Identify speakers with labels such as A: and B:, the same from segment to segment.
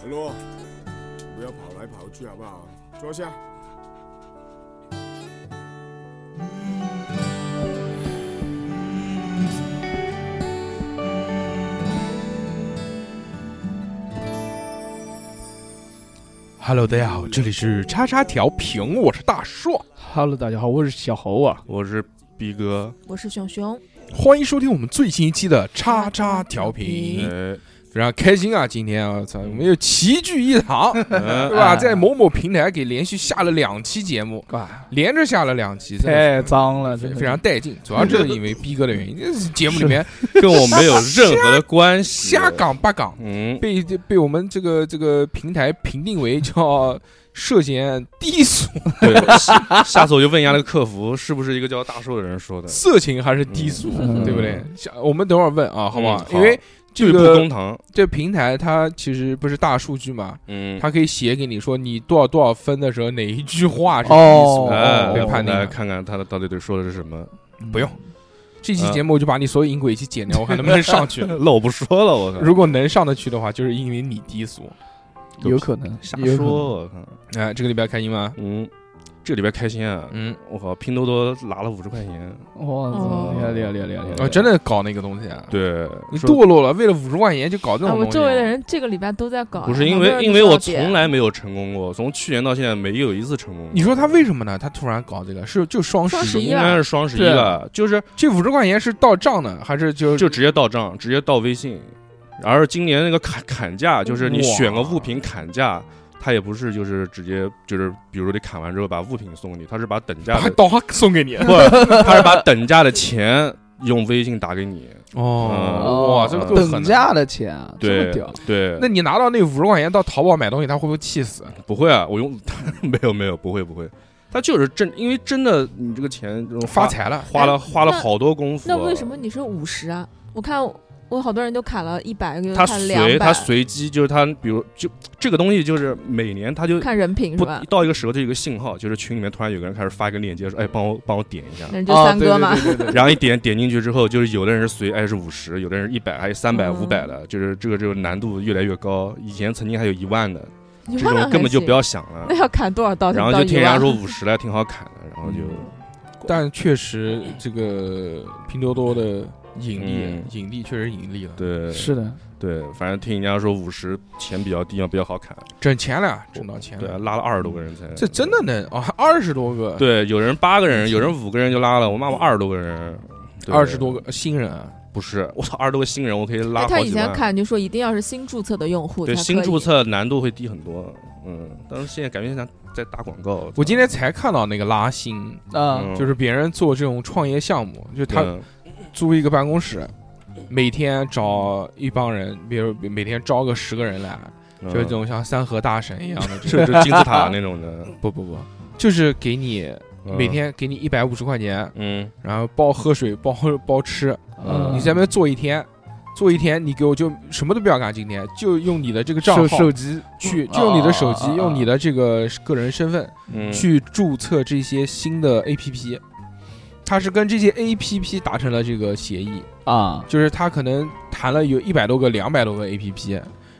A: 海螺，哎不要跑来跑去好不好？坐下。
B: Hello，大家好，这里是叉叉调频，我是大硕，
C: Hello，大家好，我是小猴啊。
B: 我是逼哥，
D: 我是熊熊，
B: 欢迎收听我们最新一期的叉叉调频，
E: 哎，
B: 非常开心啊！今天啊，操，我们又齐聚一 堂，对
E: 对
B: 吧？在某某平台给连续下了两期节目，
C: 哇，
B: 连着下了两期，真的
C: 太脏了，
B: 是
C: 真
B: 非
C: 的
B: 非常带劲，主要就是因为逼哥的原因，这节目里 面
E: 跟我没有任何的关系。
B: 瞎，杠八杠，
E: 嗯，
B: 被被我们这个这个平台评定 为叫涉嫌低俗、
E: 对，下次我就问一下那个客服，是不是一个叫大寿的人说的？
B: 色情还是低俗，
C: 嗯
B: 对不对？像我们等会儿问啊，好不好
E: 嗯？好
B: 因为这
E: 对簿
B: 个
E: 公堂，
B: 这平台它其实不是大数据嘛，
E: 嗯，
B: 它可以写给你说你多少多少分的时候哪一句话是低俗
C: 哦
B: 的，
E: 哎，
B: 被
E: 我
B: 判
E: 们
B: 定
E: 来
B: 了。
E: 看看他的到底对说的是什么。
B: 不用，这
E: 嗯
B: 期节目我就把你所有音轨一起剪掉，我看能不能上 去。
E: 那我不说了，我靠，
B: 如果能上得去的话，就是因为你低俗。
C: 有可能
E: 瞎
C: 有可能
E: 说，我靠，
B: 哎、这个礼拜开心吗？
E: 嗯，这礼拜开心啊，
B: 嗯，
E: 我靠，拼多多拿了五十块钱，
C: 哇
D: 哦
C: 操，厉害厉害厉害厉害！厉害
B: 哦，真的搞那个东西啊？，
E: 对，
B: 你
E: 说
B: 堕落了，为了五十万元就搞这
D: 啊，
B: 种
D: 我
B: 东西。
D: 周围的人这个礼拜都在搞，哎
E: 不是因
D: 好多
E: 为
D: 人
E: 因
D: 都
E: 为
D: 知道
E: 我
D: 点
E: 从来没有成功过，从去年到现在没有一次成功过。
B: 啊你说他为什么呢？他突然搞这个是就双
D: 双
B: 十
D: 十
B: 一
D: 一啊
E: 应该是双十一了，就是
B: 这五十块钱是到账的还是就
E: 就直接到账，直接到微信。然后今年那个砍砍价，就是你选个物品砍价，它也不是就是直接就是，比如说你砍完之后把物品送给你，它是把等价
B: 把
E: 的
B: 刀送给你？
E: 不是，它是把等价的钱用微信打给你。
B: 哦，哇，这个
E: 嗯
B: 够狠
C: 等
B: 的。
C: 价的钱啊，这么
E: 对
C: 屌，
E: 对，
B: 那你拿到那五十块钱到淘宝买东西，他会不会气死？
E: 不会啊，我用 没有没有不会不会，它就是真因为真的你这个钱这种
B: 发
E: 花
B: 财了，
E: 花了
D: 哎
E: 花了
D: 那
E: 好多功夫。
D: 那为什么你是五十啊？我看我好多人都砍了一百个，
E: 它
D: 砍两
E: 随
D: 百
E: 它，随机就是它，比如就这个东西就是每年它就
D: 看人品是
E: 不
D: 吧？
E: 到一个时候，就有一个信号，就是群里面突然有个人开始发一个链接，说：“
D: 嗯
E: 哎，帮我帮我点一 下。
D: 那你就
C: 啊
D: 三
C: 对
D: 哥
C: 对
D: 嘛，
C: 对对对
E: 然后一点点进去之后，就是有的人是随哎是五十，有的人一百，还有三百、
D: 嗯
E: 五百的，就是这个这个难度越来越高。以前曾经还有一万 的，
D: 你
E: 这
D: 忘
E: 种
D: 了还
E: 根本就不
D: 行。
E: 要想了
D: 那。要砍多少刀才
E: 然后
D: 到
E: 就
D: 一
E: 听人家
D: 万
E: 说五十了，挺好砍的，然后就
D: 嗯
B: 但确实这个拼多多的盈利
E: 嗯，
B: 盈利确实盈利了，
E: 对
C: 是的，
E: 对，反正听人家说五十钱比较低，比较好砍，
B: 挣钱了，挣到钱
D: 嗯
E: 对，
B: 了，
E: 拉了二十多个人才。
B: 这真的能啊，二十多个，，
E: 对，有人八个
D: 嗯
E: 人，有人五个人就拉了，我妈我二十多个人，对
B: 二十多个新人啊，
E: 不是，我操，二十多个新人，我可以拉
D: 哎
E: 好几
D: 他
E: 万。
D: 以前砍就说一定要是新注册的用户才
E: 对，
D: 可以
E: 新注，册难度会低很多。嗯，但是现在感觉像在打广告。
B: 我今天才看到那个拉新，
C: 啊，
B: 就是别人做这种创业项目，就他
E: 嗯
B: 租一个办公室，每天找一帮人，比如每天招个十个人来，
E: 嗯
B: 就是这种像三和大神一样的，
E: 是就金字塔那种的，
B: 不不不，就是给你
E: 嗯
B: 每天给你一百五十块钱，
E: 嗯
B: 然后包喝水包包吃，
C: 嗯
B: 你在那边坐一天。坐一天，你给我就什么都不要干，今天就用你的这个账
C: 手
B: 号
C: 手机
B: 去，就用你的手
C: 啊啊
B: 机，
C: 啊
B: 用你的这个个人身份，
E: 嗯
B: 去注册这些新的 APP，它是跟这些 APP 达成了这个协议，
C: 啊，
B: 就是它可能谈了有一百多个、两百多个 APP，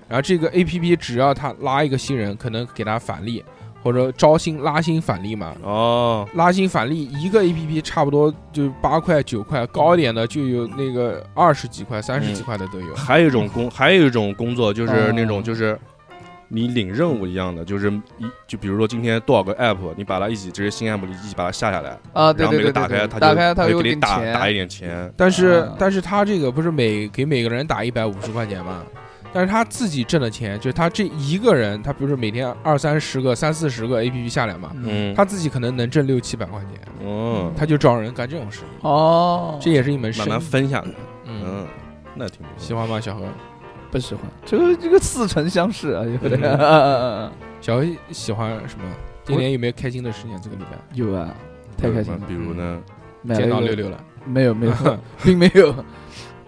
B: 然后这个 APP 只要它拉一个新人，可能给他返利或者招新拉新返利嘛。
E: 哦，
B: 拉新返利一个 A P P 差不多就八块九块，高一点的就有那个二十几块、三十几块的都有。
E: 嗯还有一种工，还有一种工作就是
C: 哦
E: 那种就是。你领任务一样的，就是一就比如说今天多少个 app，你把它一起这些新 app 一起把它下下来，
C: 啊，对
E: 然
C: 对
E: 后每
C: 对
E: 个
C: 对，
E: 打开
C: 对
E: 它就
C: 打开它
E: 它就
C: 会
E: 给
C: 给
E: 你打
C: 钱
E: 打一点钱，
B: 但是
C: 啊，
B: 但是他这个不是每给每个人打一百五十块钱吗？但是他自己挣的钱，就是他这一个人，他比如说每天二三十个、三四十个 A P P 下来嘛，
E: 嗯，
B: 他自己可能能挣六七百块钱，
E: 嗯，
B: 他就找人干这种事，
C: 哦，
B: 这也是一门
E: 慢
B: 生
E: 慢
B: 意。
E: 分下来，
B: 嗯，
E: 嗯，那挺不
B: 喜
E: 错。
B: 欢吗，小何？
C: 不喜欢，这个这个似曾相识啊，有点
B: 嗯
C: 啊啊啊啊
B: 小何喜欢什么？今年有没有开心的事情？这个礼拜
C: 有啊，太开心了，
E: 比如呢，
C: 买了
B: 见
C: 一
B: 到
C: 个
B: 六六了，
C: 没有 没有，并没有，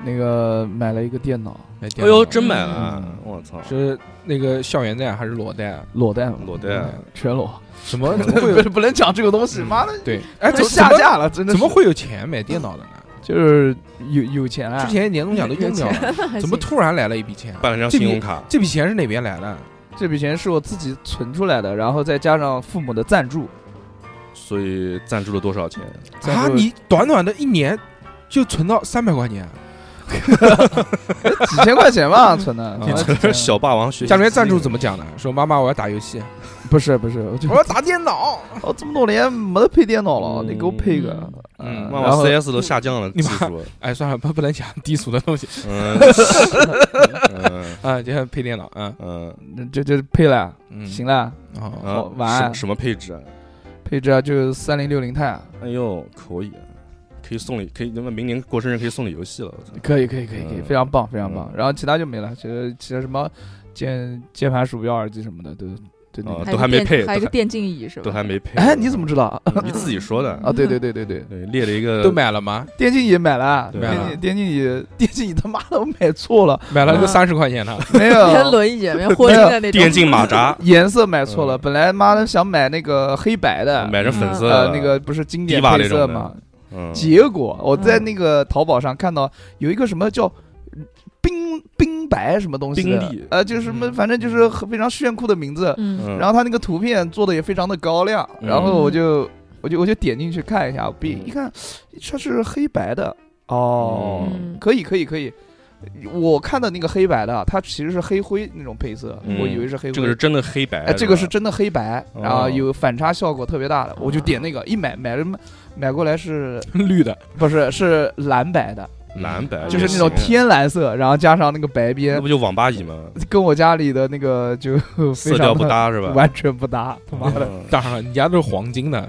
C: 那个买了一个电脑，
B: 哎
E: 哎呦，真买了
C: 嗯！
E: 我操，
B: 是那个校园贷还是裸贷？啊
C: 裸贷嘛，
E: 裸贷啊，
C: 全裸，
B: 怎么 怎么会
C: 不
B: 有
C: 是不能讲这个东西，妈的，
B: 对？ 哎，
C: 这
B: 怎
C: 下
B: 么
C: 架了，真的
B: 怎么
C: 是
B: 会有钱买电脑的呢？
C: 就是有有钱啊？
B: 之前年终奖都用掉了，
D: 还
B: 怎么
D: 行
B: 突然来了一笔钱？
E: 办了张信用卡，
B: 这笔钱是哪边来的？
C: 这笔钱是我自己存出来的，然后再加上父母的赞助，
E: 所以赞助了 多少钱？
C: 赞
B: 啊，
C: 助
B: 你短短的一年就存到三百块钱，
C: 几千块钱 吧存的。啊
E: 你
C: 几
E: 这
C: 千
E: 小霸王学习
B: 家里面赞助怎么讲的？说妈妈，我要打游戏，
C: 不是不是，我就
B: 我要打电脑。
C: 我这么多年没得配电脑了，你给我配一个。啊
B: 嗯
E: 妈
C: 然
E: 妈
C: 后
E: CS 都下降了
B: 你
E: 技
B: 妈
E: 术，
B: 哎，算了，不不能讲低俗的东 西
E: 嗯嗯
B: 啊，就像配电脑，嗯
E: 嗯
C: 就就配了，
B: 嗯，
C: 行了，
B: 哦，
E: 啊
C: 好，晚安
E: 什什么配置啊？
C: 配置啊就三零六零钛，
E: 哎呦，可以啊，可以送礼，可以，那么明年过生日可以送你游戏了。我 操，
C: 可以可以可以可以，
E: 嗯
C: 非常棒非常棒
E: 嗯。
C: 然后其他就没了，其实其他什么键键盘、鼠标、耳机什么的都都那
E: 哦
C: 个。
E: 都还没
D: 电
E: 配
D: 还有一
E: 都
D: 个
E: 还
D: 电竞椅是吧？
E: 都还没配。
C: 哎，你怎么知道？
E: 嗯你自己说的？
C: 啊，对对对对对，
E: 对，列了一个
B: 都买了吗？
C: 电竞椅买了，啊
E: 对啊
C: 电竞电竞椅 电竞椅他妈的我买错 了，
B: 买了个
D: 嗯
B: 三十块钱的，
C: 没
D: 连
C: 有，
D: 轮椅、连货车的那种。
E: 啊电竞马扎
C: 颜色买错了，
E: 嗯
C: 本来妈的想买那个黑白的，
E: 买成粉色
C: 呃
E: 的
C: 那个不是经典
E: 迪瓦
C: 配色
E: 那种的
C: 嘛，
E: 嗯
C: 结果我在那个淘宝上看到有一个什么叫冰冰白什么东西的
E: 冰粒
C: 呃，就是什么，
B: 嗯
C: 反正就是很非常炫酷的名字。
D: 嗯，
E: 嗯
C: 然后它那个图片做的也非常的高亮，
E: 嗯
C: 然后我就我就我就点进去看一下，我比
E: 嗯
C: 一看它是黑白的，哦，
D: 嗯
C: 可以可以可以。我看的那个黑白的，它其实是黑灰那种配色，
E: 嗯
C: 我以为是黑灰。
E: 这个是真的黑白，
C: 哎，这个是
E: 吧
C: 真的黑白，
E: 哦
C: 然后有反差效果特别大的，我就点那个，一买买了买过来是
B: 绿的，
C: 不是，是蓝白的，
E: 蓝白，
C: 就是
E: 也
C: 那种
E: 行，
C: 天蓝色，然后加上那个白
E: 那
C: 边，
E: 不就网吧椅吗？
C: 跟我家里的那个就非
E: 色
C: 常的
E: 调不搭是吧？
C: 完全不搭。他妈的，
E: 嗯
B: 当然了，你家都是黄金 的。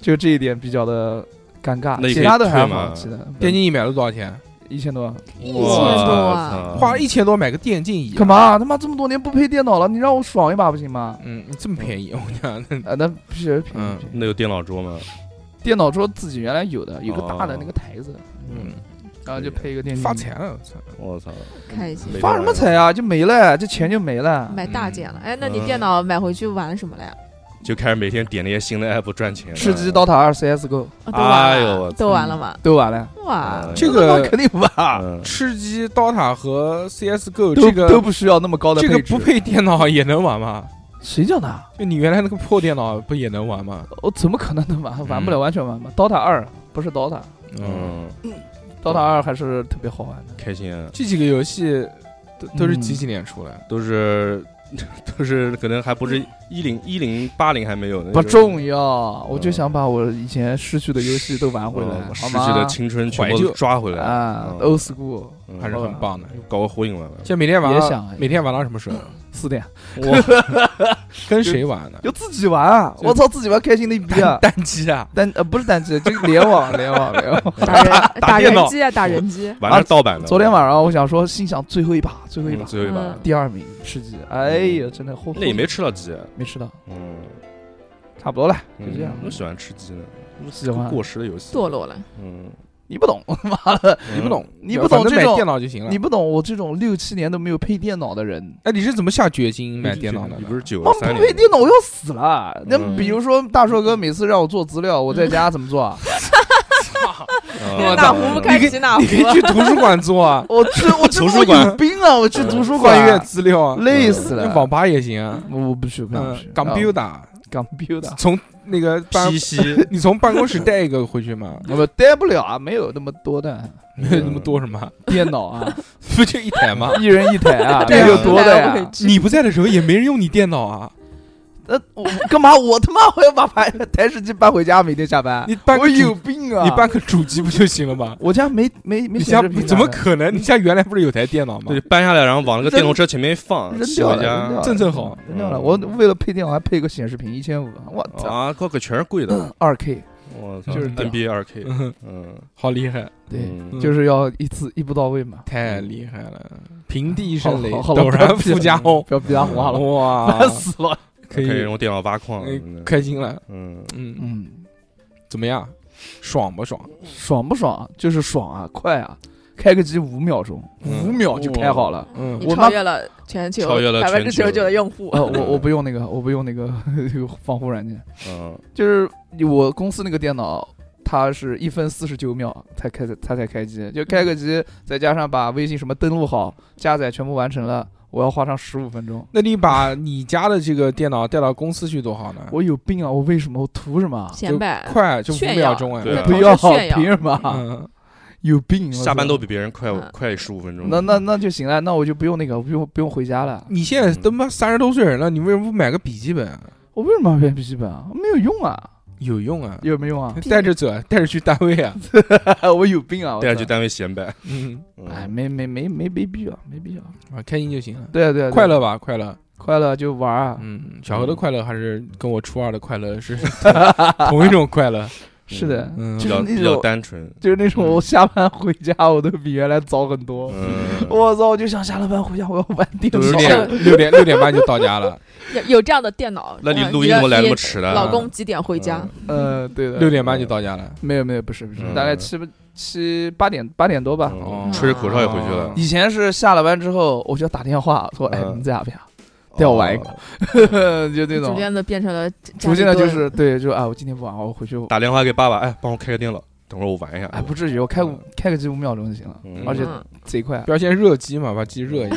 C: 就这一点比较的尴尬
E: 那。你可
C: 其
E: 以
C: 他的还
E: 退吗
C: 好，其他的
B: 电竞椅买了多少钱？
C: 一千多。
D: 一千
E: 哇
D: 多啊，
E: 操
B: 花了一千多买个电竞椅，啊
C: 干？嘛？他妈这么多年不配电脑了，你让我爽一把不行吗？
B: 嗯，这么便宜，我讲，
E: 嗯
C: 啊，那不是便宜
B: 嗯
C: 便宜。
E: 那有电脑桌吗？
C: 电脑桌自己原来有的，有个大的
E: 哦
C: 那个台子，
B: 嗯，
C: 然后就配一个电竞。
B: 发！财了，我操！
C: 嗯
E: 我操，
D: 开心
E: 没。
C: 发什么财啊？就没了，这钱就没了。
D: 买大件了，哎，那你
E: 嗯
D: 电脑买回去玩什么了呀？
E: 就开始每天点那些新的 app 赚钱了。
C: 吃鸡、DOTA 二、CSGO
D: 啊都玩
E: 哎呦我
D: 了，都玩了吗？
C: 都完了，
D: 哇，
E: 嗯
B: 这
C: 那
B: 个
C: 肯定吧？
E: 嗯
B: 吃鸡、DOTA 和 CSGO
C: 都
B: 这个
C: 都不需要那么高的
B: 这个
C: 配置
B: 不配电脑也能玩吗？
C: 谁讲的？
B: 就你原来那个破电脑不也能玩吗？
C: 我哦怎么可能能玩？玩不了，完全玩不了。DOTA 二不是 DOTA，DOTA
E: 嗯，
C: 二还是特别好玩的。
E: 开心啊，
B: 这几个游戏都都是
C: 嗯
B: 几几年出来？
E: 都是都是可能还不是一零一零八零还没有呢，
C: 不
E: 就是
C: 重要，我就想把我以前失去的游戏都玩回来，
E: 嗯
C: 好
E: 逝
C: 吗？
E: 去的青春全
B: 怀
E: 部
B: 旧
E: 都抓回来
C: 啊
E: 嗯
C: ，Old School，
E: 嗯
B: 还是很棒的。
E: 搞个火影玩玩。
B: 现在每天晚
C: 也
B: 上
C: 想
B: 每天玩到什么时候？啊
C: 四点
E: 哇，
B: 跟谁玩呢？
C: 就自己玩啊！
B: 就
C: 我操，自己玩开心的一逼啊！
B: 单机啊？
C: 单呃不是单机，就是联网联网联 网。
D: 打人打
B: 电脑
D: 人机啊，打人机。
E: 玩的是盗版的。
C: 啊昨天晚上我想说，心想最后一把，最后一把
E: 嗯，最后一把嗯
D: 嗯，
C: 第二名吃鸡，哎呀，真的后
E: 那也没吃到鸡，
C: 没吃到，
E: 嗯，
C: 差不多了，就
E: 嗯
C: 这样。
E: 我喜欢吃鸡呢，
C: 喜欢
E: 过时的游戏。
D: 堕落了，
E: 嗯，
C: 你不懂， 妈的，
B: 你不懂，
C: 你不懂
B: 嗯反正
C: 这
B: 买
C: 种
B: 电脑就行了
C: 你。不懂我这种六七年都没有配电脑的人，
B: 哎，你是怎么下决心
E: 嗯
B: 买电脑的
E: 你
B: 呢？
E: 不是九
C: 哦妈不
E: 三
C: 配电脑我要死了。那
E: 嗯
C: 比如说大硕哥每次让我做资料，我在家怎么做 啊？，
E: 脑
D: 哪壶不开提哪壶
B: 你。可以去图书馆做啊
C: 我去，我真
E: 图
C: 的
E: 书
C: 我
E: 馆嗯
C: 有病啊！我去 图书
B: 翻阅
C: 馆，
B: 资料啊，
C: 累死
B: 那
C: 了。
B: 网吧也行啊。
C: 我我不去，不想去啊
B: 嗯。，computer
C: 港 u 的，，
B: 从那个办
E: 西，西，
B: 你从办公室带一个回去嘛
C: 我待不了啊，没有那么多的
B: 没有那么多什么，
C: 电脑啊，
B: 不就一台 吗？
C: 一人一台 啊，
D: 对啊
C: 那有多的
D: 我不可以
C: 呀？
D: 去
B: 你不在的时候也没人用你电脑啊，
C: 那我干嘛？我他妈我要把台台式机搬回家，每天下班。
B: 你搬个
C: 哎我
B: 主
C: 有病啊！
B: 你搬个主机不就行了 吗？
C: 我家没没没
B: 你
C: 显
B: 家
C: 示屏啊
B: 怎么
C: 啥的
B: 可能？你家原来不是有台电脑吗
E: 对，？搬下来，然后往那个电动车前面一放，
C: 扔
E: 骑
C: 掉
E: 回
C: 了，
E: 家
C: 扔掉了，
B: 正正好哦
C: 扔掉了。我为了配电，我还配个显示屏，一千五，我操，
E: 啊，靠，可全是贵的，
C: 二 K，
E: 我操，
B: 就是
E: NBA 二 K，
B: 嗯
E: 嗯，
B: 好厉害，
C: 对，
E: 嗯
B: 嗯
C: 就是要一次一步到位嘛。
B: 太厉害了！平地一
C: 好
B: 声雷，
C: 好好了
B: 陡
C: 不要
B: 然
C: 比
B: 富家轰，
C: 不要比他花
B: 哦
C: 了，
B: 哇，
C: 烦死了。
B: 可以
E: 以用电脑挖矿，
C: 哎
B: 嗯开心了，
E: 嗯，
B: 嗯，
C: 嗯，
B: 怎么样？爽不爽？
C: 爽不爽？就是爽啊，快啊！开个机五秒钟，
E: 嗯
C: 五秒就开好了。
B: 嗯
D: 你
C: 我
D: 超
C: 妈
D: 越了全球
E: 超越了哦
D: 百分
E: 全
D: 之
E: 球
D: 九十九的用户。
C: 呃，我我不用那个，我不用那个 这个防护软件，
E: 嗯，
C: 就是我公司那个电脑。它是一分四十九秒才开，它才开机，就开个机，再加上把微信什么登录好、加载全部完成了，我要花上十五分钟。
B: 那你把你家的这个电脑带到公司去多好呢？
C: 我有病啊！我为什么？我图什么？
B: 就
D: 显摆，
B: 快就五
D: 炫
B: 秒
D: 耀
B: 钟哎，
E: 对
D: 在
E: 啊
D: 同
C: 不
D: 事
C: 要，
D: 炫
C: 凭
D: 耀，
C: 什么？
B: 嗯，啊
C: 有病！我
E: 下班
C: 操
E: 都比别人快
D: 嗯
E: 快十五分钟。
C: 那那那就行了，那我就不用那个，不用不用回家了。
B: 你现在都妈三十多岁人了，你为什么不买个笔记本啊？
C: 我为什么要变笔记本啊？没有用啊，
B: 有用啊，
C: 有没有用啊？
B: 带着走，带着去单位啊。
C: 我有病啊！我
E: 带着去
C: 操
E: 单位显摆，
B: 嗯，
E: 嗯
C: 哎，没没没没没必要，没必要。
B: 啊，开心就行了，
C: 对啊对啊，对啊
B: 快乐吧，快乐。
C: 快乐就玩啊，
B: 嗯，小何的快乐还是跟我初二的快乐 是同同一种快乐。
C: 是的，
B: 嗯
E: 比
C: 就
E: 较
C: 是
E: 比
C: 那
E: 较
C: 种
E: 单纯。
C: 就是那种
B: 嗯
C: 我下班回家我都比原来早很多。
E: 嗯，
C: 我操！我就想下了班回家，我要玩电
E: 就是
B: 六
E: 这
C: 脑。
B: 点六点六点半就到家了，
D: 有有这样的电脑。
E: 那你
C: 哎
D: 嗯
E: 录音
D: 你的
E: 怎么来
D: 你
E: 那么迟啊的？
D: 老公几点回家？
E: 嗯
C: 呃， 对的，
B: 六点半就到家了。
C: 没有没有，不是不是，
E: 嗯
C: 大概七七八点八点多吧。
E: 嗯
B: 哦
E: 吹着口哨也回去了。
C: 以前是下了班之后，我就打电话说：“哎，
E: 嗯
C: 你在哪边啊？带我玩一个
E: 哦。
C: 就
E: 嗯
C: 这
D: 逐
C: 种。
D: 渐的变成了家
C: 逐
D: 里
C: 渐的就
D: 蹲
C: 是对，就啊，我今天不玩，我回去。
E: 打电话给爸爸，哎，帮我开个电脑，等会儿我玩一下。
C: 哎，不至于，我开五开个几五秒钟就行了，
E: 嗯
C: 而且
D: 嗯
C: 贼快
B: 不。要先热机嘛，把机热一下。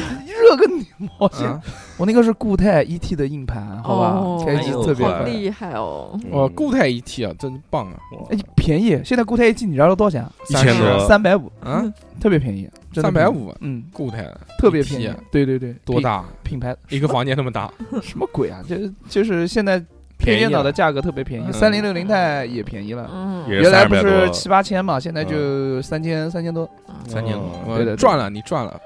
C: 热个你毛线！
B: 啊
C: 我那个是固态 1T 的硬盘，好
D: 哦
C: 吧，开机
F: 哎呦
C: 特别
D: 好
C: 快。
D: 厉害哦！
E: 嗯
B: 哦，固态一 T 啊，真棒啊！
E: 哇
C: 哎，便宜！现在固态 1T 你知道多少钱啊？
E: 一千
B: 30
E: 多，
C: 三百五，
B: 啊，
C: 特别便宜，嗯真的
B: 三
C: 便
B: 百
C: 宜。
B: 五啊
C: 嗯，
B: 固态的
C: 特别
B: 一 T
C: 便宜
B: 啊。
C: 对对对，
B: 多大？
C: 品？品牌
B: 一个房间那么大，
C: 什么鬼啊？就是就是现在配
B: 便宜
C: 电脑的
B: 了
C: 价格特别便宜，
B: 嗯
C: 三零六零钛也便宜了。
D: 嗯，
E: 也
C: 原来不
E: 300多嗯
C: 是七八千嘛，现在就三千三千多。
B: 三千多，
E: 哦
C: 对
B: 我
C: 的
B: 赚了，你赚了，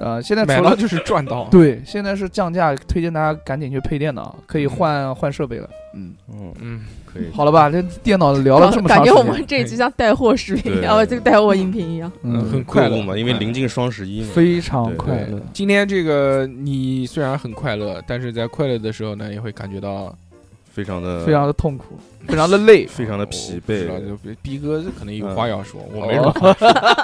C: 呃，现在
B: 买
C: 除
B: 到
C: 了
B: 就是赚到。
C: 对，现在是降价，推荐大家赶紧去配电脑，可以换换设备了。嗯，
E: 嗯，
B: 嗯，
E: 可以。
C: 好了吧，这电脑聊了这么
D: 感
C: 长
D: 觉
C: 时
D: 我
C: 间，
D: 们这一期像带货视频一样，
E: 哎对
D: 哦就带货音频一样。
B: 嗯，很
C: 嗯，
E: 快
B: 快
E: 乐
B: 乐
E: 嘛，因为临近双十一嘛，
C: 非常
E: 对
C: 快乐。
B: 今天这个你虽然很快乐，但是在快乐的时候呢，也会感觉到哦
E: 非常的
C: 非常的痛苦，非常的累。
E: 非常的疲惫嗯
B: 我不知道就逼逼哥可能有话要说，我没
C: 哦
B: 什 么话。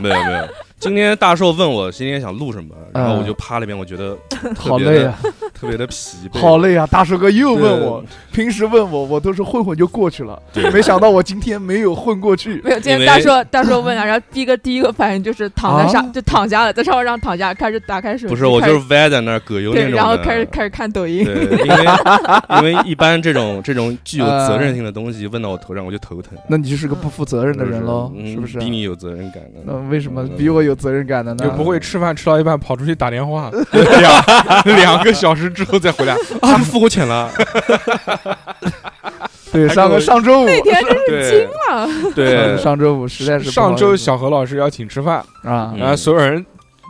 E: 没有没有。今天大寿问我今天想录什么，然后我就趴那边，我 觉得
C: 嗯好累啊，
E: 特别的疲惫。
C: 好累啊！大叔哥又
E: 对
C: 问我，平时问我我都是混混就过去了，
E: 对
C: 没想到我今天没有混过去。
D: 没有，今
E: 因为
D: 天大硕大硕问啊，然后第一个第一个反应就是躺在上
C: 啊
D: 就躺下了，在沙发上躺下，开始打开手机，
E: 不是我
D: 开
E: 就
D: 始
E: 是歪在那儿葛优那
D: 对，
E: 种
D: 然后
E: 的
D: 开始开始看抖 音，
E: 对，因为因为一般这种这种具有责任性的东西问到我头上，我就头疼。
C: 嗯那你就是个不负责任的人喽，
E: 嗯
C: 是不嗯是？
E: 比你有责任感啊的，
C: 那为什么比我有责任感的呢？
B: 就不会吃饭吃到一半跑出去打电话，
E: 嗯
B: 两两个小时之后再回 来。
E: 他们付我钱 了。
C: 对，
E: 还
C: 上
E: 给我
C: 个上周五，嗯
D: 那 天 真是
E: 对
D: 惊了，
E: 对，
C: 上周五实在是不好
B: 上
C: 意思
B: 周小何老师邀请吃饭，
C: 啊
E: 嗯，
B: 然后所有人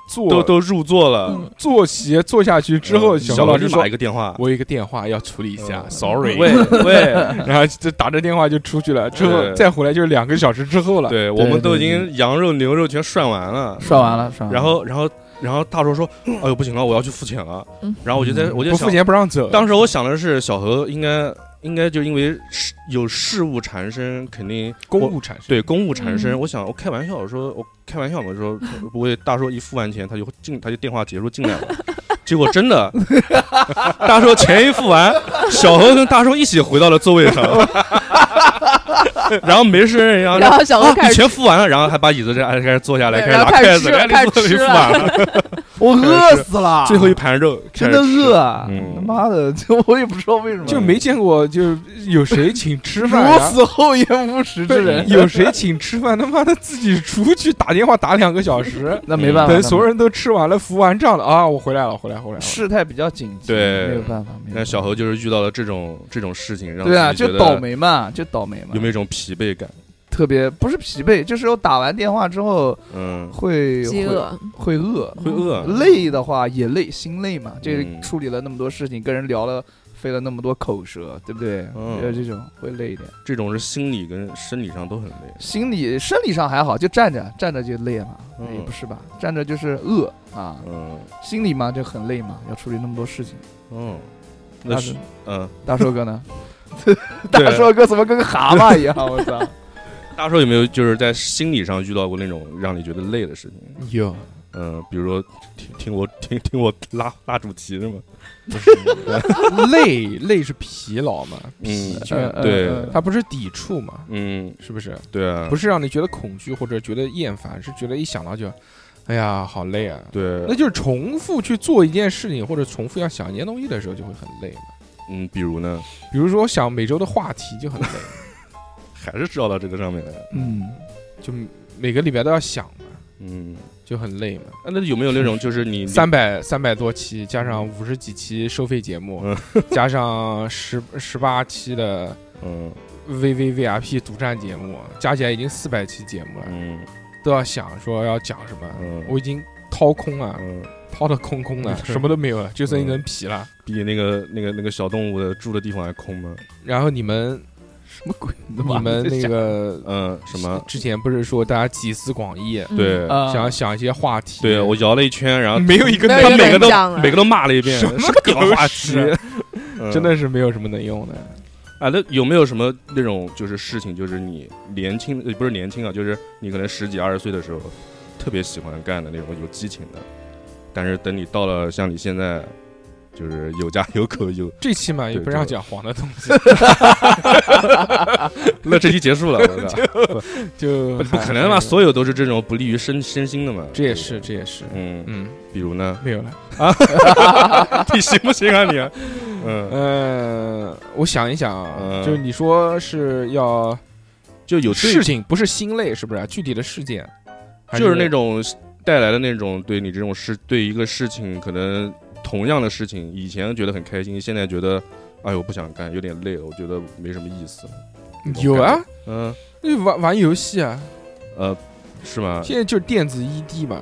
B: 坐
E: 都都入座
C: 嗯
E: 了。
B: 坐席坐下去之后，
E: 嗯
B: 小
E: 小
B: 何老
E: 何
B: 师
E: 立
B: 说
E: 马一：“个电话，
B: 我有一个电话要处理一下
E: 嗯
B: ，sorry。”
E: 喂喂，
B: 然后就打着电话就出去了，之后
E: 对
B: 再回来就是两个小时之后了。
E: 对我们
C: 对
E: 都已
C: 对嗯
E: 经羊肉牛肉全涮完了，
C: 涮完了，涮完了。
E: 然后然后然后大叔说，哎呦不行了，我要去付钱了
D: 嗯。
E: 然后我就在我就
B: 不
E: 想
B: 付，钱不让走。
E: 当时我想的是小何应该应该就因为事有事务缠身，肯定
B: 公
E: 我
B: 务产生，
E: 对公务缠身，
D: 嗯
E: 我想我开玩笑，我说我开玩笑嘛，我 说不会大叔一付完钱他就会进，他就电话结束进来了。结果真 的，大叔钱一付完，小何跟大叔一起回到了座 位上，然后没事人一样，
D: 然后小何
E: 啊你
D: 开始
E: 钱付完了，然后还把椅子这哎开始坐下来，
D: 对
E: 开始拿筷子，开
D: 然后开始吃开
E: 始
D: 始
E: 做没
D: 吃
E: 付
D: 了
E: 完 了，
C: 我饿死了，
E: 最后一盘肉，
C: 真的
E: 开始吃
C: 饿，啊！
E: 嗯
C: 他妈的，这我也不知道为什么，
B: 就没见过就是有谁请吃饭，
C: 如
B: 然后
C: 此厚颜无耻之
B: 对
C: 人。，
B: 有谁请吃饭，他妈的自己出去打电话打两个小 时
C: 那没
E: 嗯
C: 办法，
B: 等所有
C: 人
B: 人都吃完了付完账了啊，我回来了，回来回来了。
C: 事态比较紧急，
E: 对
C: 没有办法。没有办法
E: 那小何就是遇到了这种这种事情，让
C: 对啊，
E: 自己觉
C: 就
E: 得
C: 倒霉嘛，就倒霉嘛。
E: 有没有一种疲惫感？
C: 特别不是疲惫，就是我打完电话之后
E: 嗯，
C: 会
D: 饥饿，
C: 会会饿，
E: 会饿，啊
C: 累的话也累，心累嘛。这
E: 嗯
C: 处理了那么多事情，跟人聊了，费了那么多口舌，对不对？
E: 嗯
C: 就是这种会累一点，
E: 这种是心理跟生理上都很累。
C: 心理生理上还好，就站着站着就累嘛，
E: 嗯
C: 也不是吧？站着就是饿啊，
E: 嗯
C: 心里嘛就很累嘛，要处理那么多事情。
E: 嗯，那
C: 大
E: 是
C: 叔
E: 嗯，
C: 大硕哥呢？
E: 对
C: 大硕哥怎么跟个蛤蟆一样？我 操！
E: 大叔有没有就是在心理上遇到过那种让你觉得累的事情？
B: 有，
E: 嗯，比如说听听我听听我拉拉主题是吗？
B: 累累是疲劳嘛，疲
E: 嗯
B: 倦，
C: 呃
E: 对
C: 呃
B: 它不是抵触嘛，
E: 嗯，
B: 是不是？
E: 对啊，
B: 不
E: 是
B: 是让你觉得恐惧或者觉得厌烦，是觉得一想到就，哎呀，好累啊！
E: 对
B: 那，就是重复去做一件事情，或者重复要想一件东西的时候，就会很累嘛。
E: 嗯，比如呢，
B: 比如说，我想每周的话题就很累，
E: 还是知道到这个上面来。
C: 嗯，
B: 就每个礼拜都要想嘛，
E: 嗯，
B: 就很累嘛。
E: 啊那有没有那种就是你
B: 三百三百多期，加上五十几期收费节目， 加上十十八期的
E: 嗯
B: VVVIP 独占节目，加起来已经四百期节目了，
E: 嗯
B: 都要想说要讲什么。
E: 嗯
B: 我已经掏空了，
E: 嗯，
B: 掏的空空的，什么都没有了，就剩一层皮了。
E: 比那个那个那个小动物的住的地方还空吗？
B: 然后你们
C: 什么鬼？你
B: 你们那个
E: 嗯，什么？
B: 之前不是说大家集思广益，
D: 嗯
E: 对
C: 啊，
B: 想要想一些话题？
E: 对，我摇了一圈，然后
B: 呃 没有一个
D: 没
E: 他
B: 能
D: 有
E: 们
D: 一
E: 每个都
D: 人讲了
E: 每个都骂了一遍，
B: 啊什么
E: 屌
B: 狗
E: 话题
B: 屎，
E: 嗯
B: 真的是没有什么能用的。
E: 啊，那有没有什么那种就是事情，就是你年轻呃不是年轻啊，就是你可能十几二十岁的时候特别喜欢干的那种有激情的，但是等你到了像你现在，就是有家有口有，
B: 这期嘛也
E: 对
B: 不让
E: 对
B: 讲黄的东 西，
E: 那这期结束了，我操，
B: 就哎
E: 不不可能嘛，所有都是这种不利于身身心的嘛，
B: 这也是，这也是，
E: 嗯，
B: 嗯，，
E: 比如呢
B: 没有了。
E: 你行不行啊你？嗯，
B: 呃，我想一想啊，
E: 嗯
B: 就是你说是要
E: 就有
B: 事
E: 事，
B: 情，不是心累，是不啊是？具体的事件，还
E: 就是那种带来的那种对你这种事对一个事情可能同样的事情，以前觉得很开心，现在觉得。哎呦，我不想干，有点累了，我觉得没什么意思。
B: 有啊，
E: 嗯，
B: 那就玩玩游戏啊，
E: 呃，是吗？
B: 现在就是电子 ED 嘛，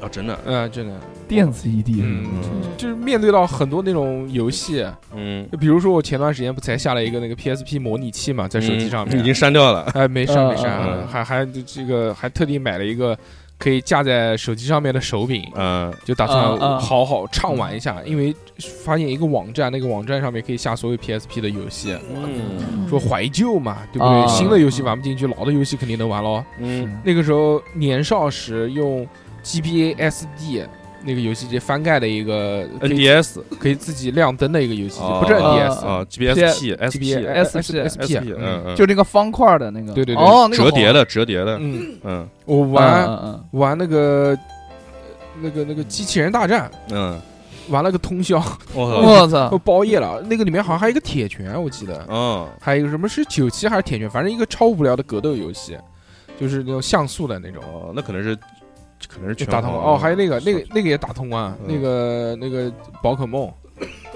E: 啊，真的，
B: 嗯，真的，
C: 电子 ED，
B: 嗯
E: 嗯
B: 就是面对到很多那种游戏，啊
E: 嗯，
B: 就比如说我前段时间不才下了一个那个 PSP 模拟器嘛，在手机上面，
E: 嗯已经删掉了。
B: 哎，没删
C: 嗯
B: 没删
E: 嗯嗯，
B: 还还这个还特地买了一个可以架在手机上面的手柄，
E: 嗯
B: 就打
C: 嗯
B: 算
C: 嗯
B: 好好畅玩一下，因为发现一个网站，那个网站上面可以下所有 PSP 的游戏，
E: 嗯
B: 说怀旧嘛，对不对？
C: 啊
B: 新的游戏玩不进去，老的游戏肯定能玩咯。
E: 嗯
B: 那个时候年少时用 GBA SD。那个游戏机翻盖的一个可以
E: ，NDS
B: 可以自己亮灯的一个游戏机，
E: 哦
B: 不是
E: 呃哦
B: NDS
E: 啊，GBSP、SP、
B: GBA
C: SP
B: SP，
E: 嗯嗯，
C: 就那个方块的那个，
B: 对对对
C: 哦，那个
E: 折叠
C: 好
E: 的折叠的，
B: 嗯，
E: 嗯
B: 我
C: 嗯
B: 玩
C: 嗯嗯
B: 玩那个那个那个机器人大战，
E: 嗯，
B: 玩了个通宵，
E: 我
C: 嗯我操
B: 都，包夜了。那个里面好像还有一个铁拳，我记
E: 操，
B: 得，
E: 哦，
B: 还有一个什么是九七还是铁拳，反正一个超无聊的格斗游戏，就是那种像素的那种。
E: 哦，那可能是可能是
B: 就
E: 全
B: 打通
E: 行
B: 哦，还有那个那个那个也打通啊，
E: 嗯
B: 那个那个宝可梦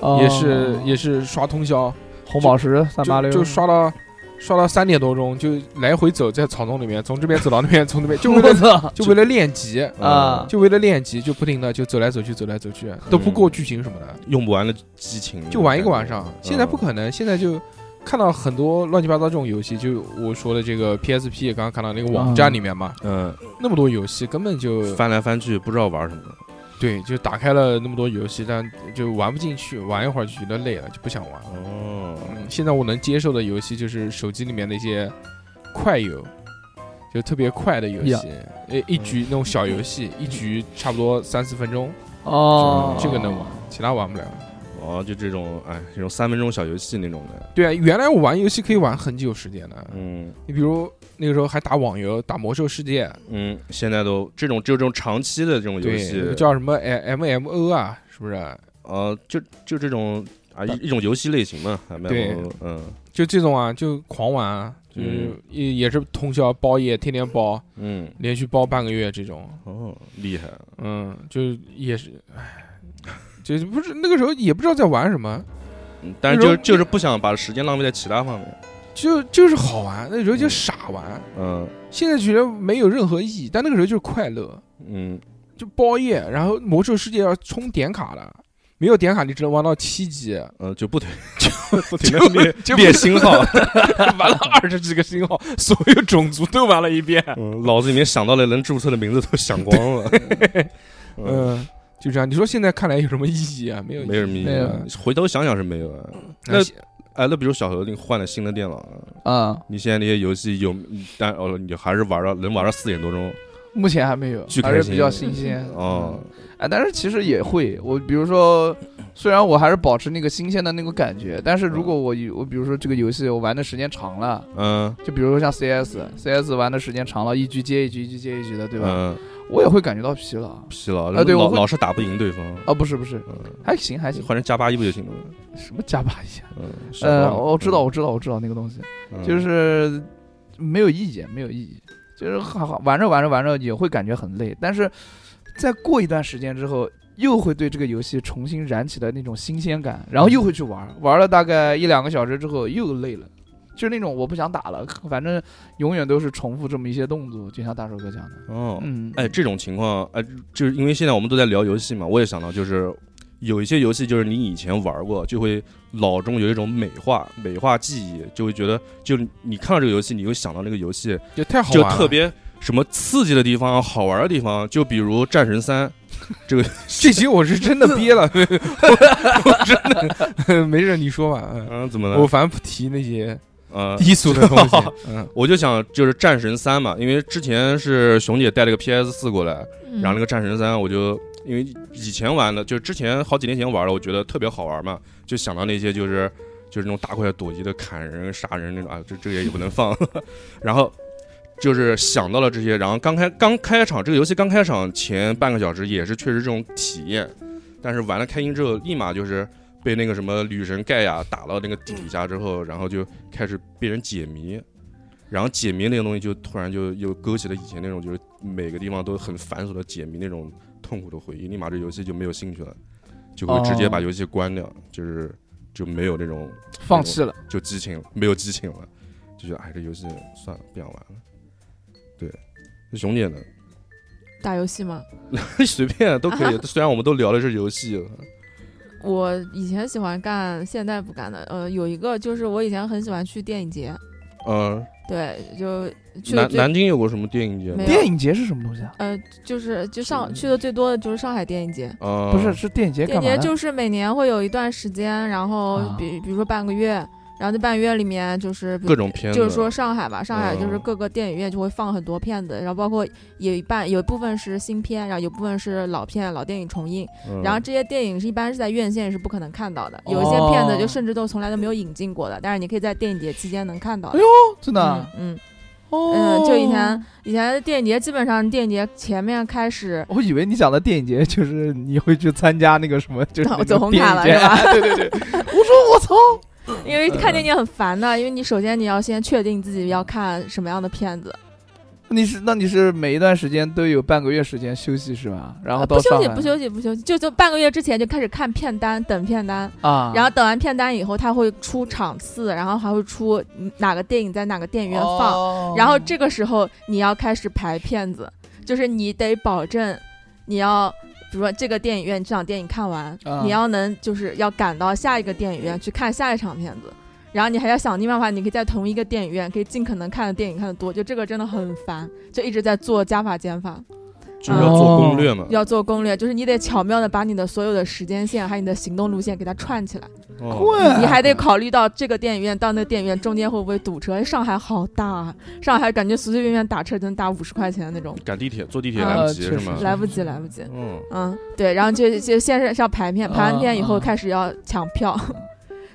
C: 哦
B: 也是也是刷通宵，
C: 红宝石三八
B: 就
C: 六，
B: 就 刷到刷到三点多钟，就来回走在草丛里面，从这边走到那边，从那边就为
C: 我
B: 了
C: 操
B: 就为了练级，
E: 嗯
C: 啊
B: 就为了练级，就不停的就走来走去，走来走去，都不过剧情什么的，
E: 用不完的激情，
B: 就玩一个晚上
E: 嗯。
B: 现在不可能，现在就看到很多乱七八糟这种游戏，就我说的这个 PSP 刚刚看到那个网站里面嘛，
E: 嗯，
B: 那么多游戏根本就
E: 翻来翻去不知道玩什么，
B: 对，就打开了那么多游戏，但就玩不进去，玩一会儿就觉得累了，就不想玩了。
E: 哦，
B: 嗯，现在我能接受的游戏就是手机里面那些快游，就特别快的游
C: 呀
B: 戏，诶，一局那种小游戏，一局差不多三四分钟，
C: 哦，
B: 这个能玩，其他玩不了。
E: 哦，就这种哎，这种三分钟小游戏那种的，
B: 对啊，原来我玩游戏可以玩很久时间的，
E: 嗯。
B: 你比如那个时候还打网游，打魔兽世界，
E: 嗯，现在都这种就这种长期的这种游
B: 对，那
E: 戏
B: 个，叫什么哎 M M O 啊，是不是？
E: 呃，就就这种啊一一种游戏类型嘛，还蛮
B: 对
E: 有嗯
B: 就这种啊，就狂玩啊，就是
E: 嗯
B: 也也是通宵包夜，天天包，
E: 嗯
B: 连续包半个月这种，
E: 哦，厉害，
B: 嗯，就也是，唉，就是不是那个时候也不知道在玩什么，
E: 嗯但是
B: 那
E: 就
B: 种
E: 是就是不想把时间浪费在其他方面，
B: 就就是好玩，那时候就傻玩，
E: 嗯
B: 现在觉得没有任何意义，但那个时候就是快乐，
E: 嗯
B: 就包夜，然后魔兽世界要充点卡的。没有点卡，你只能玩到七级，
E: 呃 就不停不 停
B: 就
E: 的练
B: 就
E: 练星号，
B: 玩了二十几个星号，所有种族都玩了一遍。
E: 嗯脑子里面想到的能注册的名字都想光 了，嗯，
B: 嗯，就这样。你说现在看来有什么意义啊？没有意义，
E: 没什么意
C: 没有
E: 思，回头想想是没有啊，
B: 那些
E: 哎，那比如小何你换了新的电脑啊，
C: 啊，
E: 你现在那些游戏有，但哦你还是玩到能玩到四点多钟
C: 目前还没有
E: 巨，开
C: 还
E: 心
C: 是比较新鲜
E: 哦，
C: 哎，但是其实也会，我比如说，虽然我还是保持那个新鲜的那个感觉，但是如果我
B: 嗯
C: 有我比如说这个游戏我玩的时间长了，
E: 嗯
C: 就比如说像 CS，CS 玩的时间长了，一局接一局，一局接一局的，对吧？
E: 嗯
C: 我也会感觉到疲劳
E: 疲劳，
C: 啊对我
E: 老
C: 会
E: 老是打不赢对方，
C: 啊，不是不是，
E: 嗯，
C: 还行还行，
E: 换成加八一不就行了吗？
C: 什么加把一下？
E: 嗯，是
C: 呃，
E: 吧
C: 我知道我知道我知道那个东西，
E: 嗯
C: 就是没有意义没有意义，就是好好玩着玩着玩着也会感觉很累，但是再过一段时间之后。又会对这个游戏重新燃起了那种新鲜感，然后又会去玩，玩了大概一两个小时之后又累了，就是那种我不想打了，反正永远都是重复这么一些动作，就像大手哥讲的，
E: 哦，
C: 嗯，
E: 哎，这种情况，哎，就是因为现在我们都在聊游戏嘛，我也想到就是有一些游戏，就是你以前玩过，就会脑中有一种美化、美化记忆，就会觉得，就你看到这个游戏，你会想到那个游戏，
B: 就太好玩
E: 就
B: 了，
E: 特别什么刺激的地方、好玩的地方，就比如《战神三》这个，
B: 这集我是 真的憋了，我我真的没事，你说吧。嗯，
E: 嗯，怎么
B: 我
E: 了？
B: 反正不提那些
E: 嗯，
B: 低俗的 东西。嗯，
E: 我就想就是《战神三》嘛，因为之前是熊姐带了个 PS 四过来，
D: 嗯
E: 然后那个《战神三》，我就因为以前玩的，就是之前好几年前玩的，我觉得特别好玩嘛，就想到那些就是就是那种打快躲移的砍人、杀人那种啊，这这个也不能放。 然后就是想到了这些，然后刚开刚开场这个游戏刚开场前半个小时也是确实这种体验，但是玩了开心之后，立马就是被那个什么女神盖亚打到那个地底下之后，然后就开始被人解谜。然后解谜那个东西就突然就又勾起了以前那种就是每个地方都很繁琐的解谜那种痛苦的回忆，立马这游戏就没有兴趣了，就会直接把
C: 哦
E: 游戏关掉，就是就没有那种
C: 放弃了。
E: 就激情没有激情了，就觉得哎这游戏算了不想玩了。对，那熊姐呢？
D: 打游戏吗？
E: 随便都 可以，虽然我们都聊的是游戏了，
D: 我以前喜欢干，现在不干的。呃，有一个就是我以前很喜欢去电影节，
E: 嗯，
D: 对，就去的
E: 南
D: 最
E: 南京有过什么电影节吗
D: 没？有
C: 电影节是什么东西啊？
D: 呃就是就上去的最多的就是上海电影节。
E: 啊，
C: 不是，是电影节
D: 电
C: 干嘛
D: 影节
C: 呢？
D: 就是每年会有一段时间，然后
C: 啊
D: 比比如说半个月，然后这半个月里面就是比
E: 各种片子，
D: 就是说上海吧，上海就是
E: 嗯
D: 各个电影院就会放很多片子，然后包括有一半有一部分是新片，然后有部分是老片老电影重映，
E: 嗯，
D: 然后这些电影是一般是在院线是不可能看到的，有一些片
C: 哦
D: 子就甚至都从来都没有引进过的，但是你可以在电影节期间能看到的
C: 哎。真的哦啊？
D: 嗯嗯，
C: 哦
D: 嗯就以前以前的电影节基本上电影节前面开始
C: 我以为你讲的电影节就是你会去参加那个什么，就是那个
D: 走红毯了
C: 电影节
D: 是 吧？
C: 对对 对，我说我操，嗯
D: 因为看电影很烦的，因为你首先你要先确定自己要看什么样的片子，
C: 你是那你是每一段时间都有半个月时间休息是吧？然后
D: 呃
C: 到
D: 不
C: 上海
D: 休息不休息不休息，就就半个月之前就开始看片单，等片单，
C: 啊，
D: 然后等完片单以后，它会出场次，然后还会出嗯哪个电影在哪个电影院放，
C: 哦
D: 然后这个时候你要开始排片子，就是你得保证你要。比如说，这个电影院这场电影看完，
C: 啊
D: 你要能就是要赶到下一个电影院去看下一场片子，然后你还要想尽办法，你可以在同一个电影院可以尽可能看的电影看的多，就这个真的很烦，就一直在做加法减法。
E: 就是要做攻略嘛，
D: 要做攻略，就是你得巧妙的把你的所有的时间线还有你的行动路线给它串起来，
E: 哦
C: 对
D: 你还得考虑到这个电影院到那个电影院中间会不会堵车。上海好大啊，上海感觉随随便便打车就能打五十块钱的那种，
E: 赶地铁坐地铁
D: 啊
E: 来不及
C: 确
E: 是
C: 实
E: 吗
C: 是？
D: 来不及来不及。
E: 嗯，
D: 嗯，对，然后就就先是要排片，排完片以后
C: 啊
D: 开始要抢票，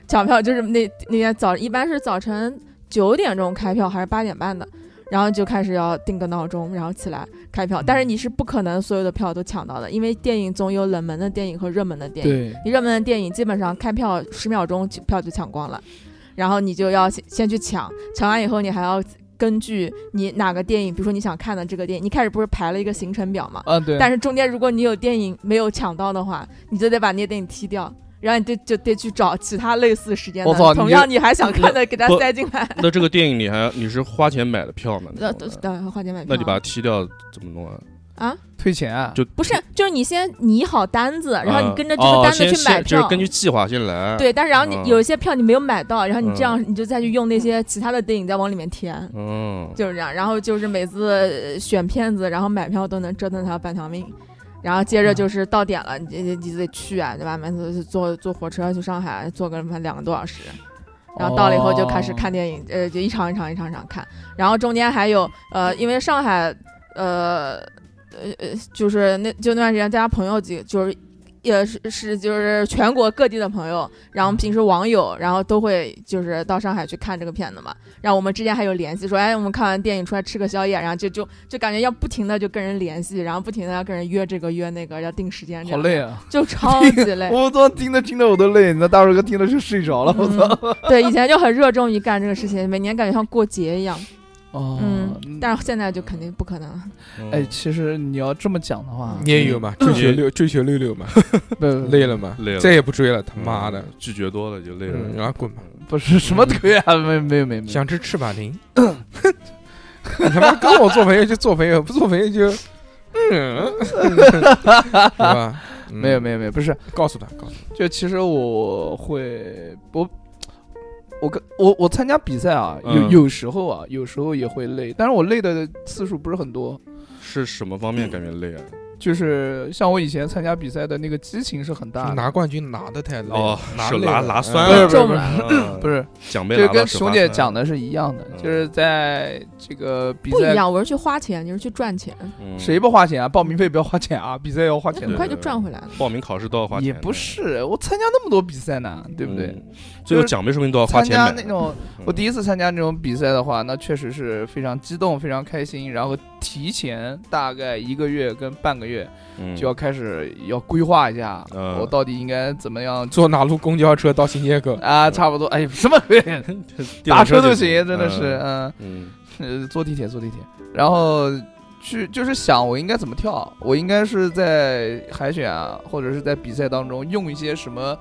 D: 抢票就是那那天早一般是早晨九点钟开票还是八点半的，然后就开始要定个闹钟，然后起来开票。但是你是不可能所有的票都抢到的，因为电影总有冷门的电影和热门的电影。
C: 对
D: 你热门的电影基本上开票十秒钟就票就抢光了，然后你就要先先去抢，抢完以后你还要根据你哪个电影，比如说你想看的这个电影，你开始不是排了一个行程表嘛？
C: 啊对，
D: 但
C: 是
D: 是中间如果你有电影没有抢到的话，你就得把那些电影踢掉，然后你就就得去找其他类似时间
C: 我操
D: 的，
C: 你
D: 同
C: 这
D: 样你还
E: 嗯
D: 想看的给它
E: 不
D: 塞进来。
E: 那这个电影你还你是花钱买的票吗？
D: 那对对，花钱买票。
E: 那你把它踢掉怎么弄啊？
D: 啊，
C: 退钱啊
E: 就
D: 不是，就是你先拟好单子，然后你跟着这
E: 啊
D: 个
E: 哦
D: 单子
E: 先
D: 去买
E: 先就
D: 票。
E: 是根据计划先来。，
D: 对，但是然后
E: 嗯
D: 你有一些票你没有买到，然后你这样
E: 嗯
D: 你就再去用那些其他的电影再往里面填，
E: 嗯，
D: 就是这样。然后就是每次呃选片子，然后买票都能折腾他半条命。然后接着就是到点了，你你你得去啊，对吧？每次坐坐火车去上海，坐个他妈两个多小时。然后到了以后就开始
C: 哦
D: 看电影，呃，就一场一场一场一场看。然后中间还有呃，因为上海，呃，呃，呃就是那就那段时间，大家朋友几就是也是是就是全国各地的朋友，然后平时网友，然后都会就是到上海去看这个片子嘛。然后我们之间还有联系，说哎，我们看完电影出来吃个宵夜，然后就就就感觉要不停的就跟人联系，然后不停的要跟人约这个约那个，要定时间，
C: 好累，啊！
D: 就超级累。
C: 我操，听着听着我都累，那大帅哥听着就睡着了，我 操！
D: 嗯，对，以前就很热衷于干这个事情，每年感觉像过节一样。
C: 哦
D: 嗯，但是现在就肯定不可能了。
E: 嗯
C: 哎，其实你要这么讲的话，
B: 你也有嘛？追求六追求六六 嘛，
C: 不不
B: 累了嘛，
E: 累了
B: 再也不追了，他妈的，
E: 拒绝多了就累了。
B: 嗯，然后滚吧，
C: 不是什么腿啊，没没有没有没有，
B: 想吃翅膀灵，你他妈跟我做朋友就做朋友，不 做朋友就，嗯， 是吧？嗯
C: 没有没有没有，不是，
B: 告诉他，告诉他，
C: 就其实我会我。我跟我我参加比赛啊，有
E: 嗯
C: 有时候啊，有时候也会累，但是我累的次数不是很多，
E: 是什么方面感觉累啊？
C: 就是像我以前参加比赛的那个激情是很大的，
B: 拿冠军拿的太累
E: 哦
B: 了，拿
E: 手
B: 累
E: 拿
B: 了
E: 拿
B: 嗯
E: 酸
C: 不是
E: 了
C: 不是
D: 中
C: 不是
D: 了，
C: 不是，
E: 奖杯拿
C: 就
E: 到
C: 跟
E: 手
C: 熊
E: 发
C: 姐
E: 酸
C: 讲，的是一样的，
E: 嗯
C: 就是在这个比
D: 不一
C: 赛
D: 样，我是去花钱，你是去赚钱，
E: 嗯
C: 谁不花钱啊？报名费不要花钱啊，比赛要花钱
D: 很
E: 对
D: 快
C: 的。
D: 就赚回来了。
E: 报名考试都要花钱
C: 也
E: 的？
C: 不是，我参加那么多比赛呢，对不对？
E: 嗯？最后奖杯说不定都要花
C: 参
E: 钱
C: 加
E: 买。
C: 那种，
E: 嗯
C: 我第一次参加那种比赛的话，那确实是非常激动、非常开心，然后提前大概一个月跟半个月
E: 嗯
C: 就要开始要规划一下，
E: 嗯
C: 我到底应该怎么样
B: 坐哪路公交车到新街口，
C: 啊？差不多，哎，什么
E: 嗯 电
C: 打
E: 动
C: 车
E: 就
C: 都行，真的是，嗯。
E: 嗯
C: 呃，坐地铁，坐地铁，然后去就是想我应该怎么跳，我应该是在海选啊，或者是在比赛当中用一些什么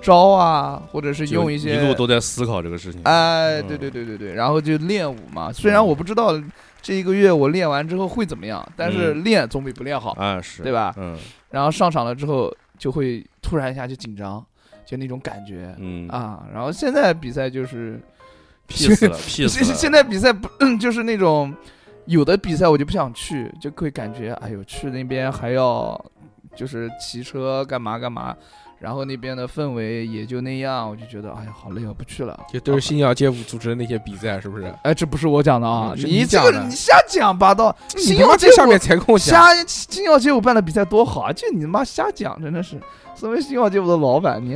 C: 招啊，或者是
E: 就
C: 用一些
E: 一路都在思考这个事情。
C: 哎，
E: 嗯
C: 对对对对对，然后就练舞嘛。虽然我不知道这一个月我练完之后会怎么样，但是
E: 嗯
C: 练总比不练好，
E: 啊，是
C: 对？吧？
E: 嗯
C: 然后上场了之后就会突然一下就紧张，就那种感觉、
E: 嗯，
C: 啊。然后现在比赛就是
E: 屁死了，
C: 现
E: 屁死了。
C: 现在比赛不 就是那种有的比赛我就不想去，就会感觉哎呦去那边还要就是骑车干嘛干嘛，然后那边的氛围也就那样，我就觉得哎呀好累啊，不去了。
B: 就都是新谣街舞组织的那些比赛，是不是？
C: 哎，这不是我讲的啊，
B: 嗯是你
C: 你这
B: 讲
C: 个
B: 的嗯
C: 你瞎讲八道。
B: 你
C: 星
B: 他
C: 耀
B: 妈
C: 街
B: 在
C: 舞
B: 下面才跟我讲，
C: 瞎星耀街舞办的比赛多好啊，就你妈瞎讲，真的是。身为星耀街舞的老板，你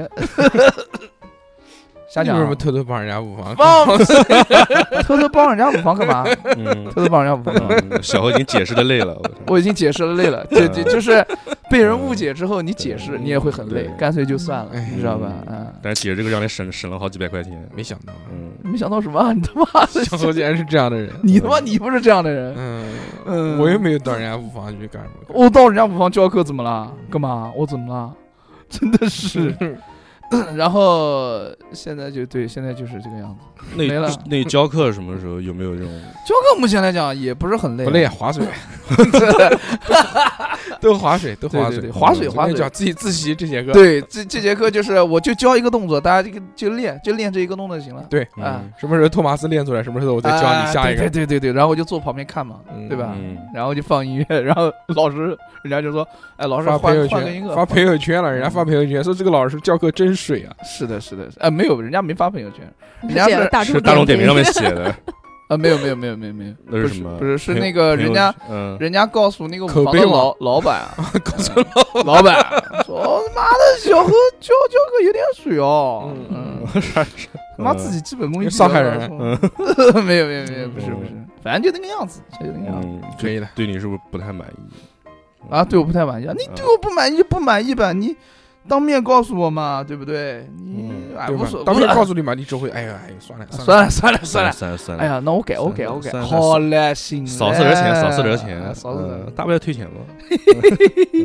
C: 瞎
B: 你
C: 讲
B: 为
C: 啊、
B: 什么偷偷帮人家舞房？
C: 帮 偷偷帮人家舞房干嘛？
E: 嗯，
C: 偷偷帮人家舞房干嘛？
E: 嗯小何已经解释的累了，我
C: 我已经解释了累了，
B: 嗯
C: 就就就是被人误解之后，你解释
E: 嗯
C: 你也会很累，
E: 对
C: 干脆就算了，
B: 哎
C: 你知道吧？嗯，
E: 但是解释这个让你省省了好几百块钱。
B: 没想到啊，
E: 嗯，
C: 没想到什么啊，你他妈 的，
B: 小侯竟然是这样的人。
C: 你他妈你不是这样的人，
B: 嗯，
C: 嗯，
B: 我又没有到人家舞房去干什么。
C: 我到人家舞房教课怎么了？干嘛？我怎么了？ 真的是， 然后现在就对，现在就是这个样子。
E: 那
C: 没了
E: 那教课什么时候有没有这种？
C: 教课目前来讲也不是很累，
B: 不 累，，啊划水，都划水，都划
C: 对对
B: 水，
C: 对划水
B: 嗯
C: 划水
B: 我跟你讲自己自习这节课，
C: 对，这这节课就是我就教一个动作，大家这个就练，就练这一个动作就行了。
B: 对
C: 啊
E: 嗯
B: 什么时候托马斯练出来，什么时候我再教
C: 啊
B: 你下一
C: 对
B: 个。
C: 对对对对，然后我就坐旁边看嘛，
B: 嗯
C: 对吧？
E: 嗯，
C: 然后就放音乐，然后老师人家就说：“哎，老师
B: 发
C: 换
B: 朋友
C: 换个音
B: 圈，
C: 乐。嗯
B: 发朋友圈了，人家发朋友圈说这个老师教课真水啊，
C: 是的，是的，是哎，没有，人家没发朋友圈，人家
D: 写了
C: 是
D: 大
E: 是大众点评上面写的，
C: 啊，没有，没有，没有，没有，
B: 嗯
C: 没有，
E: 那
C: 不
E: 是
C: 是
E: 什么？
C: 不是是
E: 朋友
C: 那个人家，
E: 朋友嗯，
C: 人家告诉那个舞
B: 口
C: 房
B: 碑
C: 的
B: 嘛
C: 老老板啊，
B: 告诉老
C: 老板说：“他妈的，小何教教个有点水哦，
B: 嗯
C: 嗯，
E: 啥事？
C: 他妈
E: 嗯
C: 自己基本功一
B: 上海人
C: 嗯， 没有，没有，没有，不是，不是，反正就那个样子，就那个样子
E: 嗯，
B: 可以的，
E: 对你是不是不太满意？嗯
C: 啊。对我不太满意，啊，你对我不满意就不满意吧，你当面告诉我嘛，对不对？你
E: 嗯
C: 哎，
B: 对
C: 无
B: 吧
C: 所？
B: 当
C: 谓
B: 面。”告诉你嘛，你只会哎呀哎呀，算了了，
C: 算了算了算了，
E: 算了算了
C: 哎，呀，那我改我
E: 算
C: 改
E: 了
C: 我改，
E: 算了
C: 好嘞，行嘞，
E: 少四十钱，少四十
C: 嗯哎
E: 钱，
C: 少四
E: 嗯
C: 十
E: 大不了 退钱嘛。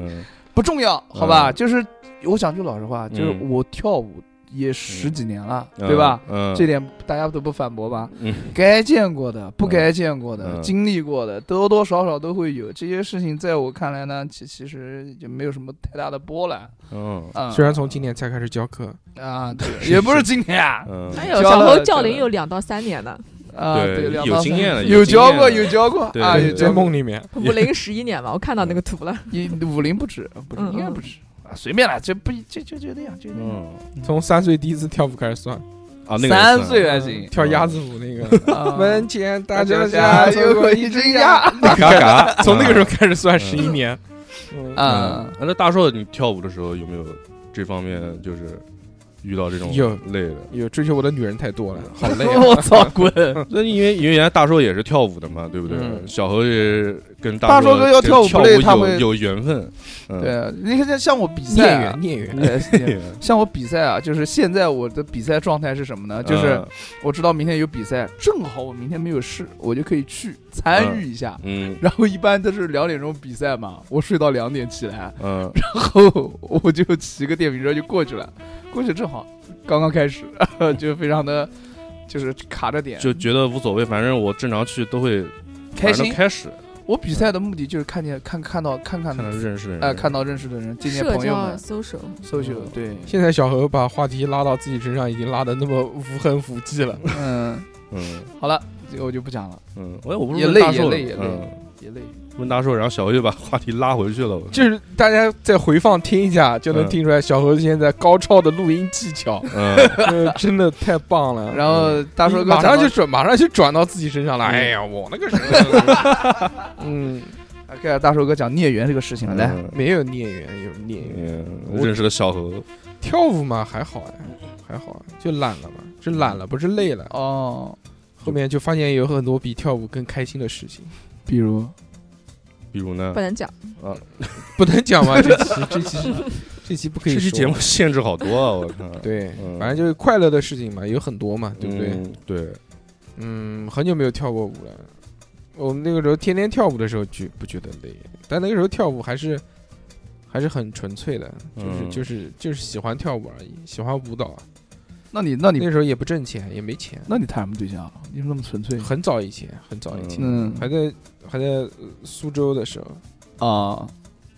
E: 嗯
C: 不重要，好吧？
E: 嗯
C: 就是我讲句老实话，就是
E: 嗯
C: 我跳舞也十几年了，
E: 嗯
C: 对吧？
E: 嗯，
C: 这点大家都不反驳吧？
E: 嗯
C: 该见过的、不该见过的、
E: 嗯
C: 经历过的，多多少少都会有。这些事情在我看来呢，其其实就没有什么太大的波澜。
E: 嗯
C: 嗯，
B: 虽然从今年才开始教课，
C: 啊，对也不是今天啊，
E: 嗯，
D: 哎呦，
C: 教
D: 小
C: 了
D: 侯
C: 对
D: 教
C: 了
D: 龄有两到三年的，
C: 啊，
E: 对
C: 两
E: 有
C: 到
E: 经
C: 三
E: 验了有
C: 有
E: 经
C: 教
E: 验
C: 过，
E: 了
C: 有教过
E: 对
C: 啊，
E: 对
C: 有
E: 对
C: 教
B: 在
C: 过
B: 梦里面，
D: 五零十一年吧，我看到那个图了。
C: 一五零不止，不止，
D: 嗯
C: 应该不止啊，随便了，这不这就就那样，就那样。
E: 嗯
B: 从三岁第一次跳舞开始算，
E: 啊，嗯那个
C: 三
E: 也算
C: 岁 还行，啊
B: 跳鸭子舞那个。
C: 嗯
B: 门前大桥下走过一只鸭，
C: 鸭，
B: 嘎嘎，从那个时候开始算十一年，
C: 啊
E: 嗯，那大硕，你跳舞的时候有没有这方面就是遇到这种
B: 有
E: 累的？
B: 有追求我的女人太多了，好累啊！
C: 我操，滚！
E: 那因为因为原来大硕也是跳舞的嘛，对不对？
B: 嗯
E: 小何也是跟
C: 大硕
E: 硕
C: 哥要
E: 跟
C: 跳舞
E: 跳
C: 不累他会
E: 有有缘分，嗯，
C: 对，啊你看像我比
B: 孽
C: 赛
B: 缘，
C: 啊
B: 孽 缘，
C: 对， 像我比赛啊，就是现在我的比赛状态是什么呢？就是
E: 嗯
C: 我知道明天有比赛，正好我明天没有事，我就可以去参与一下。
E: 嗯
C: 然后一般都是两点钟比赛嘛，我睡到两点起 来，
E: 嗯，
C: 然后我就骑个电瓶车就过去了，过去正好刚刚开始， 就非常的就是卡着点，
E: 就觉得无所谓，反正我正常去都会
C: 开
E: 反正
C: 心。
E: 开始，
C: 我比赛的目的就是看见看看到看看
E: 看到认识的人，嗯
C: 哎、看到认识的人，见见
D: 社
C: 朋友
D: 交
C: 们，嗯
D: social，
C: 搜寻对，
B: 现在小何把话题拉到自己身上，已经拉的那么无痕无迹了。
C: 嗯，
E: 嗯
C: 好了，这个我就不讲了，
E: 嗯，我我不是
C: 也
E: 问
C: 累
E: 大
C: 也
E: 硕
C: 累
E: 了
C: 也累
E: 嗯
C: 也累。
E: 问大硕，然后小何就把话题拉回 去了，
B: 就是大家再回放听一下，就能听出来小何现在高超的录音技 巧，
E: 嗯，
B: 呃真的太棒了。
C: 然后大硕哥
B: 马
C: 讲
B: 上
C: 到
B: 就转，马上就转到自己身上了。
E: 嗯
B: 哎呀，我那个人， 嗯，
C: 开始大硕哥讲孽缘这个事情了，来，
E: 嗯
B: 没有孽缘，有孽缘。
E: 嗯，认识了小何，
B: 跳舞嘛还好哎，还好，就懒了嘛，是懒了，不是累了。
C: 哦，
B: 后面就发现有很多比跳舞更开心的事情，
C: 比如
E: 比如呢
D: 不，能讲，
B: 不能讲嘛，这期这 期这期不可以
E: 这
B: 说。
E: 期节目限制好多啊，我看，
B: 对
E: 嗯，
B: 反正就是快乐的事情嘛，有很多嘛，对不对？
E: 嗯对，
B: 嗯，很久没有跳过舞了。我们那个时候天天跳舞的时候，觉不觉得累？但那个时候跳舞还是还是很纯粹的，就是、
E: 嗯
B: 就是就是喜欢跳舞而已，喜欢舞蹈。
C: 那你那你
B: 那时候也不挣钱，也没钱，
C: 那你谈什么对象啊？你怎么那么纯粹？
B: 很早以前，很早以前，
C: 嗯
B: 还在还在呃苏州的时候，
C: 啊，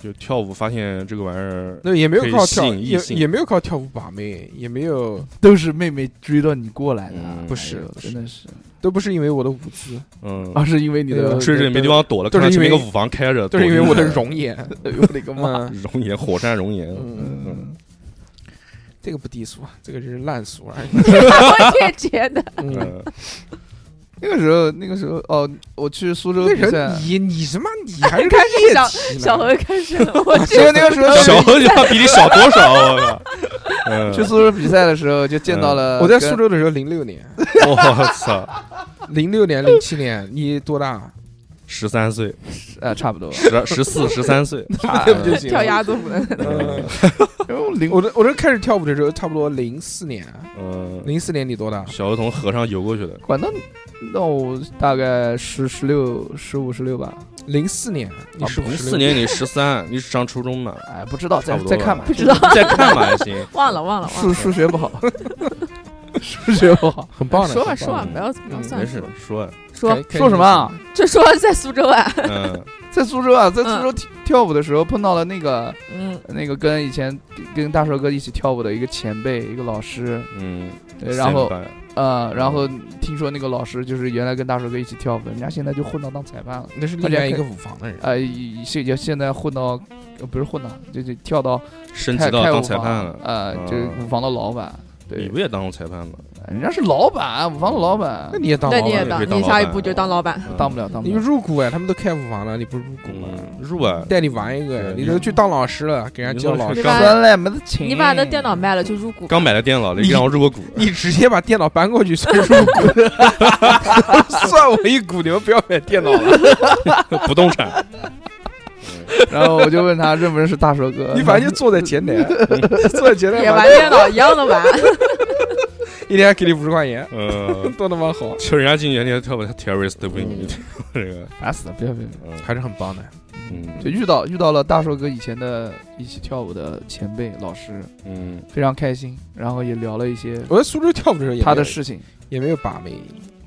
E: 就跳舞发现这个玩意儿，
B: 那也没有靠跳，
E: 可以吸引异
B: 也
E: 性
B: 也没有靠跳舞把妹，也没有，
C: 都是妹妹追到你过来的啊
E: 嗯，
B: 不
C: 嗯哎
B: 是
C: 呦
B: 不
C: 真的是，
B: 都不是因为我的舞姿，
E: 嗯，
C: 而是因为你
B: 那
C: 的
B: 个
E: 追着也没地方躲了，
B: 都
E: 看
B: 是
E: 到
B: 因为
E: 前面一个舞房开着，
B: 都是因为
E: 躲
B: 我的
E: 进去
B: 容颜。
C: 哎呦我的个妈！
B: 嗯
E: 容颜，火山容颜，
B: 嗯，
C: 嗯，
B: 这个不低俗，啊这个就是烂俗而已。
D: 我也觉得
B: 嗯，
E: 嗯
C: 那个时候那个时候哦，我去苏州
B: 那
C: 比
B: 人
C: 赛，
B: 你你什么你 还是个
D: 开始
B: 业
D: 想
B: 绩呢
D: 小何开始了， 我
C: 结果那个时候
E: 小何就要比你小多少？啊我靠！嗯
C: 去苏州比赛的时候就见到
B: 嗯
C: 了，
B: 我在苏，州的时候，零六年、
E: 我操，
B: 零六年、零七年，你多大？
E: 十三岁，
C: 呃，差不多，
E: 十十四、十三岁，
C: 差
B: 那不就行
D: 跳
B: 了？
D: 鸭子舞了，
B: 嗯
C: 零
B: 我这我这开始跳舞的时候，差不多零四年，
E: 嗯，
B: 零四年你多大？
E: 小何从河上游过去的，
C: 管到那我大概十十六十五十六吧，
B: 零四年，你是不
E: 啊零
B: 是
E: 四年你十三，你上初中嘛？
C: 哎，不知道
E: 差
C: 再
E: 不多
C: 再
E: 吧
C: 看吧，
D: 不知道，
E: 再看嘛还行。
D: 忘了忘了忘
C: 数
D: 了，
C: 数学不好， 数学不好，
B: 很棒的？
D: 说吧
B: 很
D: 说吧
B: 棒，
D: 不要不要
B: 嗯
D: 算
E: 没
D: 了
E: 事，说呀，
D: 说
B: 开
C: 说什么？啊？
D: 就说在苏州啊，
E: 嗯，
C: 在苏州啊，在苏州跳跳舞的时候碰到了那个
D: 嗯，
C: 那个跟以前跟大帅哥一起跳舞的一个前辈，一个老师，
E: 嗯，
C: 对，然后
E: 三班
C: 呃，然后听说那个老师就是原来跟大帅哥一起跳舞的，人家现在就混到当裁判了，
B: 那是另外一个舞房的人。
C: 呃，以现也现在混到。呃不是混到，就就跳到
E: 升级
C: 开
E: 到
C: 开舞
E: 当裁
C: 房，
E: 判了，
C: 呃，就是
E: 嗯
C: 舞房的老板，
E: 你
C: 对
E: 不，也当过裁判吗？
C: 人家是老板，舞房的老板
B: 那，你也当
D: 那
B: 老
D: 你也
B: 板？
E: 可以
D: 当，
E: 当
D: 你
E: 老
D: 下一
E: 板
D: 步就当老板，
E: 嗯
C: 当不了，当不
B: 你
C: 了，
B: 入股哎，他们都开舞房了，你不入股吗？
E: 嗯，入啊，
B: 带你玩一个，你都去当老师了，给人家教老师
D: 你。把
C: 酸了没得请，
D: 啊你把那电脑卖了就入股吧，
E: 刚买的电脑，
B: 你
E: 让我入个股，
B: 你直接把电脑搬过去算入股，算我一股，你 们不要买电脑了。
E: 不动产。
C: 然后我就问他认不认识大蛇哥，
B: 你反正就坐在前 台，啊坐在前台
D: 也
B: 反
D: 玩
B: 正
D: 电脑一样的 玩，
B: 一天给你五十块钱，
E: 嗯，
B: 多他妈好，
E: 就人家进去，人家跳不 terrorist 都给你 这个，
C: 烦死了，不要不要，
E: 嗯
B: 还是很棒的。
E: 嗯
C: 就遇到遇到了大硕哥以前的一起跳舞的前辈老师，
E: 嗯，
C: 非常开心，然后也聊了一些
B: 我在苏州跳舞的时候也没有，
C: 他的事情。
B: 也没有把妹，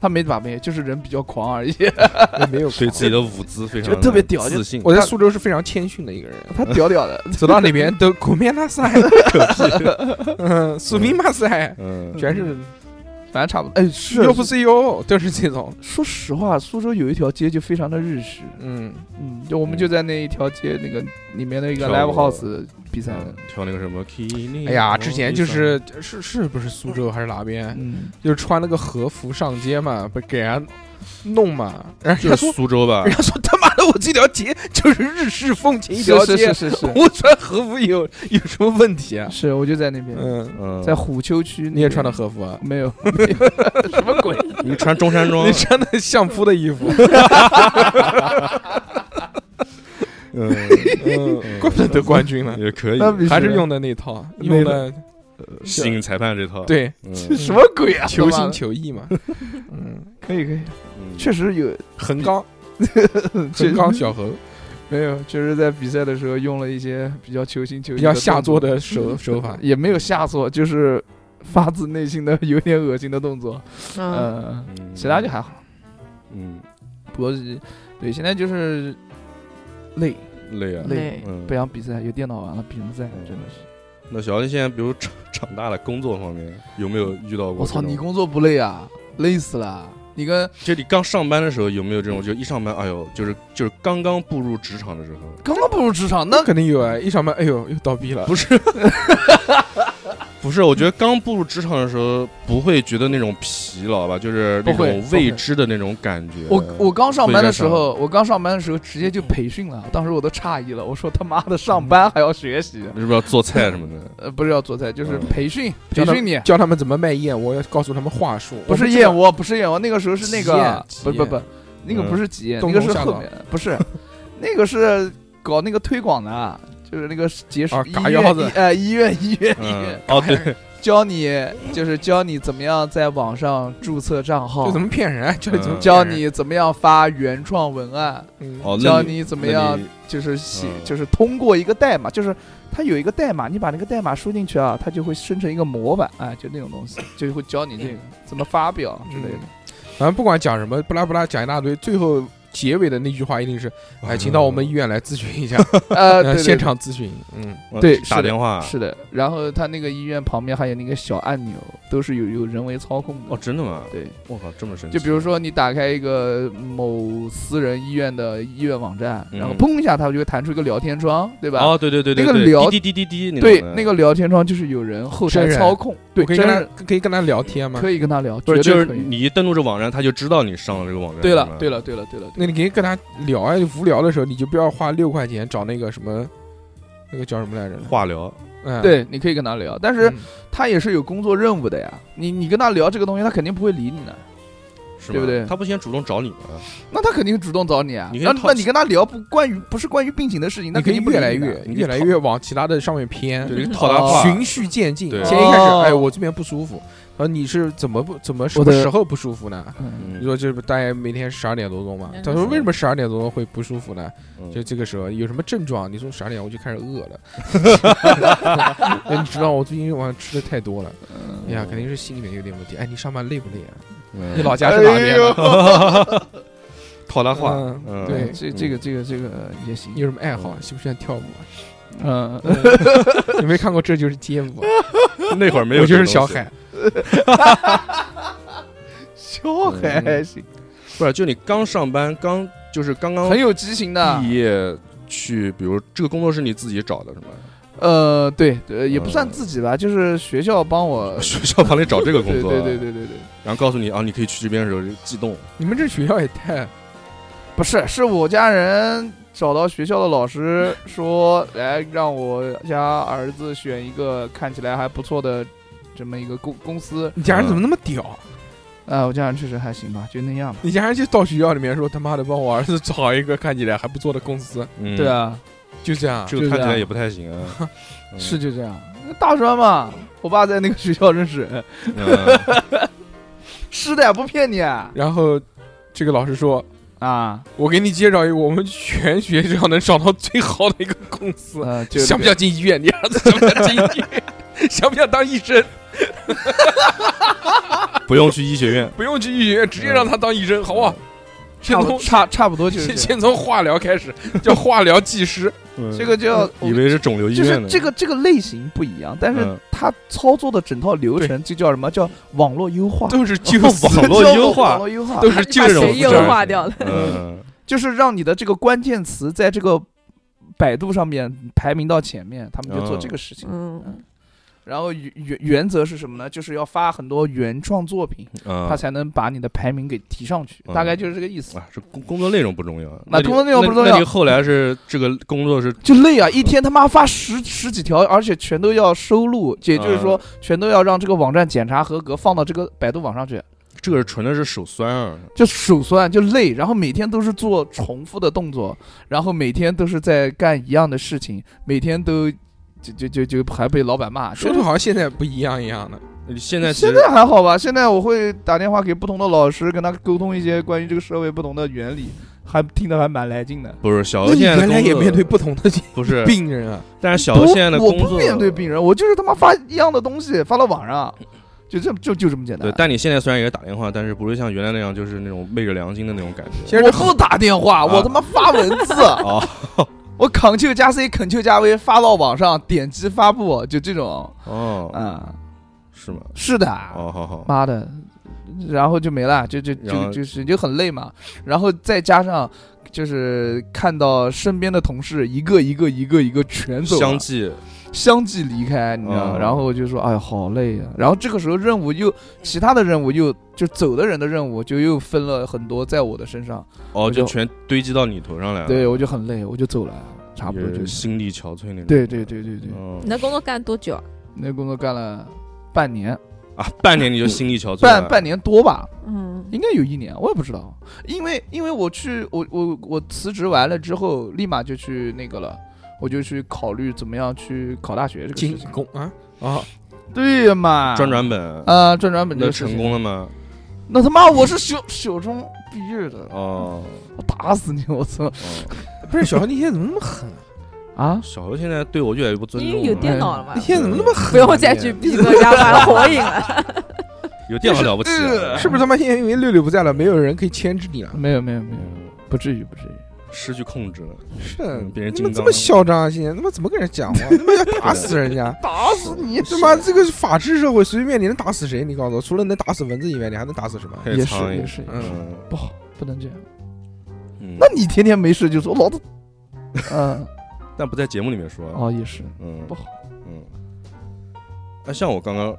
C: 他没把妹，就是人比较狂而 已。
B: 也没有
E: 对自己
B: 的。
E: 的舞姿非常
C: 就特别屌就
E: 自信。
B: 我在苏州是非常谦逊的一个人，
C: 他屌屌的，
B: 走到哪边都苦面大赛， 嗯，苏明马赛，
E: 嗯，
B: 全是
C: 反正差不多。哎，是
B: 又不是哟，都是这种，
C: 说实话，苏州有一条街就非常的日式，
B: 嗯，
C: 嗯，就我们就在那一条街那个里面的一个
E: 跳舞
C: live house 比赛的。
E: 跳那个什么 k i
B: 哎呀，之前就是是是不是苏州还是哪边，
C: 嗯，
B: 就是穿那个和服上街嘛，不给人家弄嘛，然后
E: 就
B: 人家
E: 是
B: 说
E: 苏州吧
B: 人，家说他妈的，我这条街就是日式风情一
C: 是
B: 条
C: 是
B: 街
C: 是，是是
B: 我穿和服有有什么问题啊？
C: 是，我就在那边，
B: 嗯，
E: 嗯，
C: 在虎丘区那边。
B: 你也穿的和服啊？
C: 没 有？没有什么鬼？
E: 你穿中山 装
B: 你，穿的相扑的衣服，
E: 嗯，
B: 嗯 怪不得得冠军了，
E: 也可以，
C: 那必须
B: 还是
C: 的
B: 用的那套，用的
E: 吸引裁判这套，
B: 对
E: 嗯，
C: 这什么鬼啊？
B: 求
C: 他妈
B: 新
C: 的
B: 求异 嘛，嗯，
C: 可以可以，
E: 嗯
C: 确实有
B: 横 纲
C: 这
B: 横纲小猴，
C: 没有，就是在比赛的时候用了一些比较求新求异、
B: 比较下作，的
C: 嗯
B: 手手法，
C: 也没有下作，就是发自内心的 有点恶心的动作。
D: 嗯，
C: 嗯，
E: 嗯
C: 其他就还好。
E: 嗯
C: 不过是对，现在就是累，
E: 累啊，
C: 累
D: 对，
E: 嗯
C: 不，想比赛，有电脑玩了，比什么赛？
E: 嗯
C: 真的是，
E: 那小林现在比如长长大了，工作方面有没有遇到过？
C: 我操！你工作不累啊？累死了！你跟
E: 就你刚上班的时候有没有这种？就一上班，哎呦，就是就是刚刚步入职场的时候，
C: 刚刚步入职场，那
B: 肯定有 啊！一上班，哎呦，又倒闭了，
E: 不是， 不是，我觉得刚步入职场的时候不会觉得那种疲劳吧，就是那
C: 不会
E: 种未知的那种感觉。
C: 我我刚上班的时候，我刚上班的时候直接就培训了，当时我都诧异了，我说他妈的上班还要学习，
E: 是不是要做菜什么的？
C: 呃，不是要做菜，就是
E: 嗯
C: 培训，
B: 教
C: 培
B: 他
C: 训你，
B: 教他们怎么卖燕窝，要告诉他们话术，
C: 不是燕
B: 燕窝，
C: 窝，不是燕窝，那个时候是那
B: 急
C: 个
B: 眼，急
C: 不
B: 眼
C: 不不，
B: 嗯
C: 那个不是急，
B: 东
C: 那个
B: 龙
C: 是
B: 下
C: 后
B: 岛
C: 面，不是，那个是搞那个推广的，啊就是那个结束
B: 啊
C: 医
B: 嘎
C: 院
B: 腰子
C: 医呃医院医院医
E: 嗯
C: 院，
E: 哦对，
C: 教你就是教你怎么样在网上注册账
B: 就
C: 号
B: 怎，么骗人，教你怎么
E: 嗯
C: 哦教
B: 骗人，啊
C: 你怎么样发原创文案，
B: 嗯
E: 哦，那
C: 教你怎么样
E: 那你
C: 就是写，
E: 嗯
C: 就是通过一个代码，就是它有一个代码，你把那个代码输进去啊，它就会生成一个模板，哎，就那种东西，就会教你这个
B: 嗯
C: 怎么发表之类的。
B: 反正不管讲什么，不拉不拉讲一大堆，最后结尾的那句话一定是：哎，请到我们医院来咨询 一下，
C: 呃，哦对
B: 呃
C: 对
B: 现场咨询。嗯，
E: 我
C: 对是
E: 打
C: 的
E: 电话。
C: 是的。然后它那个医院旁边还有那个小按钮，都是有有人为操控的。
E: 哦，真的吗？
C: 对，
E: 我靠，这么神奇！
C: 就比如说你打开一个某私人医院的医院网站，然后
E: 嗯
C: 砰一下，它就会弹出一个聊天窗，对吧？
E: 哦，对对对对，
C: 那个
E: 对
C: 聊
E: 滴滴滴滴滴，
C: 对，
E: 种的
C: 那个聊天窗就是有人后
B: 真
C: 台
B: 人
C: 操控，对，
B: 我可以
C: 真
B: 跟他
C: 人
B: 可以跟他聊天吗？
C: 可以跟他聊，
E: 不是
C: 绝
E: 就
C: 对
E: 是
C: 可以。
E: 你一登录这网站，他就知道你上了这个网站。
C: 对
E: 是
C: 了
E: 吧，
C: 对，了，对了，对了，对了
B: 那你可以跟他聊啊，无聊的时候你就不要花六块钱找那个什么，那个叫什么来着？
E: 化疗
B: 嗯，
C: 对，你可以跟他聊，但是
B: 嗯
C: 他也是有工作任务的呀。你你跟他聊这个东西，他肯定不会理你的，
E: 是吧？
C: 对不对
E: 他不先主动找你吗？
C: 那他肯定主动找你啊。
E: 你可以
C: 那
E: 套
C: 那你跟他聊不关于不是关于病情的事情，那
B: 你可以
C: 肯定不
B: 越来
C: 理你
B: 越
C: 的
E: 你
B: 越来
E: 套
B: 越往其他的上面偏，
E: 就一个套他话，
B: 啊循序渐进。
E: 啊对
B: 先一开始，
C: 哦
B: 哎，我这边不舒服，然后你是怎么不怎么什
C: 我
B: 么
C: 的
B: 时候不舒服呢？
C: 嗯
B: 你说这不大概每天十二点多钟嘛？他说为什么十二点多钟会不舒服呢？
E: 嗯
B: 就这个时候有什么症状？你从十二点我就开始饿了，哎你知道我最近晚上吃的太多了，哎呀，肯定是心里面有点问题。哎，你上班累不累啊？
E: 嗯
B: 你老家是哪啊边的？
E: 套他话，
B: 嗯
E: 嗯
B: 对
C: 这这个这个这个也行
B: 你。有什么爱好？喜不喜欢跳舞啊？
C: 嗯，
B: 你没看过这就是街舞啊？
E: 那会儿没有
B: 我
E: 这
B: 就是
E: 个东西，
B: 小海，
C: 小孩还行，
E: 不是就你刚上班，刚就是刚刚
C: 很有激情的
E: 毕。业去，比如这个工作是你自己找的是吗？
C: 呃，对，对，也不算
E: 嗯。
C: 自己吧，就是学校帮我
E: 学校帮你找这个工
C: 对
E: 作，啊
C: 对对，对对对，
E: 然后告诉你啊，你可以去这边的时候激动，
B: 你们这学校也太……
C: 不是，是我家人找到学校的老师说，来让我家儿子选一个看起来还不错的这么一个公公司。
B: 你
E: 嗯
B: 家人怎么那么屌？
C: 啊，我家人确实还行吧，就那样吧。
B: 你家人就到学校里面说他妈的帮我儿子找一个看起来还不错的公司，
E: 嗯，
C: 对，啊，
B: 就这样。
E: 这个看起来也不太行 啊，嗯
C: 是，就这样。那大专嘛，我爸在那个学校认识人，
E: 嗯
C: 是的，不骗你啊。
B: 然后这个老师说。
C: 啊，
B: 我给你介绍一个我们全学校能找到最好的一个公司，
C: 呃，就
B: 想不想进医院？你儿子想不想进医院？想不想当医生？
E: 不用去医 学院，
B: 不用去医院，直接让他当医生，好
C: 啊
B: 不好？先
C: 差不
B: 从
C: 多差差不多就是
B: 先
C: 这
B: 先
C: 样
B: 从化疗开始，叫化疗技师。
E: 嗯
C: 这个叫
E: 以为是肿瘤医
C: 就
E: 院
C: 是
E: 呢，
C: 这个这个类型不一样，但是
E: 嗯
C: 它操作的整套流程就叫什么叫网络优 化，
B: 都是就
E: 网络
C: 叫
E: 优
C: 网
E: 化
C: 络优化
B: 都是
D: 把
B: 这种
D: 谁
E: 复
D: 优
E: 制
D: 化掉了？
E: 嗯，
C: 就是让你的这个关键词在这个百度上面排名到前面，他们就做
E: 哦
C: 这个事情。
D: 嗯，
C: 然后原原原则是什么呢？就是要发很多原创作品，
E: 啊
C: 它才能把你的排名给提上去，
E: 嗯
C: 大概就是这个意思。
E: 啊，这工工作内容不重要，
C: 那
E: 你
C: 工作内容不重
E: 那
C: 要
E: 你后来是这个工作是
C: 就累啊！一天他妈发十十几条，而且全都要收录，也就是说，
E: 嗯
C: 全都要让这个网站检查合格，放到这个百度网上去，
E: 这个是纯的是手酸啊，
C: 就手酸就累，然后每天都是做重复的动作，然后每天都是在干一样的事情，每天都就就就就还被老板 骂。
B: 说
C: 就
B: 的好像现在不一样一样的。
E: 你现在其
C: 现
E: 实
C: 在还好吧？现在我会打电话给不同的老师，跟他沟通一些关于这个社会不同的原理，还听得还蛮来劲的。
E: 不是小
B: 那
E: 欧
B: 你
E: 现在
B: 原
E: 的
B: 来
E: 工
B: 也
E: 作
B: 面对不同的
E: 不是，
B: 病人啊，
E: 但是小欧
C: 不
E: 现在的工
C: 我
E: 作
C: 不面对病人，我就是他妈发一样的东西发到网上，就这就就这么简单
E: 对，。但你现在虽然也是打电话，但是不是像原来那样就是那种昧着良心的那种感觉
B: 现在
C: 我
B: 是
C: 不打电话，我他妈发文字，
E: 啊。
C: 我 Ctrl 加 C Ctrl 加 V 发到网上，点击发布，就这种。
E: 哦，
C: 嗯，
E: 是吗？
C: 是的，
E: 哦，好好，
C: 妈的，然后就没了，就就
E: 然后
C: 就就是就很累嘛。然后再加上就是看到身边的同事一个一个一个一个全走了
E: 相继
C: 相继离开，你知道吗？
E: 嗯
C: 然后就说：“哎呀，好累啊！”然后这个时候任务又其他的任务又就走的人的任务就又分了很多在我的身上，
E: 哦，就
C: 就
E: 全堆积到你头上来了，
C: 对我就很累，我就走了，差不多
E: 嗯也
C: 就是是。
E: 心力憔悴那种。
C: 对对对对对，
E: 嗯
D: 你的工作干多久？啊
C: 那工作干了半年，
E: 啊，半年你就心力憔悴了，
C: 半半年多吧，
D: 嗯，
C: 应该有一年，我也不知道，因为因为我去我我我辞职完了之后，立马就去那个了。我就去考虑怎么样去考大学这个
B: 精
C: 事情，
B: 工啊 啊，
C: 对呀嘛，
E: 转转本，
C: 啊，转转本这
E: 那
C: 个事
E: 成
C: 情
E: 功了吗？
C: 那他妈我是小小中毕业的，
E: 哦，
C: 我打死你！我操
E: 哦
B: 不是小何，你现在怎么那么狠啊？
C: 啊！
E: 小何现在对我越来越不尊
D: 因
E: 重
D: 为
E: 了，
D: 有电脑了嘛
B: 你，现在怎么那么狠啊？
D: 不用再去
B: 你
D: 逼哥 家玩火影了。
E: 有电脑了不起啊，
B: 是不是他妈现在因为六六不在了，没有人可以牵制你了？啊
C: 没有没有没有，
E: 嗯
C: 不至于不至于。
E: 失去控制了？
B: 是
E: 嗯，别人
B: 你们
E: 金
B: 这
E: 刚
B: 么嚣张啊！现在他妈怎么跟人讲话？ 他妈要打死人
E: 啊
B: 家！
C: 打死你！
B: 他妈这个是法治社会，随便你能打死谁？你告诉我，除了能打死蚊子以外，你还能打死什么？
E: 还有
C: 也
E: 苍
C: 是
E: 蝇
C: 也是，
B: 嗯，
E: 嗯
C: 不好，不能这样。
E: 嗯
C: 那，你天天没事就说老子，嗯，
E: 但不在节目里面说，
C: 哦也是
E: 嗯
C: 不好。
E: 嗯，那像我刚刚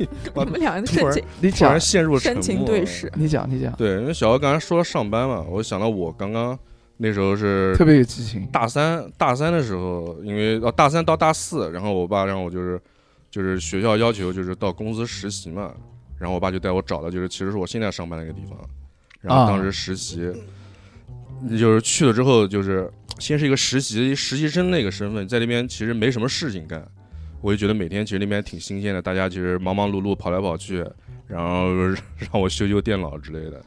D: 哎 你们两个深情
C: 你
E: 突
C: 讲
E: 然陷入沉
D: 深
E: 默
D: 情对视，啊
C: 你讲你讲，
E: 对，因为小姚刚才说到上班嘛，我想到我刚刚那时候是
C: 特别有激情。
E: 大三，大三的时候，因为哦大三到大四，然后我爸让我就是就是学校要求就是到公司实习嘛，然后我爸就带我找的就是其实是我现在上班那个地方，然后
C: 啊
E: 当时实习，就是去了之后就是先是一个实习实习生那个身份，在那边其实没什么事情干，我就觉得每天其实那边挺新鲜的，大家其实忙忙碌碌跑来跑去，然后让我修修电脑之类的，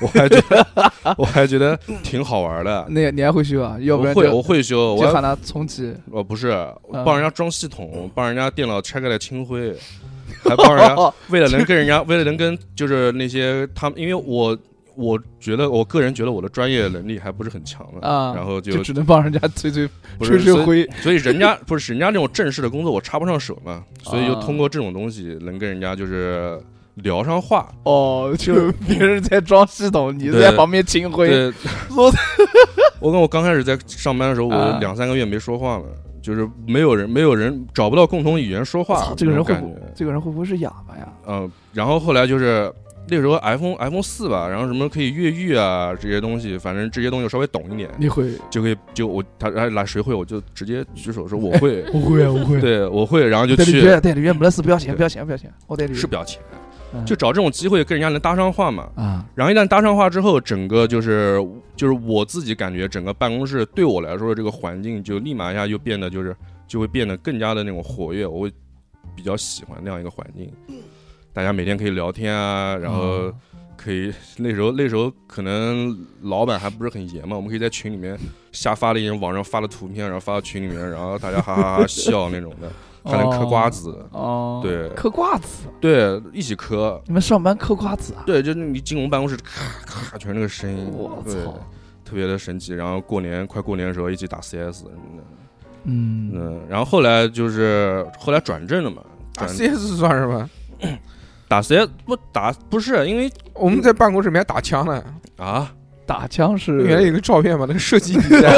E: 我还觉得 我还觉得挺好玩的。
C: 那个你还会修啊？要不
E: 我
C: 然
E: 会
C: 就
E: 我会修，我
C: 就
E: 还
C: 喊他重启。
E: 哦，不是，
C: 嗯
E: 帮人家装系统，帮人家电脑拆开来清灰，还帮人
C: 哦
E: 家为了能跟人家，为了能跟就是那些他们，因为我我觉得我个人觉得我的专业能力还不是很强的，
C: 啊
E: 然后
C: 就
E: 就
C: 只能帮人家吹吹
E: 不
C: 吹
E: 是
C: 吹灰。
E: 所以所以人家不是人家那种正式的工作我插不上手嘛，所以就
C: 啊
E: 通过这种东西能跟人家就是聊上话，
C: 哦，就别人在装系统，你
E: 对
C: 在旁边清灰。
E: 对，
C: 说
E: 我跟我刚开始在上班的时候，我
C: 啊
E: 两三个月没说话了。就是没有人，没有人找不到共同语言说话
C: 操，这个人
E: 种
C: 会
E: 感
C: 不
E: 觉
C: 这个人会不会是哑巴呀？
E: 嗯，然后后来就是那时候 iPhone iPhone 四吧，然后什么可以越狱啊这些东西，反正这些东西我稍微懂一点，
C: 你会？
E: 就可以就我他哎来谁会我就直接举手 说我会，
C: 我会啊，我会
E: 对我会，然后就
C: 代理
E: 去
C: 约代理约没得事，不要钱，
E: 对
C: 不要钱，不要钱，我代理约
E: 是不要钱，
C: 嗯
E: 就找这种机会跟人家能搭上话嘛。
C: 啊，
E: 然后一旦搭上话之后，整个就是就是我自己感觉整个办公室对我来说的这个环境就立马一下就变得就是就会变得更加的那种活跃，我会比较喜欢那样一个环境，大家每天可以聊天啊，然后
C: 嗯
E: 可以那时候那时候可能老板还不是很严嘛，我们可以在群里面瞎发了一些网上发的图片，然后发到群里面，然后大家哈哈哈笑那种的，还能嗑瓜子，
C: 哦，
E: 对
C: 嗑瓜子，
E: 对，一起嗑，
C: 你们上班嗑瓜子啊？
E: 对，就是你进我们办公室，咔咔全是那个声音，
C: 我
E: 嗯对
C: 操，
E: 特别的神奇。然后过年快过年的时候一起打 CS 什么的，
C: 嗯，
E: 嗯，然后后来就是后来转正了嘛，
B: 打
E: 转
B: CS 算什么？
E: 打 CS 不打不是因为
B: 我们在办公室里面打枪呢，
E: 啊
C: 打枪是
B: 原来 有个照片嘛，那个射击比赛，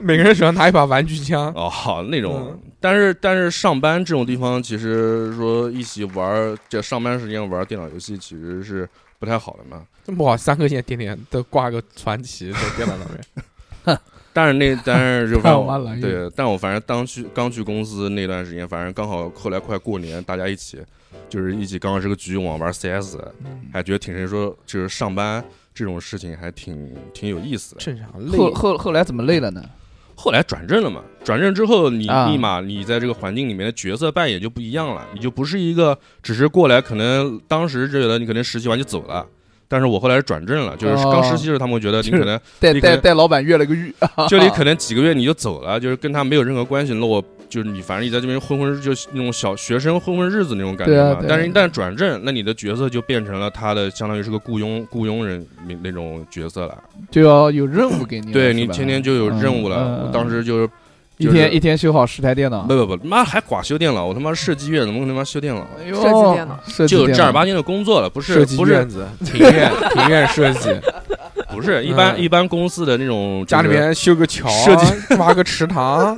B: 每个人手上拿一把玩具枪，嗯
E: 哦，好那种。但是但是上班这种地方，其实说一起玩儿，这上班时间玩儿电脑游戏，其实是不太好的嘛。
B: 这么不好，三颗线点点都挂个传 奇在电脑上面。
E: 但是那但 是就
C: 看完了
E: 对，但我反正当去刚去公司那段时间，反正刚好后来快过年，大家一起就是一起刚好是个局，我玩 CS，还
C: 嗯
E: 觉得挺谁说就是上班这种事情还挺挺有意思的。
B: 正常
C: 后
B: 累，
C: 后后来怎么累了呢？
E: 后来转正了嘛，转正之后你
C: 啊
E: 立马你在这个环境里面的角色扮演就不一样了，你就不是一个只是过来，可能当时觉得你可能实习完就走了。但是我后来是转正了，就是
C: 哦
E: 刚实习的时候，他们会觉得你可能
C: 带
E: 你可
C: 带
E: 能
C: 带老板越了个狱，
E: 就你可能几个月你就走了，就是跟他没有任何关系。那我就是你，反正你在这边混混，就是那种小学生混混日子那种感觉
C: 对啊
E: 嘛。
C: 对啊
E: 但是一旦转正，那你的角色就变成了他的，相当于是个雇佣雇佣人那那种角色了。
C: 就要有任务给你了，
E: 对
C: 是
E: 你
C: 吧
E: 天天就有任务
C: 嗯
E: 了。
C: 嗯
E: 我当时就是
C: 一
E: 就是
C: 天一天修好十台电脑，
E: 不不不，妈还寡修电脑，我他妈设计院怎么可能他妈修电脑？啊
C: 哎呦
D: 设计电脑，
C: 设计
E: 就有
C: 电
E: 正儿
C: 脑
E: 八经的工作了，不是
B: 设计
E: 不是
B: 院子、庭院、庭院设计，
E: 不是一般
B: 嗯
E: 一般公司的那种
B: 家里
E: 就是
B: 面修个桥，啊
E: 设计
B: 挖个池 塘，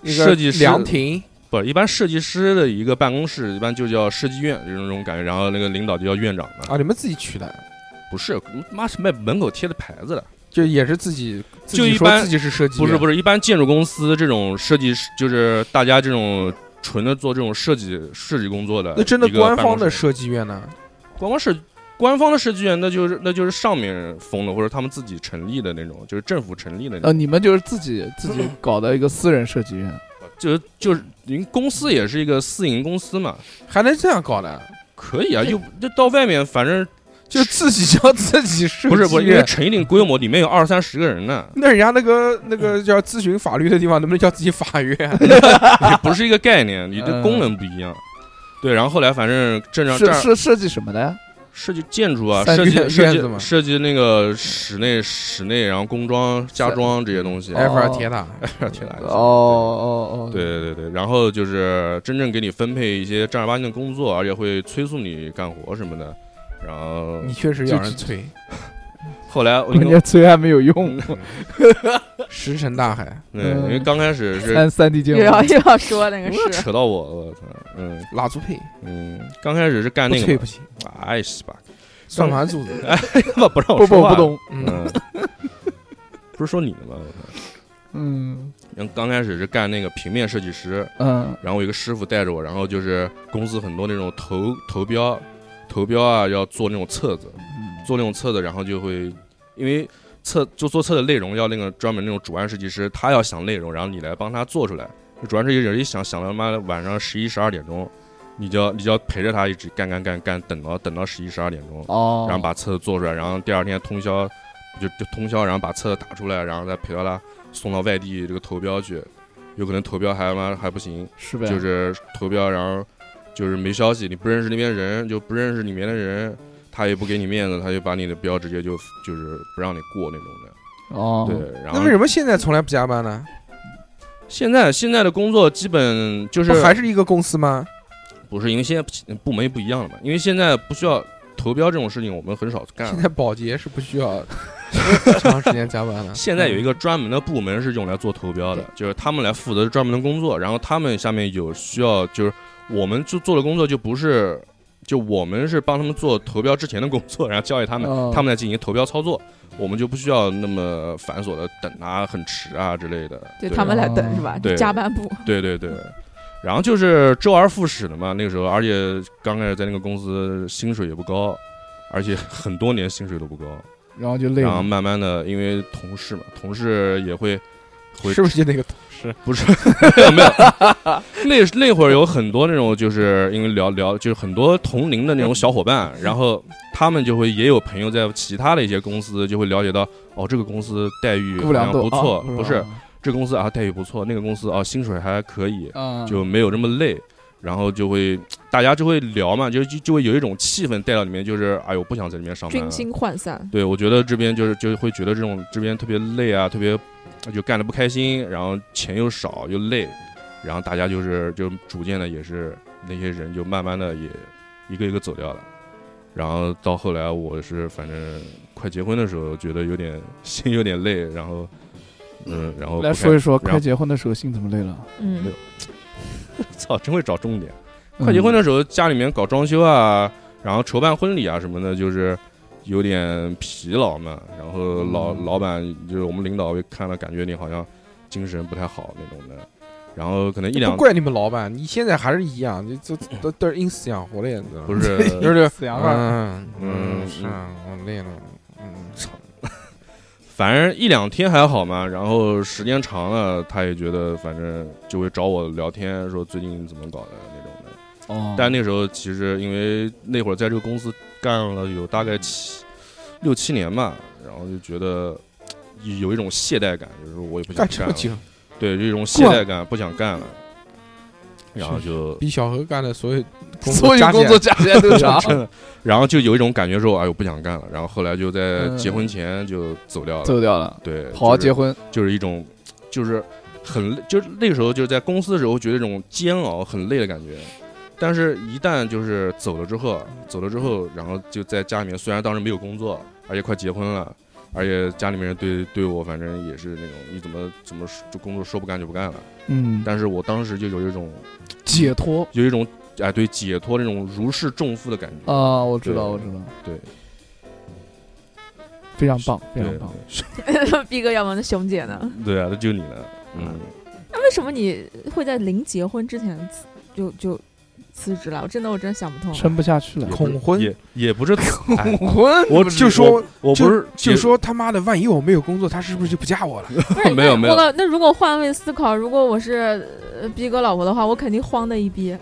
B: 那个
E: 设计师
B: 凉亭，
E: 不是一般设计师的一个办公室，一般就叫设计院就是那种感觉，然后那个领导就叫院长嘛。
B: 啊，你们自己取的，
E: 不是，妈是卖门口贴的牌子的。
B: 就也是自己自
E: 就
B: 己
E: 一
B: 说
E: 般
B: 自己是设计，
E: 不是不是，一般建筑公司这种设计师，就是大家这种纯的做这种设计设计工作的一个办公
B: 那
E: 室，
B: 真的官方的设计院呢？
E: 官方设官方的设计院，那就是那就是上面封的，或者他们自己成立的那种，就是政府成立的那
C: 呃，
E: 种，
C: 你们就是自己自己搞的一个私人设计院，
B: 呃
E: 就是就是您公司也是一个私营公司嘛，
B: 还能这样搞的？
E: 可以啊，又就到外面，反正
B: 就自己叫自己设计
E: 不是不是，因为
B: 院
E: 成一定规模，里面有二三十个人呢，
B: 那人家那个那个叫咨询法律的地方，能不能叫自己法 院？
E: 也 不是一个概念，你
C: 嗯
E: 的功能不一样。对，然后后来反正正常
C: 设
E: 正儿
C: 设设计什么的？
E: 设计建筑啊，
B: 三
E: 设计
B: 院
E: 设
B: 院子嘛
E: 计设计那个室内室内，然后工装家装这些东西，
C: 哎
B: 埃菲尔铁塔，
E: 挺难
C: 哦。哦哦，
E: 对对对对，然后就是真正给你分配一些正儿八经的工作，而且会催促你干活什么的。然后
B: 你确实要人催，
E: 后来我 嗯
C: 人
E: 因
C: 家
E: 为
C: 催还没有 用，
B: 石沉大海，
E: 对，嗯因为刚开始是
C: 三三 D 建
D: 又要
C: 模，
D: 又要说那个
E: 不要
D: 是
E: 扯到我，我操，嗯
B: 蜡烛配，
E: 嗯，刚开始是干
B: 不
E: 那
B: 催
E: 个
B: 不
E: 嘛，
B: 行，
E: 哎西吧，
B: 算盘珠子，
E: 不不让
C: 不
E: 我
C: 不
E: 说话
C: 不，懂，
B: 嗯，
E: 嗯，不是说你的吗？我操
C: 嗯
E: 然后刚开始是干那个平面设计师，
C: 嗯
E: 然后有一个师傅带着我，然后就是公司很多那种投投标，投标啊要做那种册子，
C: 嗯
E: 做那种册子，然后就会因为册就做册的内容要那个专门那种主案设计师，他要想内容，然后你来帮他做出来。主案设计师一想想到妈的晚上十一十二点钟，你就要你就要陪着他一直干干干干，等到等到十一十二点钟，
C: 哦，
E: 然后把册子做出来，然后第二天通宵就就通宵，然后把册子打出来，然后再陪到他送到外地这个投标去，有可能投标还妈还不行。
C: 是呗，
E: 就是投标，然后就是没消息，你不认识那边人，就不认识里面的人，他也不给你面子，他就把你的标直接就就是不让你过那种的。
C: 哦，
E: 对，然
B: 那为
E: 后
B: 什么现在从来不加班呢？
E: 现在现在的工作基本就是
B: 不还是一个公司吗？
E: 不是因为现在部门不一样了嘛，因为现在不需要投标这种事情，我们很少 干
B: 现
E: 了。
B: 在保洁是不需要啊 长时间加
D: 嗯
B: 班的。啊
E: 现在有一个专门的部门是用来做投标的，就是他们来负责专门的工作，然后他们下面有需要，就是我们就做的工作就不是，就我们是帮他们做投标之前的工作， 然后交给他们，
C: 哦
E: 他们来进行投标操作，我们就不需要那么繁琐的等啊、很迟啊之类的。
D: 就
E: 对
D: 他们来等是吧？
E: 对嗯
D: 加班部
E: 对对对。然后就是周而复始的嘛，那个时候，而且刚开始在那个公司薪水也不高，而且很多年薪水都不高。
C: 然后就累
E: 然后
C: 了，
E: 慢慢的，因为同事嘛，同事也会会
B: 是不是就那个同事？
E: 不是 没有，那那会儿有很多那种，就是因为聊聊，就是很多同龄的那种小伙伴，然后他们就会也有朋友在其他的一些公司就会了解到，哦，这个公司待遇
C: 顾
E: 好像
C: 良斗
E: 不 错，
C: 啊
E: 不是这公司啊待遇不错，那个公司啊薪水还可以，
C: 啊，
E: 就没有这么累，然后就会大家就会聊嘛，就就就会有一种气氛带到里面，就是哎呦不想在里面上班
D: 军
E: 了，
D: 心涣散，
E: 对，我觉得这边就是就会觉得这种这边特别累啊，特别就干的不开心，然后钱又少又累，然后大家就是就逐渐的也是那些人就慢慢的也一个一个走掉了，然后到后来我是反正快快结婚的时候，觉得有点 心有点累，然后嗯，然后
C: 来
E: 不
C: 说
E: 开
C: 一说
E: 然后
C: 快结婚的时候心怎么累了？
D: 嗯，
E: 操，真会找重点。嗯快结婚
C: 嗯
E: 的时候，家里面搞装修啊，然后筹办婚礼啊什么的，就是有点疲劳嘛。然后老、
C: 嗯
E: 老板就是我们领导会看了，感觉你好像精神不太好那种的。然后可能一两
B: 哎不怪你们老板，你现在还是一样，你这都都是因死养活的呀，你知道吗
E: 不 是
B: 就是
C: 死羊吧，
B: 嗯
E: 嗯
B: 嗯是啊，我累了，嗯操，
E: 反正一两天还好嘛，然后时间长了，他也觉得反正就会找我聊天，说最近怎么搞的那种的。
C: 哦
E: 嗯但那时候其实因为那会儿在这个公司干了有大概七六七年吧，然后就觉得嘖有一种懈怠感，就是我也不想
B: 干这
E: 干
B: 么
E: 了，
B: 久，
E: 对，这种懈怠感不想干了，然后就。，
B: 比小何干的所有工
C: 所
B: 作
C: 有
B: 加起
C: 工
B: 来
C: 作加起来都长
E: 真的，呃然后就有一种感觉说，哎，我不想干了。然后后来就在
C: 嗯
E: 结婚前就走掉了，
C: 走掉了，
E: 对，
C: 跑啊
E: 就是
C: 结婚，
E: 就是一种，就是很累，就是那个时候就是在公司的时候觉得这种煎熬很累的感觉，但是一旦就是走了之后，走了之后，然后就在家里面，虽然当时没有工作，而且快结婚了，而且家里面人对对我反正也是那种你怎么怎么就工作说不干就不干了，
C: 嗯，
E: 但是我当时就有一种
C: 解脱
E: 有一种哎对解脱那种如释重负的感觉，
C: 啊，我知道，我
E: 对
C: 知道，
E: 对，
C: 非常棒，非
E: 对
C: 常棒。
D: 嗯 逼哥要么那熊姐呢？
E: 对啊，那就你了，嗯。
D: 那为什么你会在临结婚之前辞就就辞职了？我真的我真想不通。
C: 撑不下去了
E: 也不。是
B: 恐婚
E: 也也不是， 哎
C: 婚
E: 我
B: 就说
E: 我不是
B: 就
E: 也
B: 说他妈的，万一我没有工作，他是不是就不嫁我了？
D: 不 是
E: 没有没有
D: 那我那如果换位思考，如果我是呃逼哥老婆的话，我肯定慌的一逼。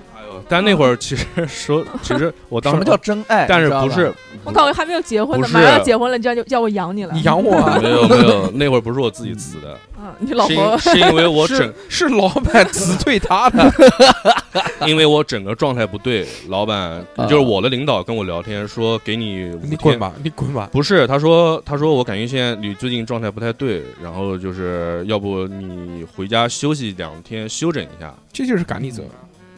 E: 但那会儿其实 说，其实我当
C: 什
E: 时啊
C: 么叫真爱？
E: 但是
C: 你知道
E: 不
C: 吧
E: 是？
D: 我靠，我还没有结婚
E: 不
D: 呢，
E: 是
D: 马上要结婚了，你就要就叫我养你 了。
B: 你养我 啊？
E: 没有没有，那会儿不是我自己辞的，
D: 嗯，你老
E: 是
D: 婆
E: 因是因为我整
B: 是是老板辞退他的，
E: 因为我整个状态不对，老板
C: 啊
E: 就是我的领导跟我聊天说给你
B: 你
E: 五
B: 滚
E: 天。
B: 吧，你滚吧。
E: 不是，他说，他说我感觉现在你最近状态不太对，然后就是要不你回家休息两天，休整一下。
B: 这就是赶你走，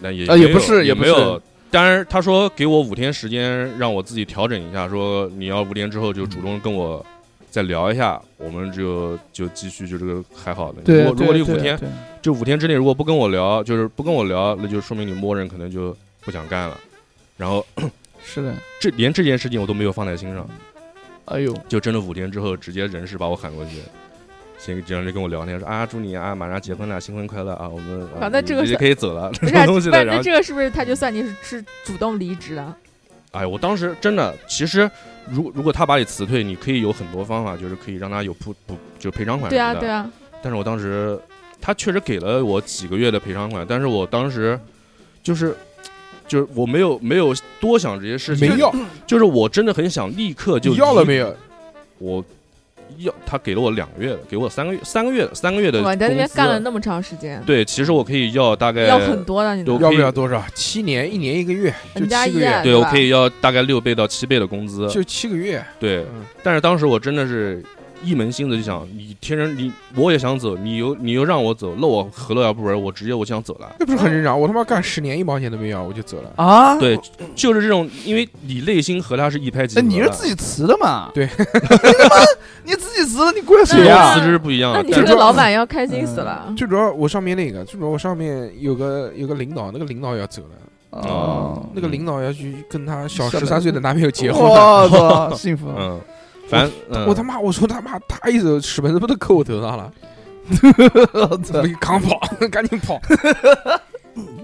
E: 那也
C: 啊也
E: 没
C: 不
E: 有
C: 是也
E: 也
C: 不
E: 没
C: 是
E: 有。当然，他说给我五天时间让我自己调整一下，说你要五天之后就主动跟我再聊一下，我们就就继续就这个还好的。
C: 对，
E: 如果如果
C: 对
E: 你五
C: 对
E: 天
C: 对
E: 这五天之内如果不跟我聊，就是不跟我聊，那就说明你默认可能就不想干了。然后
C: 是的，
E: 这连这件事情我都没有放在心上，
C: 哎呦，
E: 就真的五天之后直接人事把我喊过去。先这样就跟我聊天说啊，祝你啊马上结婚了，新婚快乐啊！我们啊
D: 好那这个
E: 你直接
D: 是
E: 可以走了，
D: 不
E: 这
D: 是
E: 种东西
D: 不
E: 的。然
D: 是那
E: 后
D: 这个是不是他就算你是是主动离职啊了？
E: 哎，我当时真的，其实如如果他把你辞退，你可以有很多方法，就是可以让他有补补，就赔偿款
D: 对
E: 什
D: 啊
E: 么的。
D: 对啊，
E: 但是我当时，他确实给了我几个月的赔偿款，但是我当时就是就是我没有没有多想这些事情，
B: 没要，
E: 就是我真的很想立刻就
B: 你要了
E: 离
B: 没有？
E: 我要他给了我两个月的，给我三个月三个月三个月的
D: 啊我在那边
E: 工资
D: 干了那么长时间，
E: 对，其实我可以要大概
D: 要很多的，你
E: 对
D: 能
E: 我
B: 要
E: 可以
B: 不了多少？七年，一年一个月，就
D: 人家
B: 七个月，
D: 一
E: 对
D: 对
E: 我
D: 吧
E: 可以要大概六倍到七倍的工资，
B: 就七个月。
E: 对。
B: 嗯
E: 但是当时我真的是一门心思就想，你天生你我也想走，你又你又让我走，那我何乐而不为？我直接我想走了。
B: 那不是很正常？我他妈干十年一毛钱都没要，我就走了。
C: 啊，
E: 对，就是这种，因为你内心和他是一拍即合
C: 哎，
E: 的。
C: 你是自己辞的嘛？哎
B: 对
C: 你他妈你自己辞的，你怪谁
E: 跟
C: 呀
E: 我？辞职不一样
D: 那
E: 的，
D: 你
E: 但
D: 这
E: 是
D: 个老板要开心
E: 嗯
D: 死了。
B: 最主要我上面那个，最主要我上面有个有个领导，那个领导要走了，
C: 哦
B: 那个领导要去跟他小
C: 下面
B: 十三岁的男朋友结婚了。
C: 我 操，幸福！
E: 哦嗯，反正嗯
B: 我他妈，我说他妈，他一手屎盆子不都扣我头上了？
C: 我操
B: 没扛跑，赶紧跑！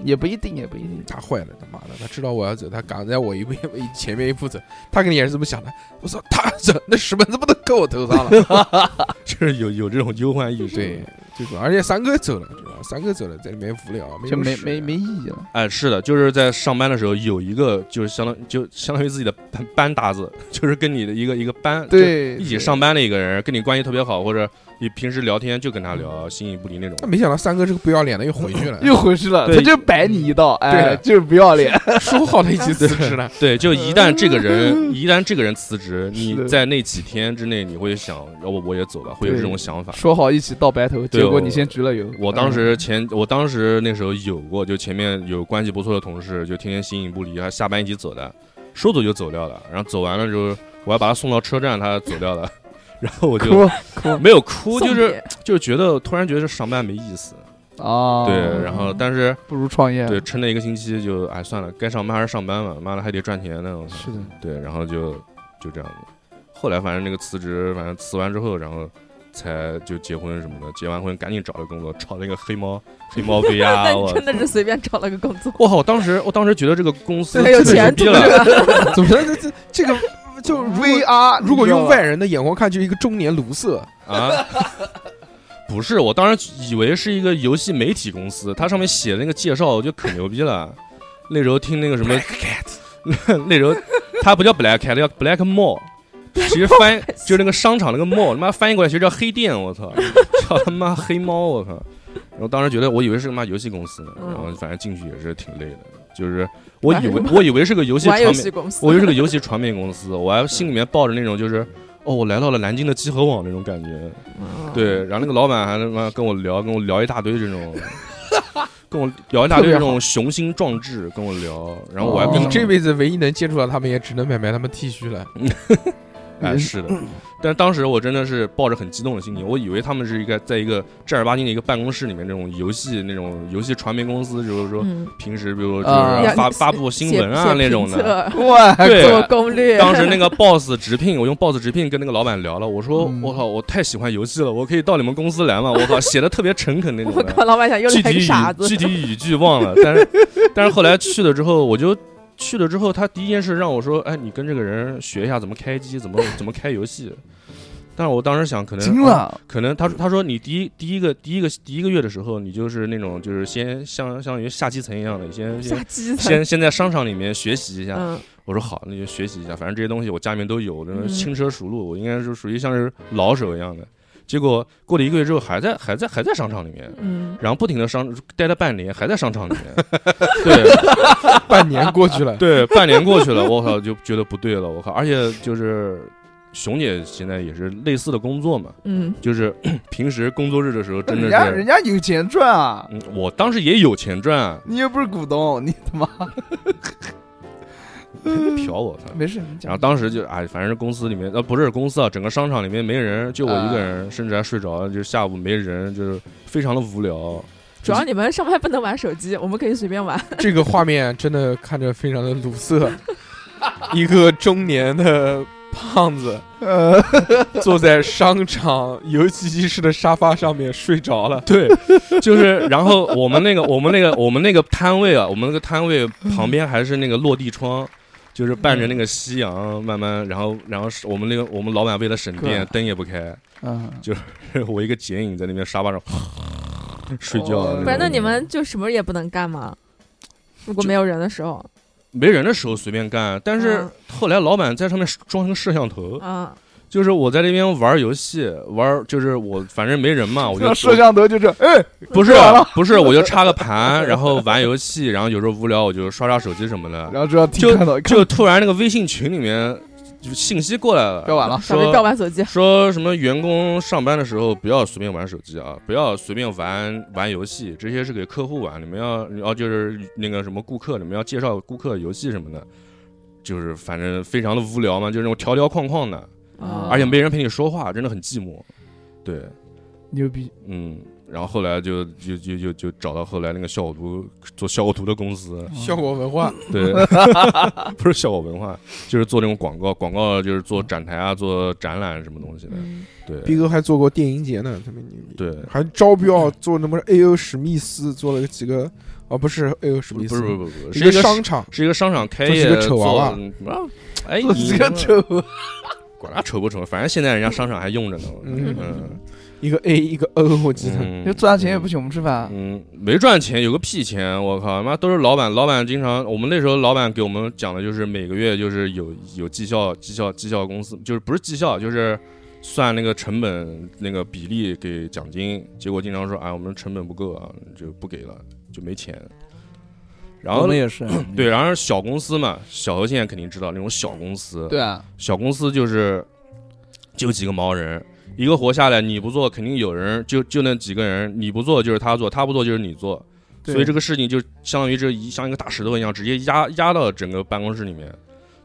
C: 也不一定，也不一定。
B: 他坏了，他妈的，他知道我要走，他赶在我一步一前面一步走，他肯定也是这么想的。我操，他走，那屎盆子不都扣我头上了？
E: 就是有有这种忧患意识。
B: 对，，最主要，而且三哥走了，知道吧三哥走了，在里面无聊，没
C: 就
B: 有
C: 没
E: 啊
B: 事
C: 没没意义了。
E: 哎，是的，就是在上班的时候有一个，就是相当就相当于自己的班班搭子， 就是跟你的一个一个班，
C: 对，
E: 就一起上班的一个人，跟你关系特别好，或者你平时聊天就跟他聊，形影不离那种。
B: 但没想到三哥这个不要脸的又回去 了，
C: 又回去了，
E: 对啊
C: 他就摆你一道，哎，
B: 对
C: 就是不要脸。
B: 说好的一起辞职 了，
E: 对，就一旦这个人，一旦这个人辞职，
C: 是
E: 你
C: 的
E: 在那几天之内，你会想，要不我也走吧，会有这种想法。
C: 说好一起到白头，
E: 啊对
C: 结果
E: 我
C: 你先焗了油。嗯
E: 我当时前，我当时那时候有过，就前面有关系不错的同事，就天天形影不离，还下班一起走的，说走就走掉了。然后走完了之后，我还把他送到车站，他走掉了。 然后我就
C: 哭哭
E: 没有哭，
D: 送
E: 就是
D: 别
E: 就是觉得突然觉得上班没意思，
C: 啊，
E: 对，然后但是
C: 不如创业，
E: 对撑了一个星期就哎算了，该上班还是上班吧，妈的还得赚钱呢，我操
C: 是的，
E: 对，然后就就这样子。后来反正那个辞职，反正辞完之后，然后才就结婚什么的，结完婚赶紧找了工作，找了一个黑猫黑 猫
D: 那
E: VR，
D: 你
E: 啊我
D: 真的是随便找了个工作，
E: 我靠！我当时我当时觉得这个公司
D: 很有
E: 太
D: 前
E: 牛
D: 途
E: 逼
D: 是
E: 了，
D: 吧？
B: 怎么着这这这个就如果
C: VR，
B: 如果用
C: 外
B: 外人的眼光看，就是一个中年卢瑟。
E: 啊！ 不是，我当时以为是一个游戏媒体公司，它上面写的那个介绍，我觉得可牛逼了。那时候听那个什么 那时候它不叫 Black Cat，叫 Black Mall，其实翻译就是那个商场那个 mall，他妈翻译过来其实叫黑店，我 操，叫他妈黑猫，我靠！然后当时觉得我以为是他妈游戏公司呢，
D: 嗯
E: 然后反正进去也是挺累的，就是我以为
D: 玩
E: 哎我以为是个游戏
D: 玩
E: 场
D: 游
E: 面。
D: 戏公司，
E: 我就是个游戏传媒公司， 我还心里面抱着那种就是，哦，我来到了南京的集合网那种感觉。
D: 嗯，
E: 对，然后那个老板还他妈跟我聊，跟我聊一大堆这种，跟我聊一大堆这种雄心壮志，跟我聊。然后我还
C: 哦
E: 跟
B: 你
E: 他
B: 这辈子唯一能接触到他们，也只能买买他们 T 恤了。
E: 哎是的，但当时我真的是抱着很激动的心情，我以为他们是一个在一个正儿八经的一个办公室里面那种游戏那种游戏传媒公司，就是说
D: 嗯，
E: 平时比如就
C: 啊
E: 是
D: 要
E: 发发布新闻
D: 写
E: 啊那种，
D: 写
E: 的。
D: 评测
C: 哇，
E: 对，啊
D: 做攻 略，
E: 当时那个 boss 直聘，我用 boss 直聘跟那个老板聊了，我说
C: 嗯
E: 我靠，我太喜欢游戏了，我可以到你们公司来吗？我靠，写的特别诚恳那种
D: 我
E: 的，
D: 靠，老板想又
E: 具
D: 来
E: 体
D: 个傻子
E: 语，具体语句忘了，但是 但是后来去了之后，我就去了之后，他第一件事让我说，哎，你跟这个人学一下怎么开机，怎么怎么开游戏。但是我当时想，可能哦
C: 惊了，
E: 可能他他说你第一第一个第一个第一个月的时候，你就是那种就是先相相当于下基层一样的，你 先
D: 下
E: 先
D: 基层，
E: 先先在商场里面学习一下，
D: 嗯，
E: 我说好，那就学习一下，反正这些东西我家里面都有，那种
D: 嗯
E: 轻车熟路，我应该是属于像是老手一样的。结果过了一个月之后，还在还在还在商场里面，
D: 嗯，
E: 然后不停的商待了半年，还在商场 里面。对
B: 半年过去 了，
E: 对，半年过去了，我靠，就觉得不对了，我靠，而且就是。熊姐现在也是类似的工作嘛，
D: 嗯，
E: 就是 平时工作日的时候，真的
C: 人家人
E: 是，
C: 家有钱赚啊，
E: 嗯，我当时也有钱赚啊，
C: 你又不是股东，你 他妈嗯
E: 嫖我操！
C: 没事，你讲
E: 然后当时就哎，反正公司里面呃不是公司啊，整个商场里面没人，就我一个人，甚至还睡着了，就是下午没人，就是非常的无聊。
D: 主要你们上班不能玩手机，我们可以随便玩，
B: 这个画面真的看着非常的鲁瑟， 一个中年的胖子
C: 呃，
B: 坐在商场游戏机室的沙发上面睡着了。
E: 对，就是 然后我们那个我们那个我们那个摊位啊，我们那个摊位旁边还是那个落地窗。就是伴着那个夕阳慢慢，然后，然后是我们那个我们老板为了省电，灯也不开，
C: 嗯，
E: 我一个剪影在那边沙发上 睡觉
C: 哦
E: 啊。种
D: 不然那你们就什么也不能干吗？如果没有人的时候，
E: 没人的时候随便干，但是
D: 嗯
E: 后来老板在上面装成摄像头，
D: 啊，
E: 就是我在那边玩游戏，玩就是我反正没人嘛，我就
C: 这摄像头就是，哎，
E: 不是啊
C: 说完了
E: 不是，我就插个盘，然后玩游戏，然后有时候无聊我就刷刷手机什么的，
C: 然后就要听看到，
E: 就突然那个微信群里面就信息过来了，
C: 标完了
D: 准备
E: 说
D: 调完手机，
E: 说什么员工上班的时候不要随便玩手机啊，不要随便玩玩游戏，这些是给客户玩，你们要要哦就是那个什么顾客，你们要介绍顾客游戏什么的，就是反正非常的无聊嘛，就是那种条条框框的，
C: 啊
E: 而且没人陪你说话，真的很寂寞。对，
C: 牛逼，
E: 嗯，然后后来就就就就就找到后来那个效果图做效果图的公司，
B: 效果文化，
E: 对， 不是效果文化，就是做那种广告，广告就是做展台啊，做展览什么东西的，
D: 嗯，
E: 对
B: 逼哥还做过电影节呢，他们牛逼。
E: 对。
B: 还招标做什么 A.O. 史密斯做了几个哦，不是 A.O. 史
E: 不
B: 密
E: 是不
B: 斯，
E: 是不是，
B: 一
E: 是一个
B: 商场，
E: 是一个商场开
B: 就是一
E: 业
B: 个丑娃娃
E: 做嗯啊哎，
C: 做
E: 你
C: 几个丑闻，
E: 管他丑不丑，反正现在人家商场还用着呢。
B: 嗯
E: 嗯
B: 一个 A 一个 O，我记得。
E: 嗯，
C: 就赚钱也不请我们吃饭，
E: 嗯，没赚钱，有个屁钱！我靠，妈都是老板，老板经常我们那时候老板给我们讲的就是每个月就是有有绩效，绩效绩效公司就是不是绩效，就是算那个成本那个比例给奖金，结果经常说哎我们成本不够啊，就不给了，就没钱。然
C: 我
E: 后
C: 们也是，
E: 对，然后小公司嘛，小何现在肯定知道那种小公司，
C: 对啊，
E: 小公司就是就几个毛人，一个活下来你不做，肯定有人就就那几个人，你不做就是他做，他不做就是你做，
B: 对
E: 所以这个事情就相当于这一像一个大石头一样，直接压压到整个办公室里面，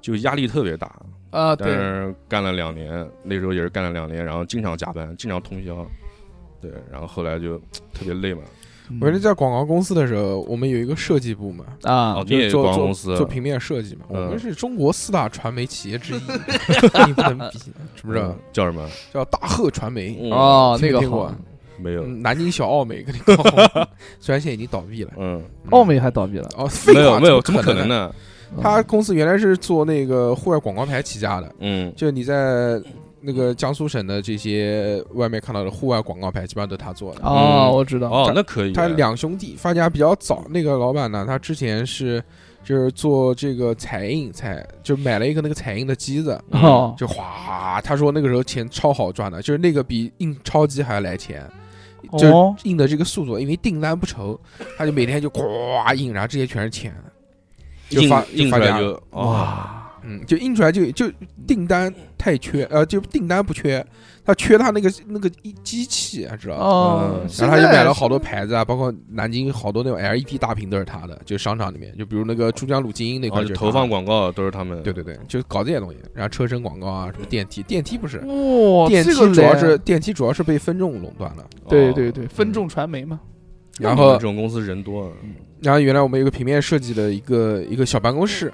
E: 就压力特别大。
C: 啊，
E: 但
C: 对，
E: 是干了两年，那时候也是干了两年，然后经常加班，经常通宵，对，然后后来就特别累嘛。
B: 我是在广告公司的时候，我们有一个设计部门，
C: 啊
E: 哦，，
B: 就
E: 你也
B: 是做
E: 广告
B: 做
E: 公司
B: 做平面设计嘛，我
E: 嗯
B: 们是中国四大传媒企业之 一，你不能比，知不知啊道
E: 嗯？叫什么？
B: 叫大赫传媒，
E: 嗯
C: 哦，
B: 听没
C: 那个
B: 听过啊
C: 好，
E: 没有，
B: 嗯南京小奥美给你搞 好，虽然现在已经倒闭了，
E: 嗯，
B: 嗯
C: 奥美还倒闭了，
B: 哦，废
E: 没有
B: 话
E: 没有，
B: 怎
E: 怎么可
B: 能？
E: 能呢？
B: 他公司原来是做那个户外广告牌起家的，
E: 嗯，
B: 就你在那个江苏省的这些外面看到的户外广告牌，基本上都是他做的。
C: 哦，
E: 嗯
C: 我知道，
E: 哦，那可以，
B: 他两兄弟发家比较早，那个老板呢，他之前是就是做这个彩印彩，就买了一个那个彩印的机子，
E: 嗯
C: 哦，
B: 就哗，他说那个时候钱超好赚的，就是那个比印钞机还要来钱。就是
C: 哦
B: 印的这个速度，因为订单不愁，他就每天就咵印，然后这些全是钱，就
E: 印
B: 发
E: 印出
B: 发
E: 来
B: 家
E: 就
B: 了
E: 哦，
C: 哇，
B: 嗯，就印出来就就订单太缺，呃，就订单不缺，他缺他那个那个一机器，啊，知道吧？
C: 哦，
E: 嗯
B: 然后他就
C: 现在
B: 买了好多牌子啊，包括南京好多那种 LED 大屏都是他的，就商场里面，就比如那个珠江路精英那
E: 然后
B: 块
E: 哦啊就
B: 就
E: 投放
B: 广，
E: 广告都是他们，
B: 对对对，就搞这些东西，然后车身广告啊，什么电梯，电梯不是，
C: 哇，
B: 电梯
C: 这个
B: 主要
C: 嘞
B: 是电梯主要是被分众垄断了，
E: 哦，
C: 对对对，分众传媒嘛，
E: 那
B: 然
E: 你们
B: 后嗯
E: 这种公司人多，
B: 然后原来我们有个平面设计的一个一个小办公室，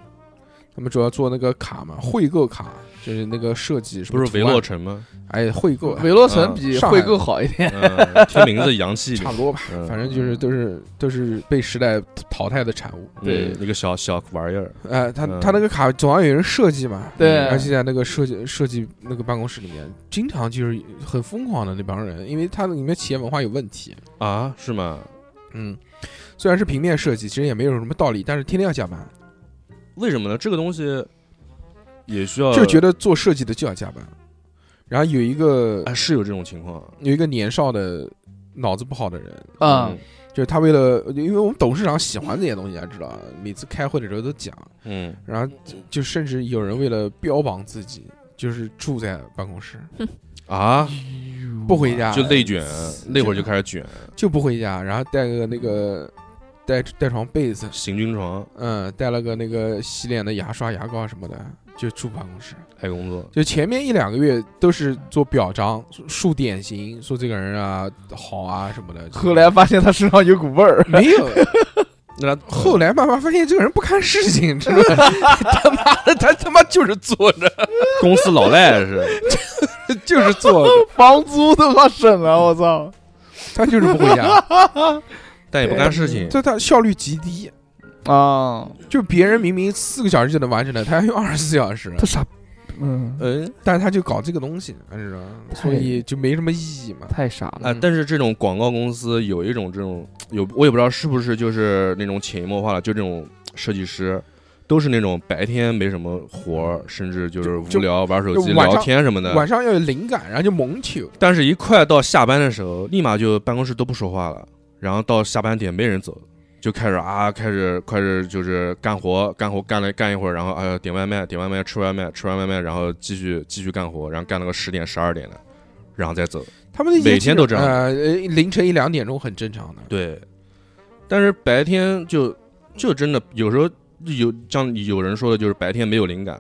B: 他们主要做那个卡嘛，汇购卡，就是那个设计什么
E: 不是
B: 图
E: 维
B: 案
E: 洛城吗？
B: 哎，汇购
C: 维洛城
E: 嗯
C: 比
B: 上
C: 汇
B: 海
C: 购好一点，
E: 嗯，听名字 洋气一
B: 哎差不
E: 点，
B: 多吧，
E: 嗯
B: 反正就是都是都是被时代淘汰的产物。
C: 对
E: 嗯一个小小玩意儿，
B: 呃，他
E: 嗯
B: 他那个卡总要有人设计嘛，
C: 对
B: 而且在那个设计设计那个办公室里面，经常就是很疯狂的那帮人，因为他里面企业文化有问题，
E: 啊，是吗？
B: 嗯，虽然是平面设计，其实也没有什么道理，但是天天要加班，
E: 为什么呢？这个东西也需要，
B: 就觉得做设计的就要加班。然后有一个
E: 哎，是有这种情况，
B: 有一个年少的脑子不好的人，
C: 嗯，
B: 就是他为了，因为我们董事长喜欢这些东西，啊，知道，每次开会的时候都讲，
E: 嗯，
B: 然后就就甚至有人为了标榜自己，就是住在办公室
E: 嗯啊，
C: 嗯
B: 不回家，
E: 就内卷，
B: 啊
E: 那会儿就开始卷，
B: 就不回家，然后带个那个带带床被子，
E: 行军床，
B: 嗯，带了个那个洗脸的牙刷、牙膏什么的，就住办公室。
E: 爱 工作，
B: 就前面一两个月都是做表彰、树典型，说这个人啊好啊什么的。
C: 后来发现他身上有股味儿，
B: 没有，
E: 那他
B: 后来慢慢发现这个人不看事情，真的，他妈的，他他妈就是坐着，
E: 公司老赖是，
B: 就是坐着，
C: 房租都要省了，我操！
B: 他就是不回 家，
E: 但也不干事 情，
B: 就他效率极低。
C: 啊，
B: 就别人明明四个小时就能完成的，他要用二十四小时，
C: 他傻，嗯，
E: 嗯，
B: 但是他就搞这个东西，你知道吗？所以就没什么意义嘛。
C: 太傻了，
E: 啊
B: 嗯，
E: 但是这种广告公司有一种这种有，我也不知道是不是就是那种潜移默化的，就这种设计师。都是那种白天没什么活儿，甚至就是无
B: 就
E: 聊玩手
B: 就
E: 机、
B: 晚上
E: 聊天什么的。
B: 晚上要有灵感，然后就猛求。
E: 但是，一快到下班的时候，立马就办公室都不说话了，然后到下班点没人走，就开始啊，开始开始就是干活，干活干了干一会儿，然后哎呀点外卖，点外卖吃外卖，吃完外卖，然后继续继续干活，然后干到个十点十二点的，然后再走。
B: 他们那些
E: 每天都这样
B: 呃，呃凌晨一两点钟很正常的。
E: 对，但是白天就就真的有时候有像有人说的，就是白天没有灵感，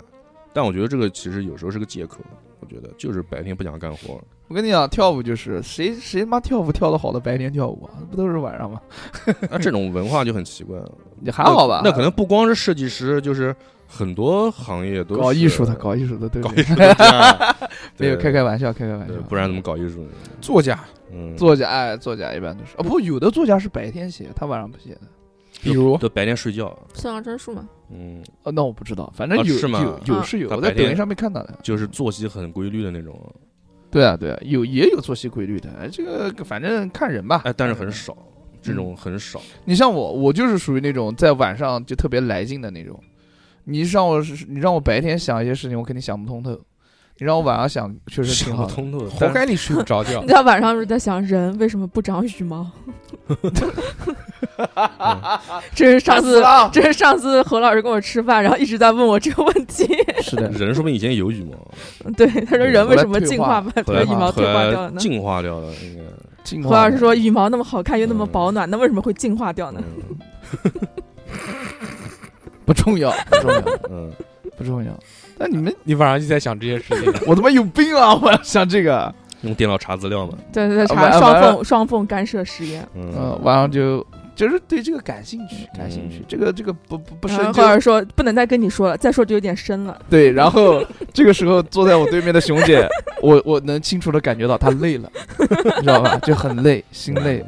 E: 但我觉得这个其实有时候是个借口。我觉得就是白天不想干活，
C: 我跟你讲，跳舞就是谁谁妈跳舞跳的好的，白天跳舞啊，不都是晚上吗？
E: 那这种文化就很奇怪了。
C: 也 还好吧。
E: 那可能不光是设计师，就是很多行业都是
C: 搞艺术的，搞艺术的对
E: 搞
C: 不
E: 艺
C: 对？
E: 术的这样，
C: 没有
E: 对
C: 开开玩笑，开开玩
E: 对
C: 笑，
E: 不然怎么搞艺术呢？
B: 作家，
E: 嗯，
C: 作家哎，作家一般都是啊，不，有的作家是白天写，他晚上不写的。
B: 比如
E: 都白天睡觉，
D: 村上春树嘛，
E: 嗯，
C: 哦，那我不知道，反正
E: 啊
C: 有
E: 是吗
C: 有有
D: 啊
C: 是有，
E: 他
C: 我在
E: 白
C: 抖音
E: 天
C: 上面看到的。
E: 就是作息很规律的那种，
C: 对啊，对啊，有也有作息规律的，哎这个反正看人吧。
E: 嗯哎，但是很少，这种很少。
C: 你像我，我就是属于那种在晚上就特别来劲的那种。你让我是，你让我白天想一些事情，我肯定想不通透；你让我晚上想，确实挺
E: 想不
C: 好的。
E: 通透，
B: 活
E: 但是
B: 该你睡不着觉
D: 你。知道晚上是在想人为什么不长羽毛？ 这是上次，这是上次侯老师跟我吃饭，然后一直在问我这个问题。
C: 是的，
E: 人说不定以前有羽毛，
D: 对，他说人为什么进
C: 后来
D: 化
C: 退
D: 把
C: 化
D: 把羽毛
E: 后
D: 退化掉了
E: 来
D: 呢？
E: 进化掉了，应该。
C: 进
D: 侯
C: 化
D: 老
C: 了
D: 师说羽毛那么好看又那么保暖，那为什么会进化掉呢？
E: 嗯
C: 不重要，不重要，
E: 嗯，
C: 不重要。那你们，
B: 你晚上就在想这些事 情，
C: 我他妈有病啊！我要想这个，
E: 用电脑查资料嘛。
D: 对对对，查
C: 完
D: 双
C: 完了
D: 缝双缝干涉实验，
C: 嗯，
E: 嗯，
C: 晚上就就是对这个感兴趣，感兴趣
E: 嗯，
C: 这个这个不不不深
D: 然后
C: 究
D: 嗯或。者说不能再跟你说了，再说就有点深了。
C: 对，然 后这个时候坐在我对面的熊姐，我我能清楚的感觉到她累 了，你知道吧？就很累，心累，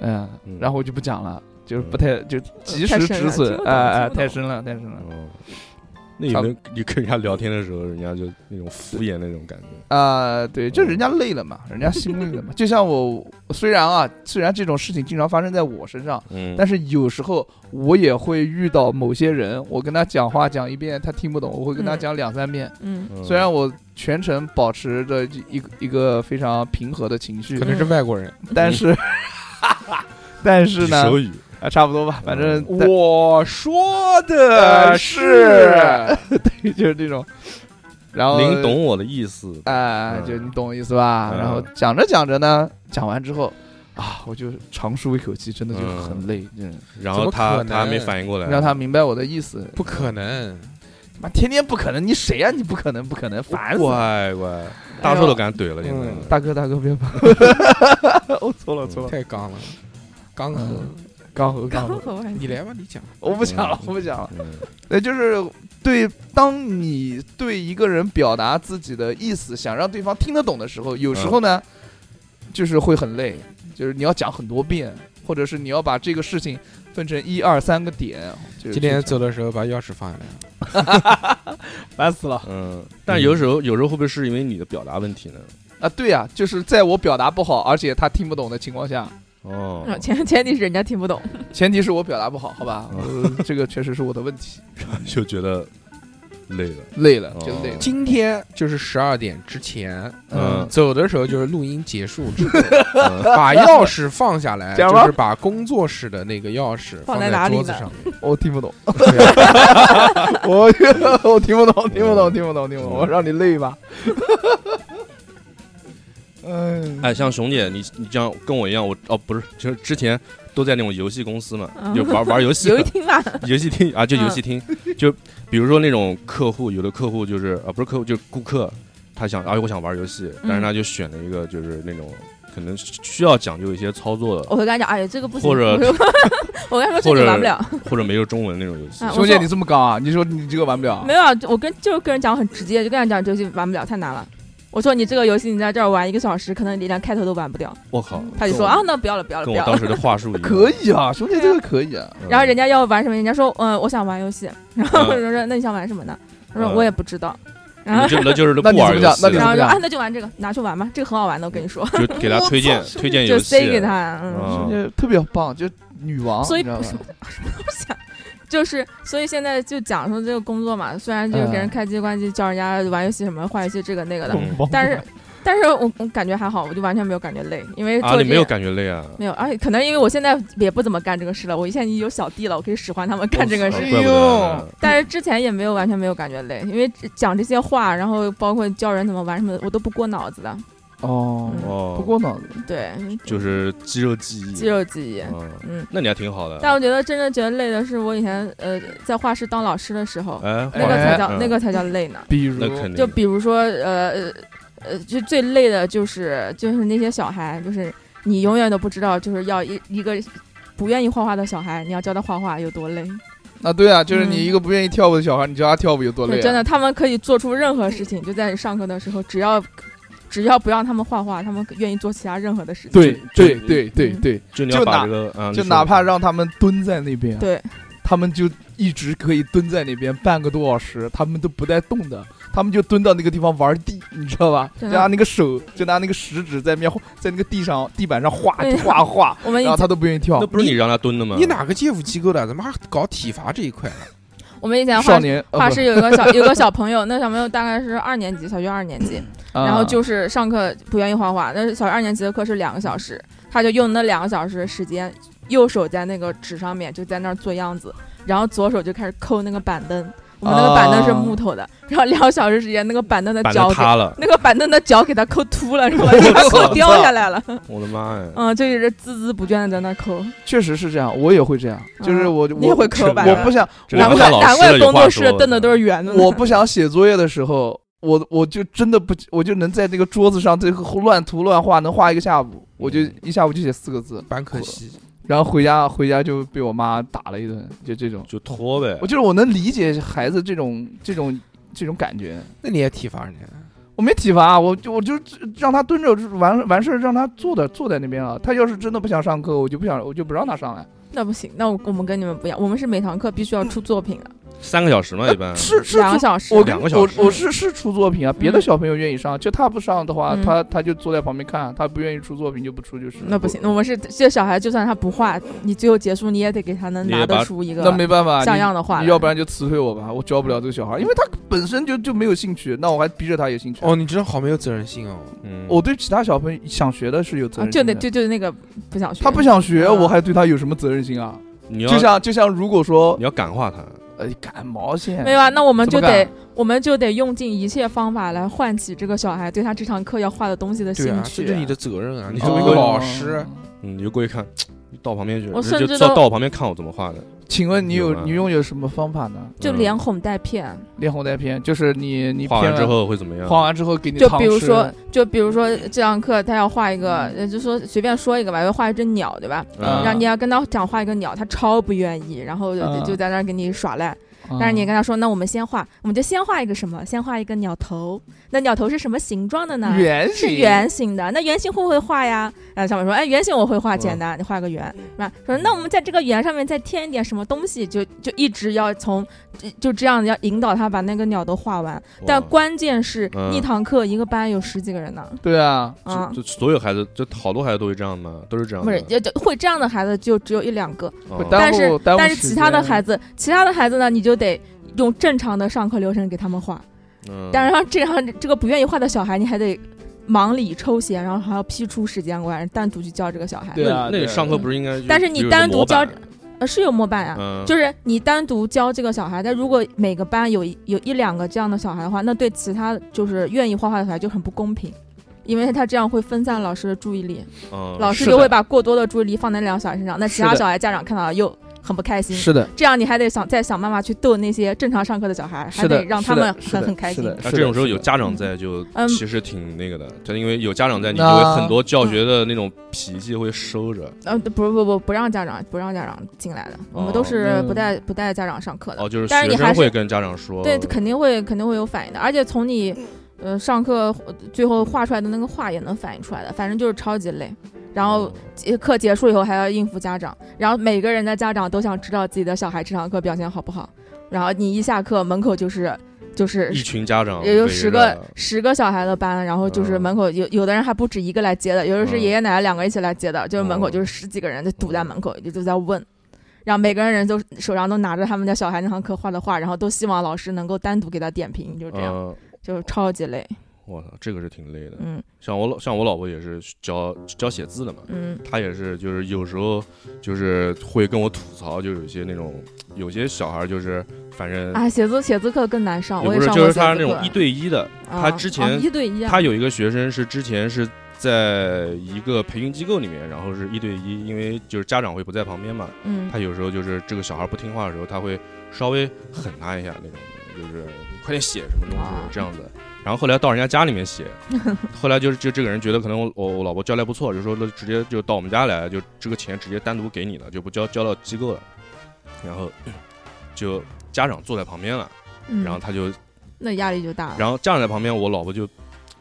C: 嗯，
E: 嗯
C: 然后我就不讲了，就是不太就及时
D: 太深
C: 止
D: 了
C: 损
D: 听，不懂
C: 哎哎，
D: 听不
C: 太
D: 懂
C: 深了，太深了
E: 嗯，那你
C: 差不
E: 们你跟人家聊天的时候，人家就那种敷衍那种感觉，
C: 啊！对，就人家累了嘛，人家心累了嘛。 就像我，虽然啊，虽然这种事情经常发生在我身上，
E: 嗯
C: 但是有时候我也会遇到某些人，我跟他讲话讲一遍，他听不懂，我会跟他
D: 嗯
C: 讲两三遍。
D: 嗯，
E: 嗯
C: 虽然我全程保持着一个一个非常平和的情绪
B: 可，能是外国人。
C: 但是， 但是呢
E: 手，语，
C: 啊，差不多吧，反正但
B: 我说
C: 呃
B: 的
C: 是， 对，就是这种。然后
E: 您懂我的意思，
C: 哎，
E: 嗯
C: 就你懂我意思吧？
E: 嗯
C: 然后讲着讲着呢，讲完之后啊，我就长舒一口气，真的就
E: 嗯
C: 很累，嗯，
E: 然
B: 怎
E: 后
B: 么
E: 他
B: 可能
E: 他还没反应过来，
C: 让他明白我的意思。
B: 不可能，
C: 妈，天天不可能，你谁呀、你不可能，不可能，烦死了！哎
E: 乖乖，大硕都敢怼了，现
B: 嗯
E: 在
C: 大哥，大哥，别怕，我错了，错了，
B: 太刚了，刚和
C: 嗯刚和刚和，
D: 刚和 我还
B: 你来吧，你讲。
C: 我不讲了，我不讲了。
E: 嗯
C: 那就是对，当你对一个人表达自己的意思，想让对方听得懂的时候，有时候呢，就是会很累，就是你要讲很多遍，或者是你要把这个事情分成一二三个点。就是
B: 今天走的时候把钥匙放下来，
C: 烦死了
E: 嗯，但有时候有时候会不会是因为你的表达问题呢？
C: 啊！对呀、就是在我表达不好，而且他听不懂的情况下，
E: 哦，
D: 啊前前提是人家听不懂，
C: 前提是我表达不好，好吧？呃这个确实是我的问题，
E: 就觉得累 了，
C: 累了就累了。
B: 今天就是十二点之前，
E: 嗯
B: 走的时候就是录音结束之后，
E: 嗯
B: 把钥匙放下来，
C: 讲吧
B: 就是把工作室的那个钥匙
D: 放在
B: 在
D: 哪里
B: 桌子
D: 呢
B: 上面。
C: 我听不懂，
B: 对啊
C: 我 我听不懂，听不懂，听不懂，听不懂，我让你累吧。嗯，
E: 哎，像熊姐，你你这样跟我一样，我哦不是，就是之前都在那种游戏公司嘛，
D: 嗯
E: 就玩玩游戏
D: 有一
E: 的，
D: 听 吧，
E: 游戏厅啊，就游
D: 嗯
E: 戏厅，就比如说那种客户，有的客户就是啊，不是客户，就是顾客，他想，哎，我想玩游戏，但是他就选了一个就是那种可能需要讲究一些操作的，
D: 我会跟他讲，哎呀，这个不行，
E: 或者
D: 我就我跟他说这
E: 或者
D: 个玩不了，
E: 或者没有中文那种游戏
D: 啊，
C: 熊姐你这么高啊？你说你这个玩不了啊
D: 没？有啊，我跟就是跟人讲很直接，就跟人讲这游戏玩不了，太难了。我说你这个游戏你在这儿玩一个小时，可能你连开头都玩不掉。
E: 我靠，
D: 他就
E: 跟
D: 说
E: 我
D: 啊，，那不要了，不要了，
E: 跟我
D: 不要
E: 当
D: 了。
E: 时的话术一样，
C: 可以啊，兄弟这个可以啊。
E: 嗯，
D: 然后人家要玩什么，人家说，嗯，我想玩游戏。然后我说，那你想玩什么呢？他说
E: 嗯
D: 我也不知道。然
E: 那
D: 后
E: 就那就是
C: 那
E: 不
C: 你
E: 玩
C: 怎么
E: 游
C: 讲
E: 戏
C: 那你
D: 然
E: 的，
D: 后
C: 怎么
D: 说啊
C: 讲，
D: 那就玩这个，拿去玩吧，这个很好玩的，我跟你说，
E: 就给他推荐推荐游
D: 就
E: 戏，
D: 塞给他，嗯，
E: 嗯
C: 就特别棒，就女王，
D: 所以
C: 你知道
D: 不
C: 吧
D: 是就是，所以现在就讲说这个工作嘛，虽然就是给人
C: 嗯
D: 开机关机，叫人家玩游戏什么换游戏这个那个的，
E: 嗯
D: 但是但是我我感觉还好，我就完全没有感觉累，因为做
E: 啊，
D: 这
E: 你没有感觉累啊？
D: 没有，而且可能因为我现在也不怎么干这个事了，我现在已经有小弟了，我可以使唤他们干这个
E: 哦
D: 事。
E: 怪不得呢
D: 但是之前也没有完全没有感觉累，因为讲这些话，然后包括教人怎么玩什么的，我都不过脑子的。
C: 哦，
D: 嗯
E: 哦，
C: 不过脑子
D: 对，
E: 就是肌肉记忆，
D: 肌肉记忆。
E: 嗯，
D: 嗯
E: 那你还挺好的。
D: 但我觉得真正觉得累的是我以前呃在画室当老师的时候，
E: 哎，
D: 那个
E: 哇
D: 才叫、
E: 嗯
D: 那个才叫累呢。
C: 比如
E: 那肯定
D: 就比如说呃呃，就最累的就是就是那些小孩，就是你永远都不知道，就是要一一个不愿意画画的小孩，你要教他画画有多累。
C: 啊，对啊，就是你
D: 嗯
C: 一个不愿意跳舞的小孩，你教他跳舞有多累
D: 对，
C: 啊？
D: 真的，他们可以做出任何事情，就在你上课的时候，只要只要不让他们画画，他们愿意做其他任何的事情。
C: 对对
E: 对
C: 对
D: 嗯
C: 对对，
E: 就你要
C: 就
E: 把
C: 哪
E: 这个啊，你
C: 就
E: 说
C: 哪怕让他们蹲在那边，
D: 对
C: 他们就一直可以蹲在那边半个多小时，他们都不带动的，他们就蹲到那个地方玩地，你知道吧？就
D: 真的
C: 拿那个手，就拿那个食指在面在那个地上地板上画
D: 对呀
C: 画画，
D: 我们以
C: 然后他都不愿意跳
E: 那。不是你让他
C: 嗯
E: 蹲的吗？
B: 你哪个借辅机构的？怎么还搞体罚这一块？
D: 我们以前
C: 少
D: 画
C: 年，呃
D: 画
C: 不
D: 室有 一个小有个小朋友，那小朋友大概是二年级，小学二年级，
C: 啊
D: 然后就是上课不愿意画画，但是小学二年级的课是两个小时，他就用那两个小时时间，右手在那个纸上面就在那儿做样子，然后左手就开始抠那个板凳。我们那个板凳是
C: 哦
D: 木头的，然后两个小时时间，那个板凳的
E: 板凳
D: 脚给
E: 塌了，
D: 那个板凳的脚给它抠秃了，是 吧？给它抠掉下来了，
E: 我的妈呀！
D: 嗯，就一直孜孜不倦的在那抠。
C: 确实是这样，我也会这样，就是
D: 嗯
C: 我
D: 你也
C: 我
D: 会抠吧？
C: 我不想，
E: 这
D: 难
E: 两个
D: 怪
E: 老
D: 难
E: 师
D: 怪
E: 有
D: 工
E: 话
D: 作
E: 说
D: 室蹬的都是圆的呢。
C: 我不想写作业的时候，我我就真的不，我就能在那个桌子上这个乱涂乱画，能画一个下午，我就
D: 嗯
C: 一下午就写四个字，
B: 板可惜，
C: 然后回家回家就被我妈打了一顿，就这种，
E: 就拖呗
C: 我。就是我能理解孩子这种这种这种感觉。
B: 那你也体罚人家？啊
C: 我没体罚，啊我就我就让他蹲着完完事儿，让他坐在坐在那边了。啊他要是真的不想上课，我就不想，我就不让他上来。
D: 那不行，那我我们跟你们不一样，我们是每堂课必须要出作品的，
E: 三个小时嘛，一般。
C: 呃是是
D: 两个
C: 出
D: 小时。
C: 我跟
E: 两个小
C: 我
E: 时
C: 我是是出作品啊，别的小朋友愿意上，就他不上的话，
D: 嗯
C: 他他就坐在旁边看，他不愿意出作品就不出就是。
D: 那不行，那我们是这小孩，就算他不画，你最后结束你也得给他能
E: 你也
D: 拿得
E: 把
D: 出一
C: 那
D: 个
C: 没办法，
D: 像
C: 你
D: 样的画来。
C: 你要不然就辞退我吧，我教不了这个小孩，因为他本身就就没有兴趣，那我还逼着他有兴趣。啊
B: 哦，你真的好没有责任心哦。
E: 嗯，
C: 我对其他小朋友想学的是有责
D: 啊
C: 任
D: 就
C: 心
D: 得
C: 的，
D: 就就那个不想学，
C: 他不想学，
D: 嗯
C: 我还对他有什么责任心啊？
E: 你要
C: 就像就像如果说
E: 你要感化他，
C: 呃赶毛线，
D: 没有啊，那我们就
C: 怎么干
D: 得我们就得用尽一切方法来唤起这个小孩对他这堂课要画的东西的兴
B: 对啊，
D: 趣。
B: 这是你的责任啊！你
E: 哦
B: 作为一个老师，
E: 嗯，你就过去看，你到旁边去，
D: 我
E: 你
D: 甚
E: 就
D: 至
E: 到
D: 都
E: 到我旁边看我怎么画的，
C: 请问你有
E: 有啊
C: 你用有什么方法呢？
D: 就
E: 嗯
D: 连哄带骗，
C: 连哄带骗，就是你你
E: 画
C: 骗
E: 完
C: 了
E: 之，后会怎么样？
C: 画完之后给你
D: 就
C: 糖
D: 比如
C: 吃
D: 说，就比如说这堂课他要画一个，呃就说随便说一个吧，要画一只鸟，对吧？
E: 嗯，
D: 然后
C: 让
D: 你要跟他讲画一个鸟，他超不愿意，然后就
C: 嗯
D: 就在那儿给你耍赖。但是你也跟他说，那我们先画，我们就先画一个什么？先画一个鸟头。那鸟头是什么形状的呢？
C: 圆
D: 是
C: 形
D: 圆形的。那圆形会不会画呀？然后小美说，哎，圆形我会画，简
E: 嗯
D: 单，你画个圆，是吧？说那我们在这个圆上面再添一点什么东西，就就一直要从就就这样要引导他把那个鸟都画完。但
E: 哇
D: 关键是，
E: 嗯
D: 一堂课一个班有十几个人呢，
C: 对啊，
D: 啊
E: 就，就所有孩子，就好多孩子都会这样嘛，都是这样
D: 不
E: 的。
D: 是，就就会这样的孩子就只有一两个。
E: 哦
C: 耽
D: 但是
C: 误耽误
D: 但是
C: 时
D: 其他的
C: 间
D: 孩子，其他的孩子呢，你就得用正常的上课流程给他们画。
E: 嗯
D: 但是让这样这个不愿意画的小孩，你还得忙里抽闲，然后还要批出时间过来，单独去教这个小孩。
C: 对啊
E: 那那
C: 对
E: 你
C: 啊
E: 上课不是应该就？
D: 但是你
E: 有一个
D: 单独
E: 模板
D: 教，呃，是有模板呀、
E: 嗯，
D: 就是你单独教这个小孩，但如果每个班有一有一两个这样的小孩的话，那对其他就是愿意画画的小孩就很不公平，因为他这样会分散老师的注意力，
E: 嗯
D: 老师
C: 是
D: 就
C: 的
D: 会把过多的注意力放在那两个小孩身上，那其
C: 是
D: 他
C: 的
D: 小孩家长看到了又很不开心。
C: 是的，
D: 这样你还得想再想办法去逗那些正常上课的小孩，还
C: 是的
D: 得让他
C: 是的
D: 们
C: 是
D: 很
C: 的
D: 很开
C: 是
D: 心
C: 的。
E: 那这种时候
C: 是的
E: 有家长在，就
D: 嗯
E: 其实挺那个的，就因为有家长在，你就
C: 那
E: 会很多教
D: 嗯
E: 学的那种脾气会收着。
D: 呃，不不不，不让家长不让家长进来的，我们都
E: 哦
D: 是不
C: 嗯
D: 带不带家长上课的。
E: 哦，就是
D: 嗯但是
E: 学
D: 你还
E: 生
D: 是
E: 会跟家长说，嗯
D: 对，肯定会肯定会有反应的，而且从你呃上课呃最后画出来的那个画也能反映出来的，反正就是超级累。然后
E: 哦
D: 结课结束以后还要应付家长，然后每个人的家长都想知道自己的小孩这堂课表现好不好，然后你一下课门口就是就是
E: 一群家长
D: 也有
E: 围
D: 十
E: 着
D: 个十个小孩的班，然后就是
E: 嗯
D: 门口有有的人还不止一个来接的，有的是
E: 嗯
D: 爷爷奶奶两个一起来接的，就是门口
E: 哦
D: 就是十几个人就堵在门口，就就在问，然后每个人都手上都拿着他们家小孩那堂课画的画，然后都希望老师能够单独给他点评，就这样，
E: 嗯，
D: 就是超级累，
E: 我操，这个是挺累的。
D: 嗯
E: 像我老像我老婆也是教教写字的嘛，
D: 嗯
E: 她也是就是有时候就是会跟我吐槽，就有些那种有些小孩就是反正
D: 啊，写字写字课更难上，
E: 也
D: 我
E: 不
D: 也
E: 是
D: 上
E: 就
D: 过
E: 是
D: 写字
E: 他
D: 课，
E: 那种一对一的，
D: 啊
E: 他之
D: 啊
E: 前
D: 一对一啊，
E: 他有一个学生是之前是在一个培训机构里面，然后是一对一，因为就是家长会不在旁边嘛，
D: 嗯
E: 他有时候就是这个小孩不听话的时候，他会稍微狠他一下那种，就是你快点写什么东西
D: 啊
E: 这样子。然后后来到人家家里面写， 后来就是就这个人觉得可能我我我老婆交代不错，就说那直接就到我们家来，就这个钱直接单独给你了，就不交交到机构了。然后 就家长坐在旁边了，
D: 嗯
E: 然后他就
D: 那压力就大了，
E: 然后家长在旁边，我老婆就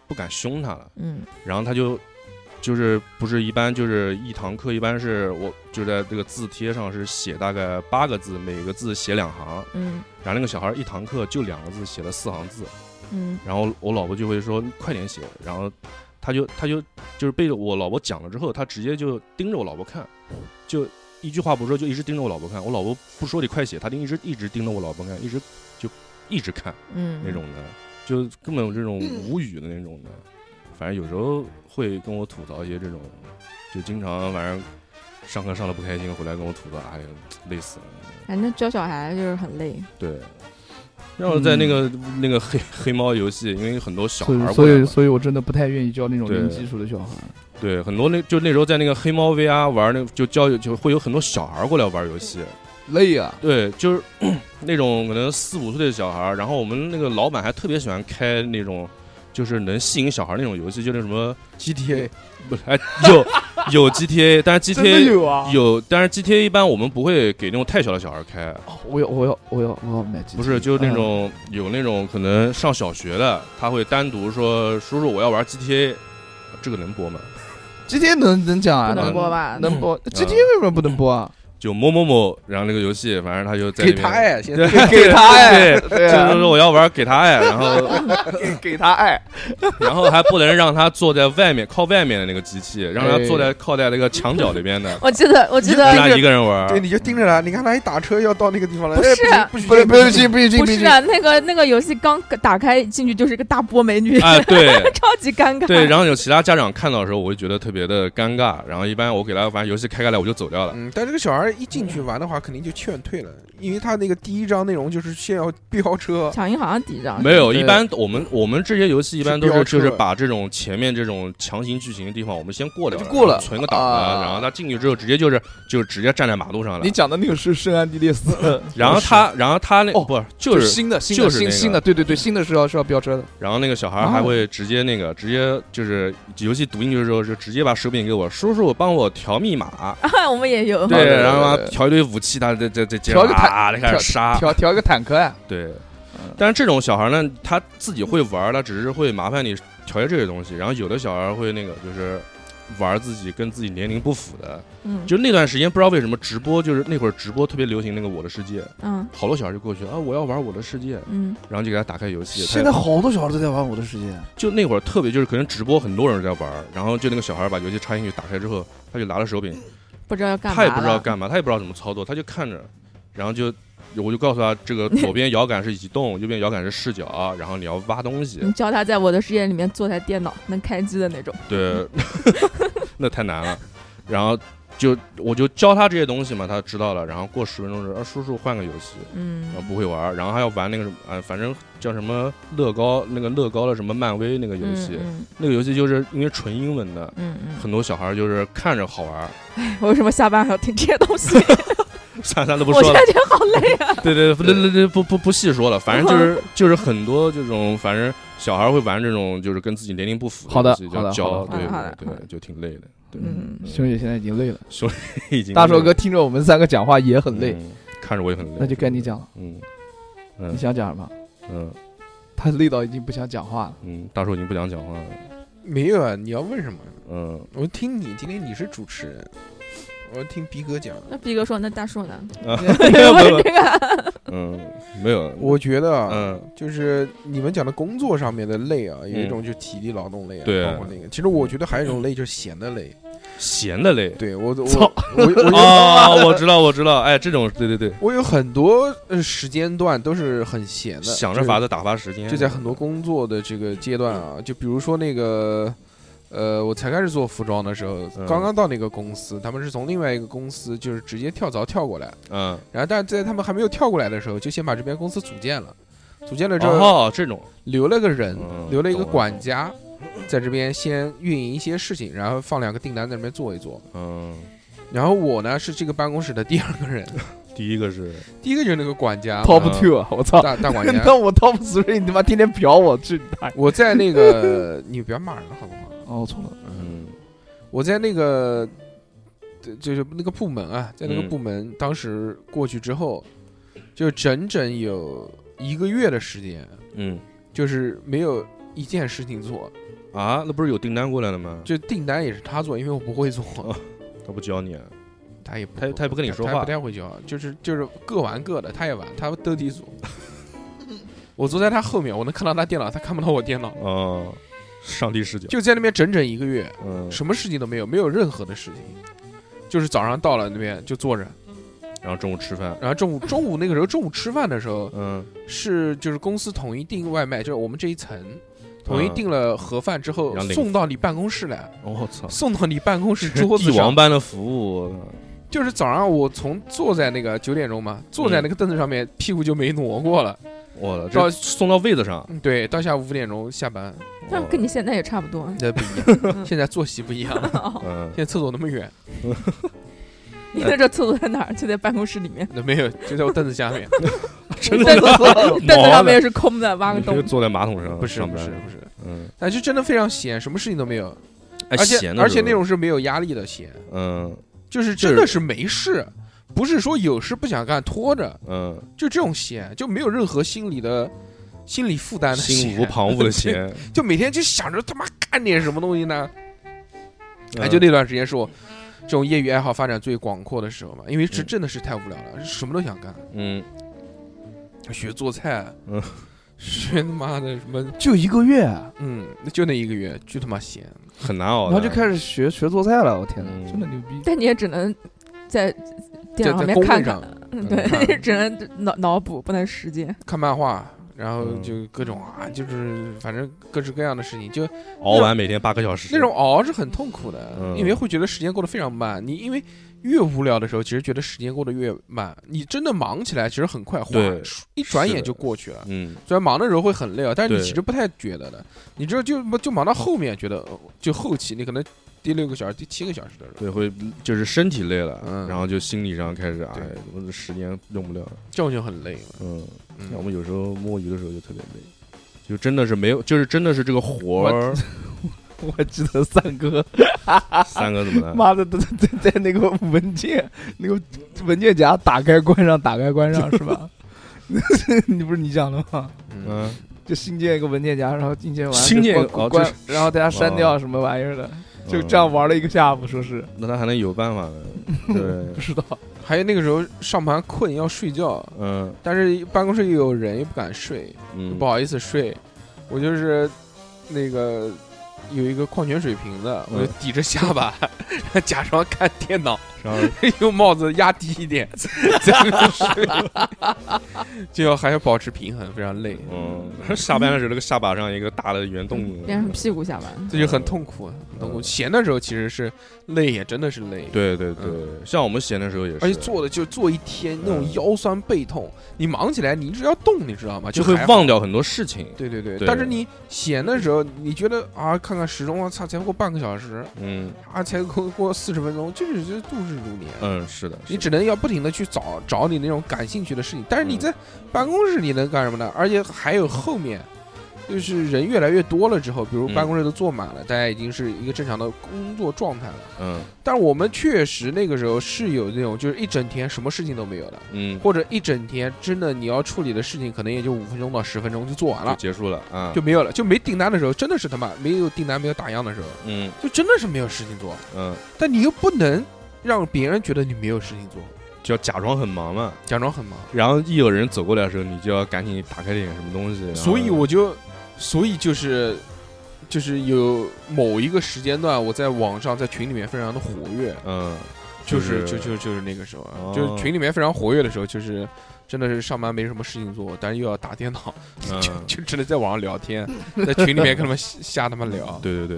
E: 不敢凶他了。
D: 嗯
E: 然后他就就是不是一般就是一堂课一般是我就在这个字帖上是写大概八个字，每个字写两行，
D: 嗯
E: 然后那个小孩一堂课就两个字写了四行字，
D: 嗯
E: 然后我老婆就会说你快点写，然后他就他就就是被我老婆讲了之后，他直接就盯着我老婆看，就一句话不说就一直盯着我老婆看，我老婆不说你快写，他就一直一直盯着我老婆看，一直就一直看。
D: 嗯
E: 那种的，就根本有这种无语的那种的。反正有时候会跟我吐槽一些这种，就经常晚上上课上的不
D: 嗯
E: 开心，回来跟我吐槽，哎呀，累死了。
D: 反正教小孩就是很累，
E: 对，然后在那个、那个黑黑猫游戏，因为很多小孩
C: 所
E: 儿过来
C: 以
E: 嘛
C: 所以所以我真的不太愿意教那种
E: 对
C: 零基础的小孩。
E: 对很多那就那时候在那个黑猫 VR 玩那就教就会有很多小孩儿过来玩游戏，
C: 累啊！
E: 对，就是 那种可能四五岁的小孩儿，然后我们那个老板还特别喜欢开那种。就是能吸引小孩儿那种游戏，就那什么
B: GTA
E: 不是哎有 有 GTA，但是 GTA
C: 有啊！
E: 有，但是 GTA 一般我们不会给那种太小的小孩儿开，
C: 我要我要我要我要买机器。啊
E: 不是，就那种、有那种可能上小学的，他会单独说：“叔叔，我要玩 GTA。”这个能播吗？
C: GTA 能能讲啊？
D: 不能
C: 能
D: 播吧？
C: 能播
E: 嗯
C: GTA 为什么不能播 啊？
E: 就某某某，然后那个游戏，反正他就在
B: 给
E: 里
B: 他
E: 面，
B: 哎，现在
C: 给他哎，对
E: 对就是
C: 啊，
E: 说我要玩给他爱，然后
C: 给给他爱，
E: 然后还不能让他坐在外面靠外面的那个机器，让他坐在靠在那个墙角那边的，
D: 我记得，我记
E: 让
D: 得
E: 他一个人玩
B: 对，。你就盯着他，你看他一打车要到那个地方了，
D: 不
B: 哎
D: 是
B: 不行
C: 不
B: 行不
C: 是不
B: 行
C: 行不行
D: 不
C: 不
D: 是
C: 行！
D: 啊那个那个游戏刚打开进去就是一个大波美女，
E: 啊，对
D: 超级尴尬。
E: 对，然后有其他家长看到的时候，我会觉得特别的尴尬。然后一般我给他反正游戏开开来我就走掉了。
B: 嗯，但这个小孩一进去玩的话，肯定就劝退了，因为他那个第一章内容就是先要飙车，
D: 抢银行抵账，
E: 没有，
C: 对
E: 一般我们我们这些游戏一般都
B: 是
E: 是
B: 飙车
E: 就是把这种前面这种强行剧情的地方，我们先过掉，
C: 就过了
E: 然后存个档案，
C: 啊
E: 然后他进去之后直接就是就直接站在马路上了
C: 你。讲的那个是圣安地列斯，
E: 然后他，然后他那
C: 哦
E: 不是 就，
C: 就是新的新
E: 就
C: 的
E: 是
C: 新
E: 那个
C: 新的，对对对，新的是要是要飙车的。
E: 然后那个小孩
C: 啊
E: 还会直接那个直接就是游戏读进去的时候就直接把手柄给我，叔叔帮我调密码，
D: 啊我们也有。
E: 对，
C: 哦对
E: 然
C: 对对
E: 后调一堆武器，他在在在街
C: 调
E: 上
C: 个坦
E: 啊，开始杀，
C: 调调一个坦克啊，
E: 对。但是这种小孩呢，他自己会玩儿，他只是会麻烦你调节这些东西。然后有的小孩会那个就是玩自己跟自己年龄不符的，
D: 嗯
E: 就那段时间不知道为什么直播，就是那会儿直播特别流行那个《我的世界》，
D: 嗯
E: 好多小孩就过去啊，我要玩《我的世界》，
D: 嗯，
E: 然后就给他打开游戏。他
C: 现在好多小孩都在玩《我的世界》，啊
E: 就那会儿特别就是可能直播很多人在玩儿，然后就那个小孩把游戏插进去打开之后，他就拿着手柄，
D: 不知道要干嘛。
E: 他也不知道。干嘛，他也不知道怎么操作，他就看着，然后就我就告诉他，这个左边摇杆是移动，右边摇杆是视角啊，然后你要挖东西
D: 你，教他在我的世界里面坐台电脑，能开机的那种。
E: 对， 那太难了。然后就我就教他这些东西嘛，他知道了。然后过十分钟之后，啊，叔叔换个游戏，
D: 嗯
E: 然啊后不会玩儿，然后还要玩那个什么，啊，反正叫什么乐高那个乐高的什么漫威那个游戏，
D: 嗯
E: 那个游戏就是因为纯英文的。
D: 嗯嗯
E: 很多小孩儿就是看着好玩儿，
D: 嗯，我为什么下班还要听这些东西？
E: 算了算了，不说
D: 我现
E: 了
D: 在。觉得好累啊。
E: 对对对对对，不不不细说了，反正就是就是很多这种，反正小孩会玩这种，就是跟自己年龄不符
C: 好的
E: 东西，
C: 好
E: 叫
C: 的
E: 教，
C: 好
D: 的
E: 对
D: 好的
E: 对
D: 好的
E: 对，就挺累的。对，
D: 嗯
C: 兄弟现在已经累了。
E: 已经
C: 大硕哥听着我们三个讲话也很累，，
E: 嗯看着我也很累。
C: 那就该你讲了。
E: 嗯
C: 你
E: 嗯
C: 想讲什么？
E: 嗯
C: 他累到已经不想讲话了。
E: 嗯，大叔已经不想讲话了。
B: 没有啊，你要问什么？
E: 嗯
B: 我听你，今天你是主持人，我听逼哥讲。
D: 那逼哥说：“那大树呢？
E: 啊
D: 问这
E: 哦
D: 个
E: 嗯，没有
B: 我觉得啊，
E: 嗯
B: 就是你们讲的工作上面的累啊，有一
E: 嗯
B: 种就体力劳动累啊，
E: 对
B: 包括那个。其实我觉得还有一种累就是闲的累。
E: 闲的累。
B: 对我，
C: 操
B: 我我 我
E: 哦，我知道我知道，哎，这种对对对，
B: 我有很多呃时间段都是很闲的，
E: 想着
B: 就是
E: 法子打发时间，
B: 就在很多工作的这个阶段啊，就比如说那个，呃，我才开始做服装的时候，
E: 嗯
B: 刚刚到那个公司，他们是从另外一个公司就是直接跳槽跳过来，
E: 嗯，
B: 然后但是在他们还没有跳过来的时候，就先把这边公司组建了，组建了之后
E: 哦，这种
B: 留了个人，
E: 嗯
B: 留了一个
E: 懂了
B: 管家，在这边先运营一些事情，然后放两个订单在那边做一做。
E: 嗯，
B: 然后我呢是这个办公室的第二个人，
E: 第一个是
B: 第一个就是那个管家
C: Top two，啊 我
E: 哎
C: 操！
B: 大大管家
C: 那。我 Top three，你他妈天天嫖我，去你大爷！
B: 我在那个， 你不要骂人好不好？
C: 哦，我错了，
E: 嗯
B: 我在那个，对就是那个部门啊，在那个
E: 嗯
B: 部门，当时过去之后，就整整有一个月的时间，
E: 嗯
B: 就是没有一件事情做，
E: 啊，那不是有订单过来了吗？
B: 就订单也是他做，因为我不会 做，
E: 他不教你啊，
B: 他也不
E: 他他也不跟你说话
B: 他不太会教，就是就是各玩各的，他也玩，他斗地 主。 我坐在他后面，我能看到他电脑，他看不到我电脑。
E: 哦，上帝视角，
B: 就在那边整整一个月，
E: 嗯，
B: 什么事情都没有，没有任何的事情，就是早上到了那边就坐着，
E: 然后中午吃饭，
B: 然后 中午中午那个时候中午吃饭的时候
E: 嗯
B: 是就是公司统一订外卖，就是我们这一层统一订了盒饭之后
E: 嗯然后领嗯
B: 送到你办公室来，
E: 我操，
B: 送到你办公室桌子
E: 帝王
B: 上。
E: 般的服务，
B: 就是早上我从坐在那个九点钟嘛，坐在那个凳子上面，屁股就没挪过了，
E: 我
B: 到
E: 这送到位子上，
B: 嗯对，到下午五点钟下班，
D: 但是 跟你现在也差不多。
B: 那不一样， 现在作息不一样了，
E: 我嗯
B: 现，在厕所那么远，
D: 你的这厕所在哪儿？就在办公室里面，
B: 那没有，就在我凳子下 面，
E: 真
D: 凳
E: 的
D: 子凳子上面也是空的，挖 个
E: 你就
D: 洞。
E: 坐在马桶上，
B: 不是
E: 啊上
B: 不
E: 班
B: 是，不是，
E: 嗯，
B: 但就真的非常闲，什么事情都没有，
E: 哎
B: 而且
E: 闲的
B: 而
E: 时
B: 且
E: 候
B: 那种是没有压力的闲，
E: 嗯
B: 就是真的是没事，不是说有事不想干拖着，
E: 嗯，
B: 就这种闲，就没有任何心理的心理负担的
E: 心无
B: 闲
E: 旁骛的哎闲，
B: 就每天就想着他妈干点什么东西呢？哎，
E: 嗯
B: 就那段时间是我这种业余爱好发展最广阔的时候嘛，因为这
E: 嗯
B: 真的是太无聊了，什么都想干，
E: 嗯
B: 学做菜，
E: 嗯
B: 学他妈的什么，
C: 就一个月啊，
B: 嗯，就那一个月，巨他妈闲，
E: 很难熬
C: 然
E: 的，
C: 后就开始学学做菜了，我天哪，
E: 嗯
C: 真的牛逼！
D: 但你也只能在电
B: 在
D: 脑旁
B: 在
D: 边
B: 工
D: 看
B: 位
D: 看
B: 上，嗯
D: 嗯，对， 只能脑脑补，不能实践。
B: 看漫画。然后
E: 嗯
B: 就各种啊，就是反正各式各样的事情，就
E: 熬完每天八个小时
B: 那种熬是很痛苦的，
E: 嗯
B: 因为会觉得时间过得非常慢。你因为越无聊的时候，其实觉得时间过得越慢。你真的忙起来，其实很快划
E: 对，
B: 一转
E: 是
B: 眼
E: 的
B: 就过去了。
E: 嗯
B: 虽然忙的时候会很累啊，但是你
E: 对
B: 其实不太觉得的。你这就就忙到后面，觉得呃就后期你可能第六个小时、第七个小时的时候，
E: 对，会就是身体累了，
B: 嗯
E: 然后就心理上开始哎
B: 对，
E: 我这时间用不了了，
B: 这样就很累了。
E: 嗯，像我
B: 嗯，
E: 们有时候摸鱼的时候就特别累，就真的是没有，就是真的是这个活儿，
C: 我记得三哥，
E: 三个怎么了？
C: 妈的，在在在那个文件那个文件夹打开关上，打开 关上是吧？ 你不是你讲的吗？
B: 嗯，
E: 嗯，
C: 就新建一个文件夹，然后进去完
E: 新建一个
C: 关
E: 哦
C: 关
E: 这，是
C: 然后大家删掉
E: 哦
C: 什么玩意儿的，就这样玩了一个下午，说是
E: 嗯，那他还能有办法呢？
C: 不
E: 对，
C: 知道，
B: 还有那个时候上班困要睡觉，
E: 嗯
B: 但是办公室又有人又不敢睡，
E: 嗯，
B: 不好意思睡，我就是那个有一个矿泉水瓶子，
E: 嗯
B: 我就抵着下巴， 假装看电脑，
E: 然后
B: 用帽子压低一点，在那睡， 就要还要保持平衡，非常累，
E: 嗯，下班的时候那个下巴上一个大的嗯圆洞，
D: 变成屁股下班。
B: 这就很痛苦，很痛苦。
E: 嗯
B: 闲的时候其实是累，也真的是累。。
E: 对对对，像我们闲的时候也是，
B: 而且坐的就坐一天，那种
E: 嗯
B: 腰酸背痛。你忙起来，你只要动，你知道吗？
E: 就
B: 就
E: 会
B: 还好
E: 忘掉很多事情，
B: 对对对，
E: 对
B: 但是你闲的时候，你觉得啊，看看时钟啊，操，才过半个小时，
E: 嗯
B: 啊，才过过四十分钟，这是这度日如年。
E: 嗯，是的，
B: 你
E: 是的
B: 只能要不停的去找找你那种感兴趣的事情，但是你
E: 嗯
B: 在办公室你能干什么呢？而且还有后面，就是人越来越多了之后，比如
E: 嗯
B: 办公室都坐满了，大家已经是一个正常的工作状态了。
E: 嗯
B: 但是我们确实那个时候是有那种就是一整天什么事情都没有的，
E: 嗯，
B: 或者一整天真的你要处理的事情可能也就五分钟到十分钟就做完
E: 就
B: 了。
E: 结束了啊，
B: 就没有了，就没订单的时候，真的是他妈没有订单、没有打样的时候，
E: 嗯
B: 就真的是没有事情做。
E: 嗯，
B: 但你又不能让别人觉得你没有事情做，
E: 就要假装很忙嘛，
B: 假装很忙。
E: 然后一有人走过来的时候，你就要赶紧打开点什么东西。然后
B: 所以我就，所以就是，就是有某一个时间段，我在网上在群里面非常的活跃，
E: 嗯
B: 就是就
E: 就是
B: 就就是那个时候啊，
E: 哦
B: 就是群里面非常活跃的时候，就是真的是上班没什么事情做，但是又要打电脑，
E: 嗯，
B: 就就只能在网上聊天，在群里面跟他们瞎瞎他们聊。
E: 对对对，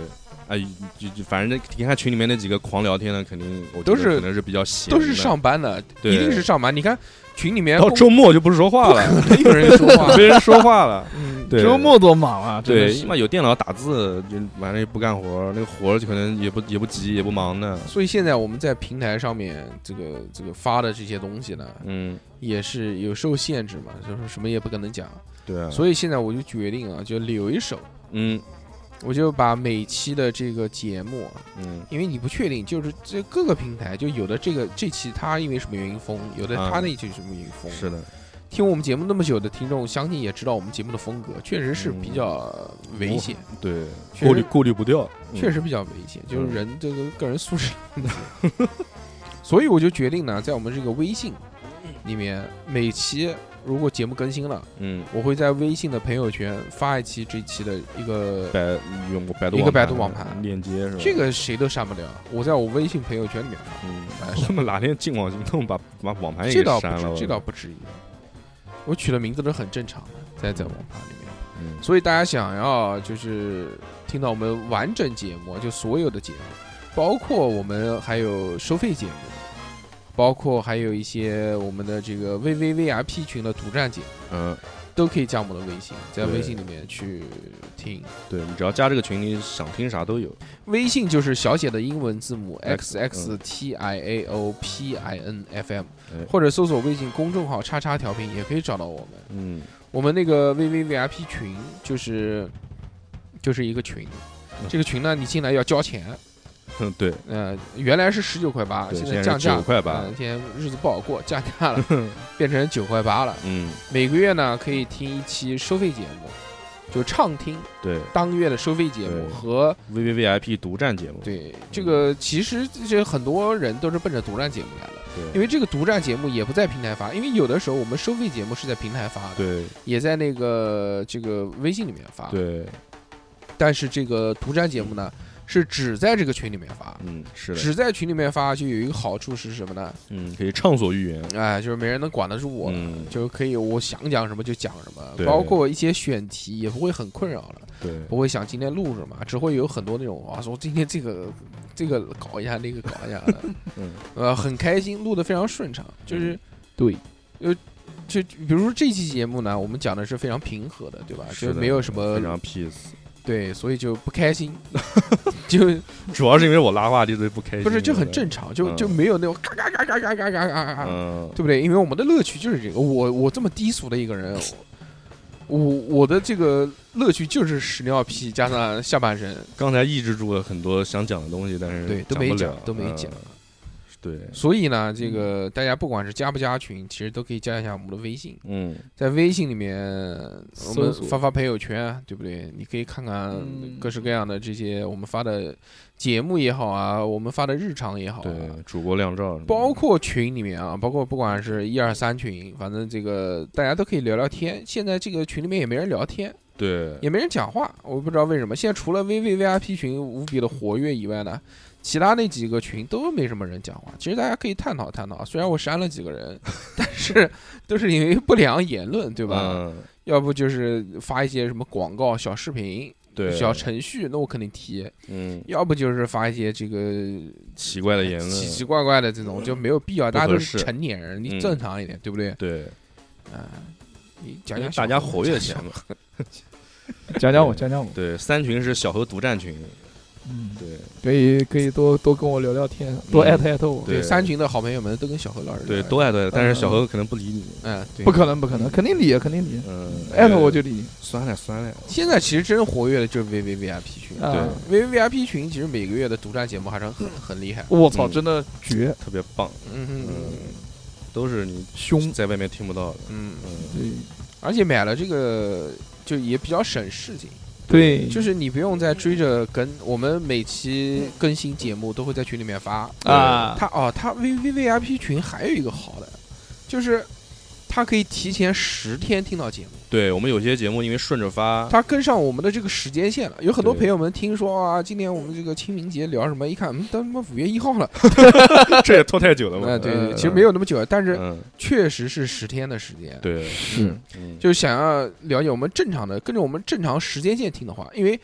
E: 哎，就就反正那你看群里面那几个狂聊天的，肯定我觉得
B: 都是
E: 可能是比较闲的，
B: 都是上班的，
E: 对
B: 一定是上班。你看群里面
E: 到
B: 公
E: 周末就不说话 了，，
B: 没有人说话
E: 没人说 话了。
B: 嗯，
E: 对，
C: 周末多忙啊！真的
E: 对，
C: 是
E: 他妈有电脑打字，就晚上也不干活，那个活就可能也不也不急也不忙的。
B: 所以现在我们在平台上面这个这个发的这些东西呢，
E: 嗯，
B: 也是有受限制嘛，就是什么也不可能讲。
E: 对啊，以
B: 所以现在我就决定啊，就留一手，
E: 嗯
B: 我就把每期的这个节目啊，
E: 嗯
B: 因为你不确定，就是这各个平台就有的这个这期它因为什么原因封，有的
E: 啊
B: 它那一期什么原因封。
E: 是的，
B: 听我们节目那么久的听众，相信也知道我们节目的风格确实是
E: 嗯
B: 比较危险。
E: 对，
B: 确
E: 过滤
B: 实
E: 过滤不掉，嗯
B: 确实比较危险，就是人这个个人素质。嗯 所以我就决定呢，在我们这个微信里面，每期如果节目更新了，
E: 嗯，
B: 我会在微信的朋友圈发一期这期的一个，
E: 百用百度
B: 一个
E: 网
B: 百度
E: 盘
B: 网盘
E: 链接是吧？
B: 这个谁都删不了。我在我微信朋友圈里面发，
E: 嗯
B: 哎，
E: 他们哪天进网行动把把网哎盘也
B: 这
E: 给
B: 倒不
E: 删
B: 至
E: 了？
B: 这倒不至于。我取的名字都很正常的，在在网盘里面。
E: 嗯
B: 所以大家想要就是听到我们完整节目，就所有的节目，包括我们还有收费节目，包括还有一些我们的这个 VVVIP 群的独占节目，
E: 嗯
B: 都可以加我们的微信，在
E: 对
B: 微信里面去听。
E: 对你只要加这个群，你想听啥都有。
B: 微信就是小写的英文字母 x
E: X，
B: x t i a o p i n f m，
E: 哎
B: 或者搜索微信公众号“叉叉调频”也可以找到我们。
E: 嗯，
B: 我们那个 VVVIP 群就是就是一个群，
E: 嗯
B: 这个群呢，你进来要交钱。
E: 哼嗯对，
B: 呃，原来是十九块八，
E: 对
B: 现
E: 现在
B: 降
E: 是
B: 价
E: 9块八
B: 呃现在日子不好过，降价 了，变成九块八了。
E: 嗯，
B: 每个月呢可以听一期收费节目，就畅听
E: 对
B: 当月的收费节目
E: 对
B: 和
E: ，V V V I P 独占节目，
B: 对这个，其实这些很多人都是奔着独占节目来的，因
E: 对
B: 为这个独占节目也不在平台发，因为有的时候我们收费节目是在平台发的，
E: 对
B: 也在那个这个微信里面发，
E: 对，
B: 但是这个独占节目呢是只在这个群里面发。
E: 嗯，是的，
B: 只在群里面发就有一个好处是什么呢？
E: 嗯，可以畅所欲言。
B: 哎，就是没人能管得住我，
E: 嗯，
B: 就可以我想讲什么就讲什么，
E: 对
B: 包括一些选题也不会很困扰了，
E: 对，
B: 不会想今天录什么，只会有很多那种啊，说今天这个这个搞一下，那个搞一下 的，
E: 嗯，
B: 呃，很开心，录得非常顺畅，就是
C: 对，
B: 呃。就比如说这期节目呢，我们讲的是非常平和的，对吧？
E: 是
B: 就
E: 的
B: 没有什么
E: 非常 peace，
B: 对，所以就不开 心，就
E: 主要是因为我拉话题所以不开心，
B: 不是就很正常，就就
E: 嗯
B: 没有那种嘎嘎嘎嘎嘎嘎嘎嘎嘎，
E: 嗯，
B: 对不对？因为我们的乐趣就是这个，我我这么低俗的一个人，我我的这个乐趣就是屎尿屁加上下半身，
E: 刚才抑制住了很多想讲的东西，但是
B: 对，都
E: 不
B: 没
E: 了
B: 讲，都没
E: 嗯
B: 讲。
E: 对，
B: 所以呢，这个大家不管是加不加群，其实都可以加一下我们的微信，
E: 嗯，
B: 在微信里面我们
C: 搜索
B: 发发朋友圈啊，对不对？你可以看看
C: 嗯
B: 各式各样的这些我们发的节目也好啊，我们发的日常也好啊，
E: 对，主播亮照，
B: 包括群里面啊，包括不管是一二三群，反正这个大家都可以聊聊天。现在这个群里面也没人聊天，
E: 对，
B: 也没人讲话，我不知道为什么。现在除了 VVVIP 群无比的活跃以外呢，其他那几个群都没什么人讲话。其实大家可以探讨探讨，虽然我删了几个人， 但是都是因为不良言论，对
E: 对
B: 吧？
E: 嗯，
B: 要不就是发一些什么广告、小视频、
E: 对，
B: 小程序，那我肯定提；
E: 嗯，
B: 要不就是发一些这个
E: 奇怪的言论，
B: 哎奇奇怪怪的这种就没有必要，
E: 不
B: 大家
E: 合
B: 都
E: 适
B: 是成年人，你
E: 嗯
B: 正常一点，对不对？
E: 对，
B: 啊，你讲讲
E: 因为
B: 小
E: 大家
B: 猴
E: 活跃起来
B: 讲
E: 嘛。
C: 讲讲我，讲讲我，
E: 对，三群是小何独占群，
C: 嗯，
E: 对
C: 可以可以多多跟我聊聊天，多艾特艾特我，
E: 对
B: 对三群的好朋友们都跟小何老师
E: 对，
B: 聊
E: 都爱对，但是小
C: 嗯
E: 何可能不理你，
B: 嗯，对
C: 不可能不可能，肯定理肯定理，
E: 嗯，
B: 哎
C: 艾特我就理，
E: 酸了酸了，
B: 现在其实真活跃的就是 V V V I P 群
C: 啊，
E: 对
B: ，V V V I P 群其实每个月的独占节目还是很很厉害，
C: 我操，
E: 嗯
C: 真的绝，
E: 特别棒，
B: 嗯哼
E: 嗯，都是你
C: 凶，
E: 在外面听不到的，
B: 嗯，
E: 嗯，
C: 对
B: 而且买了这个就也比较省事情，
E: 嗯
C: 对，
B: 就是你不用再追着跟我们每期更新节目都会在群里面发，
C: 啊，
B: 他哦，他 V V V I P 群还有一个好的，就是他可以提前十天听到节目，
E: 对我们有些节目因为顺着发，
B: 他跟上我们的这个时间线了。有很多
E: 啊对
B: 朋友们听说啊，今年我们这个清明节聊什么，一看，嗯，他妈五月一号了。
E: 这也拖太久了嘛，
B: 呃，对对，
C: 嗯
B: 其实没有那么久，但是
E: 嗯，
B: 确实是十天的时间。，
E: 对，
C: 是
E: 嗯，
B: 就是想要了解我们正常的，跟着我们正常时间线听的话，因为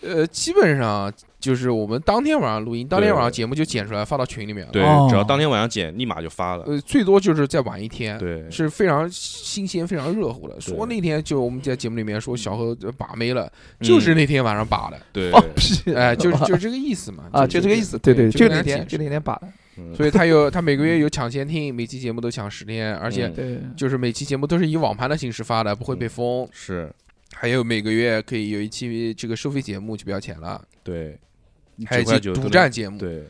B: 呃，基本上就是我们当天晚上录音，当天晚上节目就剪出来发到群里面了。
E: 对
C: 哦，
E: 只要当天晚上剪，立马就发了，
B: 呃，最多就是再晚一天。
E: 对，
B: 呃是非常新鲜、非常热乎的。说那天就我们在节目里面说小何呃把妹了，就是
E: 嗯
B: 那天晚上把的，
E: 对，
C: 放屁，
B: 哎， 就是就是这个意思嘛。
C: 啊，就这个意思，对对，就
B: 跟
C: 那
B: 大家
C: 天
B: 解
C: 就
B: 释
C: 那天把的，
E: 嗯
B: 所以他有他每个月有抢先听，每期节目都抢十天，而且
E: 嗯
C: 对，
B: 就是每期节目都是以网盘的形式发的，不会被封。
E: 是
B: 还有每个月可以有一期这个收费节目就不要钱了，
E: 对，嗯
B: 还有一期
E: 9.9
B: 独占节目，
E: 对，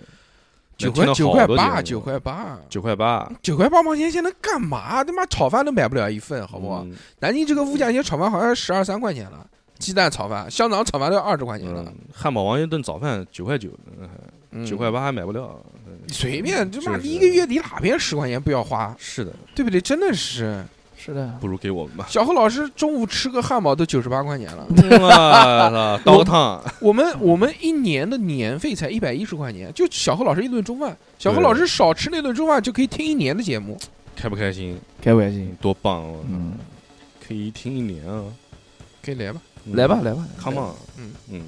B: 九
E: 能听
B: 块九块
E: 到好多节
B: 八，
E: 目
B: 九块八。
E: 九块八，
B: 九块八毛钱现在干嘛？他妈炒饭都买不了一份，好不好？
E: 嗯？
B: 南京这个物价，现在炒饭好像十二三块钱了，鸡蛋炒饭、香肠炒饭都要二十块钱了
E: 嗯，，汉堡王一顿早饭九块九，
B: 嗯
E: 九块，八还买不了，嗯
B: 你随便，他妈
E: 是是
B: 一个月你哪边十块钱不要花，
E: 是的，
B: 对不对？真的是，
C: 是的，
E: 不如给我们吧。
B: 小何老师中午吃个汉堡都九十八块钱 了，
E: 哇，刀烫，
B: 我们我们一年的年费才一百一十块钱，就小何老师一顿中饭，小何
E: 对
B: 老师少吃那顿中饭就可以听一年的节目，
E: 开不开心？
C: 开微信，
E: 多棒啊！
C: 嗯，
E: 可以听一年啊！
B: 可以来吧。
E: 嗯
C: 来吧来吧，
E: ，Come on！
B: 嗯
E: 嗯，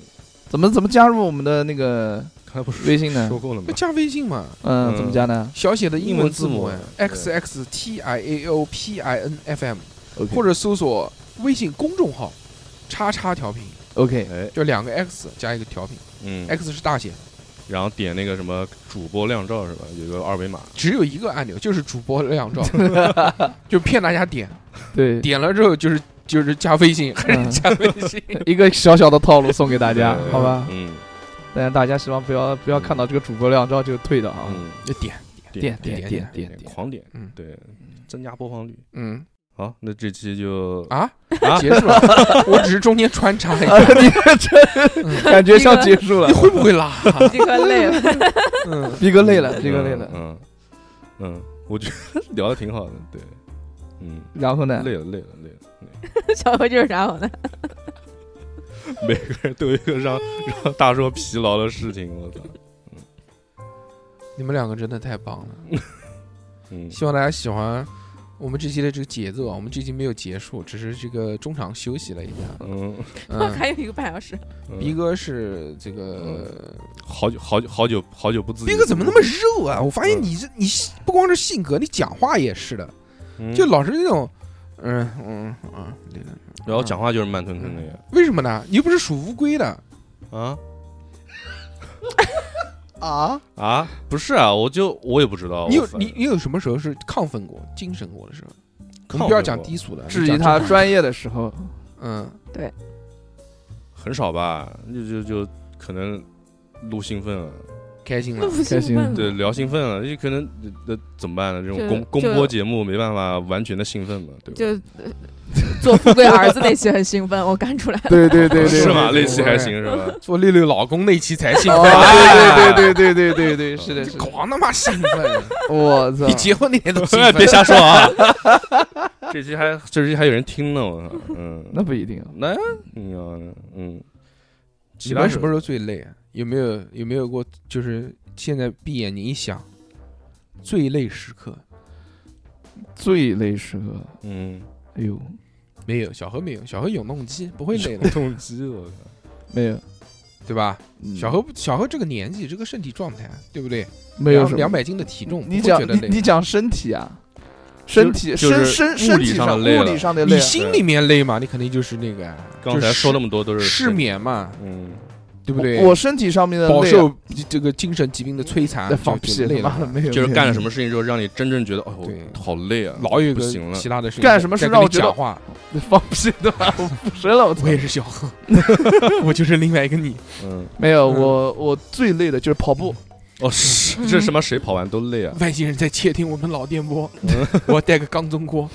C: 怎么怎么加入我们的那个
E: 刚才不是
C: 微信呢
E: 说？过了吗
B: 那？加微信嘛，
C: 嗯，
E: 嗯
C: 怎么加呢？
B: 小写的英文字母啊
E: 英文字
B: x
E: 母
B: x t i a o p i n f m，
C: OK
B: 或者搜索微信公众号“叉叉调频
C: OK，”，
E: 哎，
B: 就两个 X 加一个调频
E: 嗯，
C: 哎
B: ，X 是大写的，
E: 然后点那个什么主播亮照是吧？有个二维码，
B: 只有一个按钮，就是主播亮 照，就骗大家点，
C: 对，
B: 点了之后就是就是加微信，还
C: 嗯
B: 是加微信。
C: 一个小小的套路送给大家，
E: 对
C: 好吧？
E: 嗯
C: 但是大家希望不要不要看到这个主播亮照就退的啊。
E: 嗯，
B: 就 点，
C: 点
B: 点
C: 点
B: 点
C: 点点，
E: 狂点，
B: 嗯
E: 对，增加播放率。
B: 嗯
E: 好，那这期就
B: 啊，
E: 啊
B: 结束了， 我只是中间穿插一 下，
C: 你这感觉像结束了
B: 你，会不会拉？
D: 立刻累了。
B: 嗯，
C: 逼哥累了，逼哥
E: 嗯
C: 累了。
E: 嗯嗯，我觉得聊的挺好的，对，嗯，
C: 然后呢？
E: 累了累了累了，
D: 小何就是啥我呢？
E: 每个人 都有一个让让大叔疲劳的事情，我操，
B: 你们两个真的太棒了，
E: 嗯，
B: 希望大家喜欢我们这期的这个节奏啊，我们这期没有结束，只是这个中场休息了一 下。
E: 嗯，
B: 嗯，
D: 还有一个半小时，
E: 嗯
B: 逼哥是这个，
E: 好久好久好久好久不自
B: 嗯
E: 己，
B: 逼哥怎么那么肉啊？我发现你这你不光是性格，你讲话也是的，
E: 嗯
B: 就老是那种，嗯嗯嗯，那个
E: 然后讲话就是慢吞吞的呀，
B: 为什么呢？你又不是属乌龟的，
E: 啊
C: 啊，
E: 啊，不是啊，我就我也不知道，
B: 你有
E: 我反
B: 你你有什么时候是亢奋过、精神过的时候？我
E: 亢
B: 们
E: 奋过
B: 不要讲低俗的，
C: 质
B: 就讲
C: 疑他
B: 正常
C: 专业的时候，
B: 嗯，
E: 很少吧，就就就可能录兴奋了，
B: 嗯开心了。
D: 不
C: 开心
D: 问
E: 对，聊兴奋了，就可能那怎么办呢？这种
D: 就
E: 公公
D: 就
E: 播节目没办法完全的兴奋嘛，对吧？
D: 就呃做富贵儿子那期很兴奋，我干出来了。
C: 对对对对，
E: 是吗？
B: 对
E: 那期还行是吧？
B: 做六六老公那期才兴
C: 哦
B: 奋，
C: 对对对对对对对，是的，是的，
B: 狂他妈兴奋！
C: 我操
B: 你！结婚那天都兴
E: 别
B: 奋，
E: 瞎说啊！这期还这期还有人听呢，我操！嗯，
C: 那不一定，
E: 那你要呢嗯，
B: 你
E: 其他
B: 们什么时候最累啊？有没有有没有过就是现在闭眼睛一想，最累时刻
C: 最累时刻，
E: 嗯，
C: 哎呦，
B: 没有？小何没有，小何永动机不会累 的，
E: 永动机，我操！
C: 没有，
B: 对吧？
C: 嗯
B: 小何不小何这个年纪，这个身体状态，对不对？
C: 没有
B: 两
C: 什么
B: 两百斤的体重，
C: 你
B: 不会
C: 讲
B: 觉得
C: 你你
B: 累？
C: 讲身体啊，身体
E: 就
C: 身
E: 是
C: 身
E: 物
C: 身
E: 理
C: 体
E: 上的
C: 上
E: 累
C: 物
E: 了
C: 理上的累
B: 你
C: 啊，
B: 心里面累嘛？你肯定就是那个啊，
E: 刚才说那
B: 的
E: 么多都是
B: 失，眠嘛，
E: 嗯，
B: 对不对？
C: 我身体上面的
B: 饱
C: 累啊
B: 受这个精神疾病的摧残，
C: 在
B: 就
C: 放
B: 啊就
C: 屁，
B: 累了
C: 妈的
B: 嘛。
C: 没有，
E: 就是
C: 没
E: 干
C: 有
E: 了什么事情之后，让你真正觉得，哦，
B: 对
E: 我好累啊，
B: 老有一
E: 不行
B: 个
E: 了
B: 其，他的事情，
C: 干什么事
B: 在跟
C: 让我
B: 你
C: 觉得
B: 讲话？
C: 放屁对吧？我不生了，我操
B: 我！也是小 何，我就是另外一个你。
E: 嗯，
C: 没有，
B: 嗯
C: 我我最累的就是跑步，
E: 哦，是这什么谁跑完都累 啊，
B: 外星人在窃听我们老电 波，我带个钢针锅，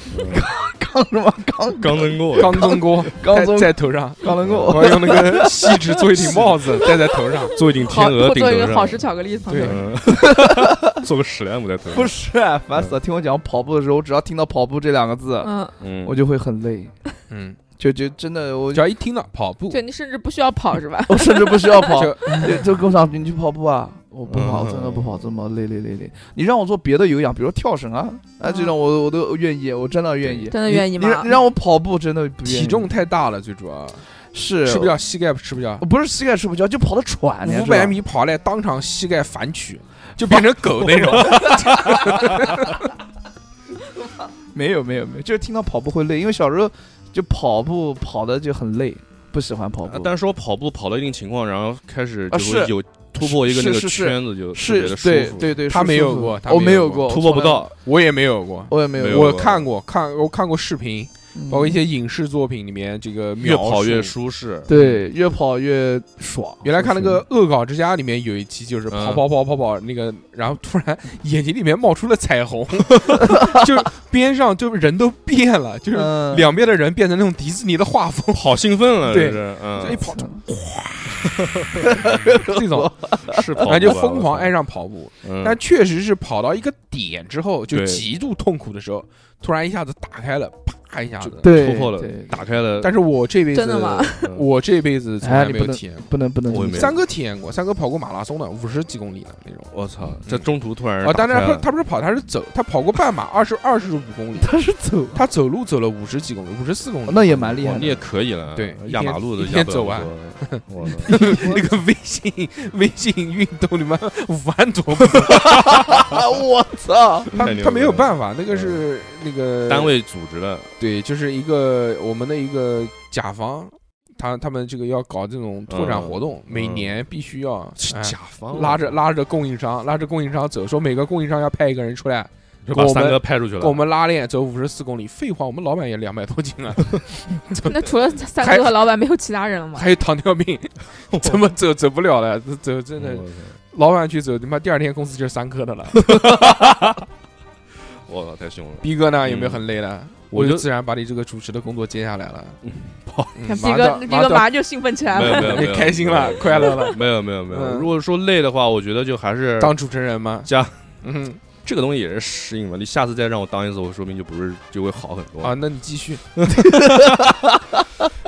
C: 刚什么刚
E: 嗯刚能过，
B: 钢针锅
C: 刚
B: 在
C: 中
B: 在头 上，
C: 刚能够，
B: 我用那个 锡纸做一顶帽子戴在头上。
E: 做一顶天
D: 好，
E: 鹅
D: 我
E: 顶
D: 做一
E: 头
D: 个
E: 上，
D: 好吃巧克力旁边
B: 对。
E: 嗯做个史莱姆在头
C: 不
E: 上，
C: 是烦死了！听我讲跑步的时候，我只要听到跑步这两个字，
D: 嗯，
E: 嗯，
C: 我就会很累，
B: 嗯，
C: 就就真的我
B: 只要一听到跑步，
D: 对你甚至不需要跑 是吧？
C: 我甚至不需要跑，
B: 就
C: 对，就跟我讲你去跑步啊，我不跑，
E: 嗯
C: 真的不跑，这么累累累累。你让我做别的有氧，比如跳绳啊，啊这种我我都愿意，我真的愿意，
D: 真的愿意
C: 你
D: 吗
C: 你让你让我跑步真的不愿意，
B: 体重太大了，最主要
C: 是
B: 吃不，了，膝盖吃不了
C: 我。不是膝盖吃不消，就跑得喘，你知道
B: 五
C: 吧
B: 百米跑来，当场膝盖反曲，就变成狗那种。
C: 没有没有没有，就是听到跑步会累，因为小时候就跑步跑的就很累，不喜欢跑
E: 啊
C: 步，
E: 但是说跑步跑到一定情况，然后开始
C: 啊
E: 就是会有突破一个
C: 是
E: 那个
C: 是是
E: 圈子，就特别
C: 是
E: 的舒
C: 对
E: 服，
C: 对对，
B: 他
C: 是
B: 没有
C: 舒服
B: 过他
C: 我
B: 没
C: 没
B: 有
C: 有
B: 过
C: 过，
E: 突破
C: 从
E: 不
C: 来，
E: 到，
B: 我也没有过，
C: 我也没
E: 没
C: 有
E: 有
C: 过，
B: 我看过看我看过视频，
C: 嗯
B: 包括一些影视作品里面这个
E: 越
B: 描
E: 跑越
B: 述。
E: 舒适。
C: 对越跑越爽。
B: 原来看那
C: 就是
B: 个《恶搞之家》里面有一期，就是跑
E: 嗯
B: 跑跑跑跑那个，然后突然眼睛里面冒出了彩虹，就是边上就人都变了，就是
C: 嗯
B: 呃两边的人变成那种迪士尼的画风，
E: 好兴奋啊！
B: 对
E: 这是，
B: 这一
E: 嗯，
B: 跑
C: 嗯
B: 这种，
E: 是 跑
B: 然
E: 步吧，
B: 后就疯狂爱
E: 上，
B: 上跑步。
E: 嗯
B: 但确实是跑到一个点之后，就
E: 对
B: 极度痛苦的时候，突然一下子打开了，啪一下子。
C: 对
E: 突破了
C: 对，
E: 打开了。
B: 但是我这辈子
D: 真的吗？
E: 嗯
B: 我这辈子从
C: 哎
B: 来
C: 你
B: 没
C: 不
B: 有
C: 能
B: 体验过。
C: 不能不能
E: 我
C: 这
E: 也
C: 么
E: 没
C: 讲，
E: 有
B: 三哥体验过，三哥跑过马拉松的，五十几公里的那种。嗯
E: 我操，在中途突然
B: 哦，当
E: 打
B: 然
E: 开
B: 他
E: 了
B: 他不是跑，他是走，他跑过半马，二十二十五公里，
C: 他是走，
B: 他走路走了五十几公里，五十四公 里，
C: 那也蛮厉害
E: 哇
C: 的
E: 哦你也可以了，
B: 对一
E: 压
B: 天
E: 马路都
B: 一
E: 压
B: 天
E: 不了
B: 走
E: 那么
B: 完
E: 多，我 操
B: 那个微信微信运动里面五万多步，
C: 啊！我操，
B: 他
E: 太 牛
B: 他没有
E: 了嗯
B: 办法，那个是那那个
E: 单位组织的，
B: 对，就是一个我们的一个甲方，他他们这个要搞这种拓展活动，每年必须要、
E: 嗯是
B: 哎
E: 甲方啊
B: 拉着拉着供应商，拉着供应商走，说每个供应商要派一个人出来
E: 就把
B: 我
E: 三
B: 们
E: 哥派出去了
B: 跟我。们拉练走五十四公里。废话，我们老板也两百多 斤啊，
D: 那除了三哥和老板，没有其他人了吗？
B: 还有糖尿病，怎么走走不了了？走真的，老板去走，他妈第二天公司就是三颗的了。
E: 我操，太凶了！
B: 逼哥呢，
E: 嗯
B: 有没有很累了？
E: 我
B: 我
E: 就
B: 就自然把你这个主持的工作接下来了。嗯
D: 看
B: 马上
D: 逼哥，
B: 到
D: 逼
B: 马上
D: 哥
B: 到
D: 马上就兴奋起 来
E: 没有
D: 了。
E: 没有没有，
B: 你开心了
E: 没有
B: 快乐了。
E: 没有没有没有，
B: 嗯
E: 如果说累的话，我觉得就还是
B: 当主持人吗？
E: 加
B: 嗯
E: 这个东西也是适应嘛。你下次再让我当一次，我说不定就不是就会好很多。
B: 啊，那你继续。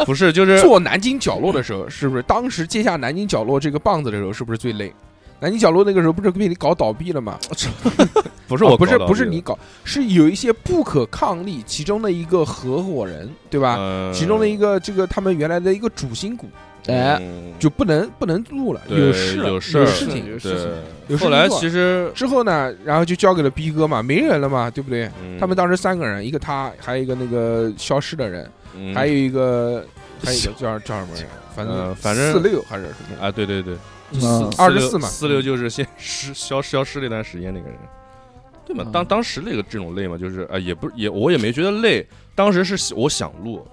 E: 不是，就是
B: 做南京角落的时候，是不是当时接下南京角落这个棒子的时候，是不是最累？南京角落那个时候不是被你搞倒闭了吗？
E: 不
B: 不
E: 哦是我、
B: 啊不是不是你，搞，是有一些不可抗力，其中的一个合伙人，对吧？
E: 嗯
B: 其中的一个这个他们原来的一个主心骨，哎，
E: 嗯
B: 就不能不能录了，
E: 对
B: 有事了
E: 有
B: 有
E: 事儿
B: 事情
C: 有事
B: 情。
E: 对。
B: 有事
E: 后来
B: 情做
E: 其实
B: 之后呢，然后就交给了逼哥嘛，没人了嘛，对不对？他
E: 嗯
B: 们当时三个人，一个他，还有一个那个消失的人，
E: 嗯
B: 还有一个还有一个叫叫什么人？反
E: 呃
B: 正
E: 反正
B: 四六还是什么？
E: 啊，对对对，
C: 嗯
B: 二十四嘛
E: 四六就是先失消消失那段时间那个人，对嘛？
C: 嗯
E: 当当时那个这种累嘛，就是啊、也不也我也没觉得累，当时是我想录，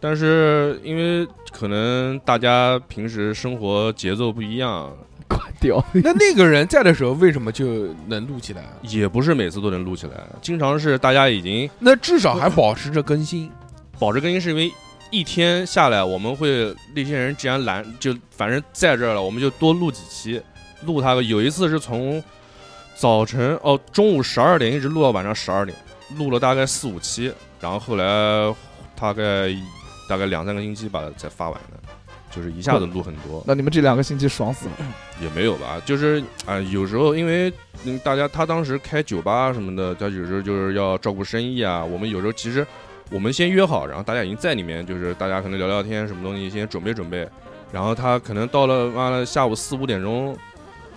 E: 但是因为可能大家平时生活节奏不一样，
C: 挂掉。
B: 那那个人在的时候，为什么就能录起来？啊
E: 也不是每次都能录起来，经常是大家已经
B: 那至少还保持着更新。
E: 保持更新，是因为一天下来，我们会那些人既然懒，就反正在这儿了，我们就多录几期，录他个。有一次是从早晨哦中午十二点一直录到晚上十二点，录了大概四五期，然后后来大概大概两三个星期吧才发完的，就是一下子录很多。
C: 那你们这两个星期爽死了，。
E: 也没有吧，就是啊、有时候因为嗯，大家他当时开酒吧什么的，他有时候就是要照顾生意啊。我们有时候其实我们先约好，然后大家已经在里面，就是大家可能聊聊天，什么东西先准备准备。然后他可能到了妈的下午四五点钟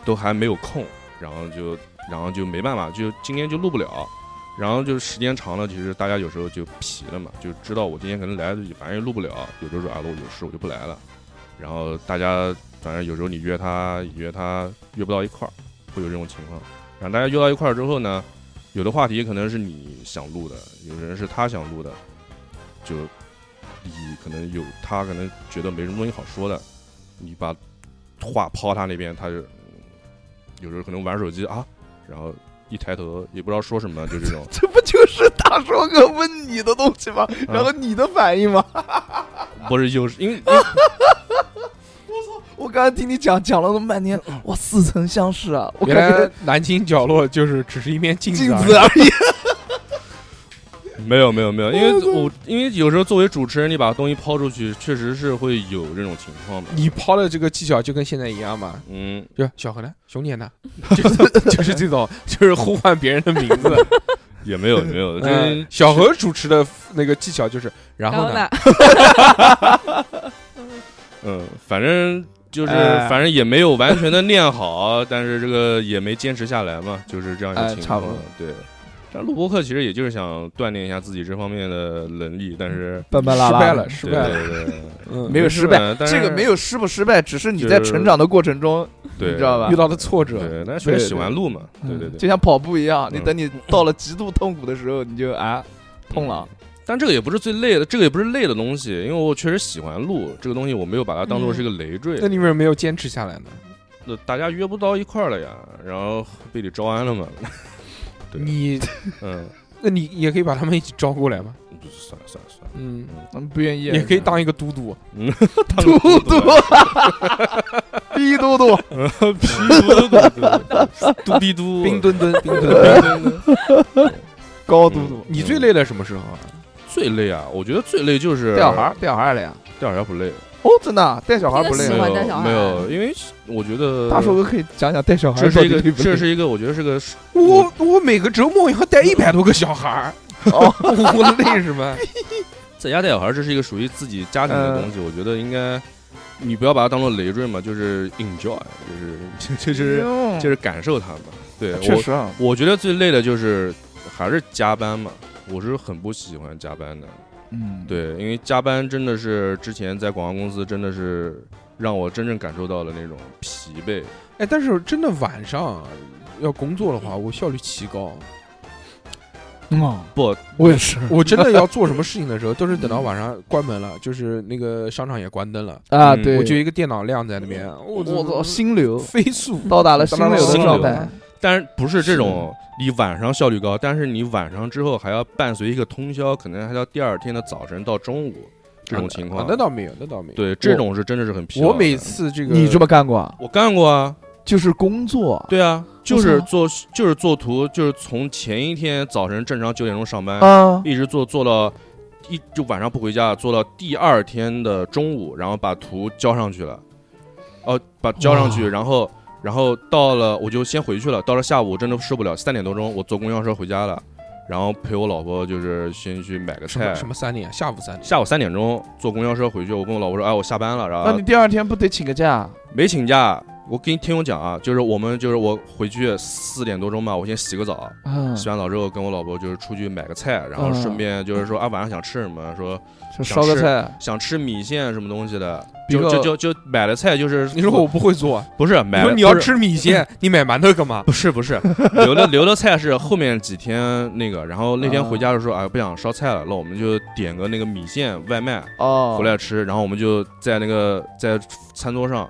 E: 都还没有空，然后就然后就没办法，就今天就录不了。然后就时间长了，其实大家有时候就疲了嘛，就知道我今天可能来，反正也录不了。有时候说啊，我有事我就不来了。然后大家反正有时候你约他约他约不到一块儿，会有这种情况。然后大家约到一块儿之后呢，有的话题可能是你想录的，有的人是他想录的，就你可能有他可能觉得没什么东西好说的，你把话抛他那边，他就嗯有时候可能玩手机啊，然后一抬头也不知道说什么，就这种
C: 这不就是大硕哥问你的东西吗？然后你的反应吗？
E: 不是有时因为
C: 我刚才听你讲讲了那么半天，哇，似曾相识啊！我
B: 原
C: 感觉
B: 来南京角落就是只是一面镜啊
C: 镜
B: 而已
C: 子而已。
E: 没有没有没有，因为我因为有时候作为主持人，你把东西抛出去，确实是会有这种情况的。
B: 你抛的这个技巧就跟现在一样嘛？
E: 嗯，
B: 就小何呢，熊姐 呢，就是就是这种，就是呼唤别人的名字。
E: 也没有没有，
B: 嗯
E: 这，
B: 小何主持的那个技巧就是，然
D: 然
B: 后
D: 后
B: 呢
D: 呢，？
E: 嗯，反正就是
C: 哎
E: 反正也没有完全的练好，但是这个也没坚持下来嘛，就是这样一个
C: 哎
E: 情
C: 差
E: 况
C: 不多。
E: 对，但录播课其实也就是想锻炼一下自己这方面的能力，但是
C: 笨笨
B: 失
C: 拉
B: 败
C: 拉
B: 了，
C: 的，
B: 失
E: 对
B: 败了，
E: 对对
B: 嗯，
C: 没有失败，
E: 但 是
C: 这个没有失不失败，只是你
E: 就
C: 在
E: 是
C: 成长的过程中，
E: 对，
C: 你知道吧
B: 遇到的挫折，
E: 对，但是确实喜欢录嘛，
C: 对嗯
E: 对
C: 对
E: 对对
C: 就。像跑步一样，你
E: 嗯
C: 等你到了极度痛苦的时候，你就啊痛了。
E: 但这个也不是最累的，这个也不是累的东西，因为我确实喜欢录这个东西，我没有把它当做是一个累赘。
C: 嗯
B: 那你为什么没有坚持下来呢？
E: 那大家约不到一块儿了呀，然后被你招安了嘛，对
B: 你，
E: 嗯，
B: 那你也可以把他们一起招过来嘛，
E: 就算了算了算了，
B: 嗯，
C: 嗯，不愿意，
B: 也可以当一个嘟嘟，
E: 当
C: 嘟
E: 个
C: 嘟
E: 嘟吧，
C: 逼嘟嘟，
E: 皮嘟嘟，嘟逼 嘟，
B: 冰墩墩，冰墩墩。
E: 对
C: 高嘟嘟，
B: 你最累的什么时候啊？
E: 最累啊！我觉得最累就是
C: 带小孩儿，，带小孩儿了呀？
E: 带小孩不累，
C: 哦，真的啊带小孩儿不累
D: 喜
E: 没
D: 欢
C: 吗？
D: 带
E: 有
D: 小孩
E: 没有，因为我觉得
C: 大硕哥可以讲讲带小孩
E: 这
C: 儿到
E: 是一
C: 底累
E: 个
C: 不累。
E: 这是一个，我觉得是个
B: 我我每个周末要带一百多个小孩儿，
C: 哦，
B: 我累什么？
E: 在家带小孩，这是一个属于自己家庭
C: 呃
E: 的东西，我觉得应该你不要把它当做累赘嘛，就是 enjoy，就是就是
C: 嗯
E: 就是感受它嘛。对，
C: 确
E: 我
C: 实啊，
E: 我觉得最累的就是还是加班嘛，我是很不喜欢加班的。
C: 嗯，，
E: 对，因为加班真的是之前在广告公司真的是让我真正感受到了那种疲惫。
B: 哎，但是真的晚上要工作的话，我效率奇高。
C: 哦，
E: 不，
C: 我也是
B: 我真的要做什么事情的时候，都是等到晚上关门了，就是那个商场也关灯了，
C: 啊，
E: 嗯
C: 对，
B: 我就一个电脑亮在那边，
C: 我
B: 我
C: 操，心流
B: 飞速。
C: 到达了心流的
E: 心流
C: 状态，
E: 但是不是这种你晚上效率高，但是你晚上之后还要伴随一个通宵，可能还到第二天的早晨到中午这种情
B: 啊
E: 况。
B: 那倒没有，那倒没有。
E: 对，这种是真的是很疲劳
B: 我
E: 的。
B: 每次这个
C: 你这么干过啊？
E: 我干过啊，
C: 就是工作，
E: 对啊，就
C: 为
E: 是
C: 啥
E: 做就是做图，就是从前一天早晨正常九点钟上班，
C: 啊，
E: 一直做做到一就晚上不回家，做到第二天的中午，然后把图交上去了，哦，把交上去，
C: 哇
E: 然后然后到了我就先回去了，到了下午真的受不了，三点多钟我坐公交车回家了，然后陪我老婆就是先去买个
B: 什么
E: 菜，
B: 什么三点，下午三点。
E: 哎下午三点钟坐公交车回去，我跟我老婆说，哎，我下班了，然
C: 那
E: 后
C: 你第二天不得请个假？
E: 没请假。我给你听我讲啊，就是我们就是我回去四点多钟吧，我先洗个澡，
C: 嗯，
E: 洗完澡之后跟我老婆就是出去买个菜，然
B: 嗯
E: 后顺便就是说啊晚上想吃什么，说
C: 就烧个
E: 想吃
C: 菜，
E: 想吃米线什么东西的，
C: 比
E: 就
C: 个
E: 就就就买了菜就是
B: 你说我不会做，
E: 不是
B: 你
E: 买
B: 说
E: 了
B: 你要
E: 不是
B: 吃米线，你买馒头干嘛？
E: 不是 不是留的留的菜是后面几天那个，然后那天
B: 嗯
E: 回家的时候哎不想烧菜了，那我们就点个那个米线外卖
C: 哦，
E: 回来吃，然后我们就在那个在餐桌上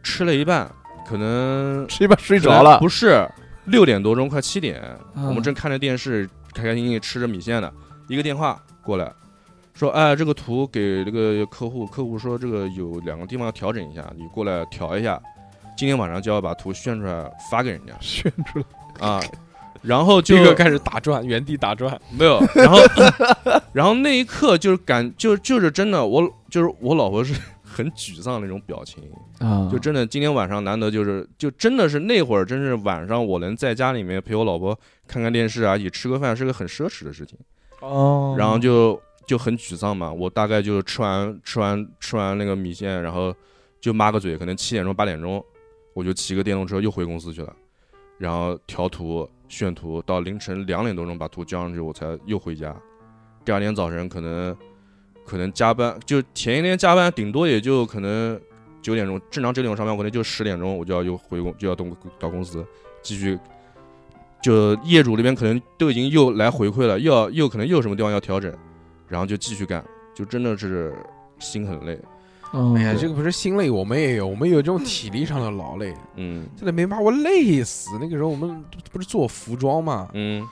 E: 吃了一半，可能
C: 吃一半睡着了
E: 不，是六点多钟快七点，
C: 嗯
E: 我们正看着电视，开开心心吃着米线呢，一个电话过来，说哎，这个图给这个客户，客户说这个有两个地方要调整一下，你过来调一下，今天晚上就要把图炫出来发给人家
C: 炫出来，
E: 啊。然后就
B: 这个开始打转，原地打转。
E: 没有，然后 然后那一刻就是感就就是真的，我就是我老婆是 很沮丧那种表情，
C: 啊
E: 就真的今天晚上难得就是就真的是那会儿真是晚上我能在家里面陪我老婆看看电视啊，一起吃个饭是个很奢侈的事情。
C: 哦，
E: 然后就就很沮丧嘛。我大概就是吃完吃完吃完那个米线，然后就抹个嘴，可能七点钟八点钟，我就骑个电动车又回公司去了，然后调图炫图，到凌晨两点多钟把图交上去，我才又回家。第二天早晨可能可能加班，就前一天加班顶多也就可能九点钟，正常九点钟上班，我可能就十点钟我就要又回公就要到到公司继续就业主那边可能都已经又来回馈了，又要又可能又有什么地方要调整，然后就继续干，就真的是心很累，
C: 哦
B: 哎呀，
E: 对
B: 这个不是心累，我们也有，我们有这种体力上的劳累，
E: 嗯
B: 真的没把我累死。那个时候我们不是做服装嘛，
E: 嗯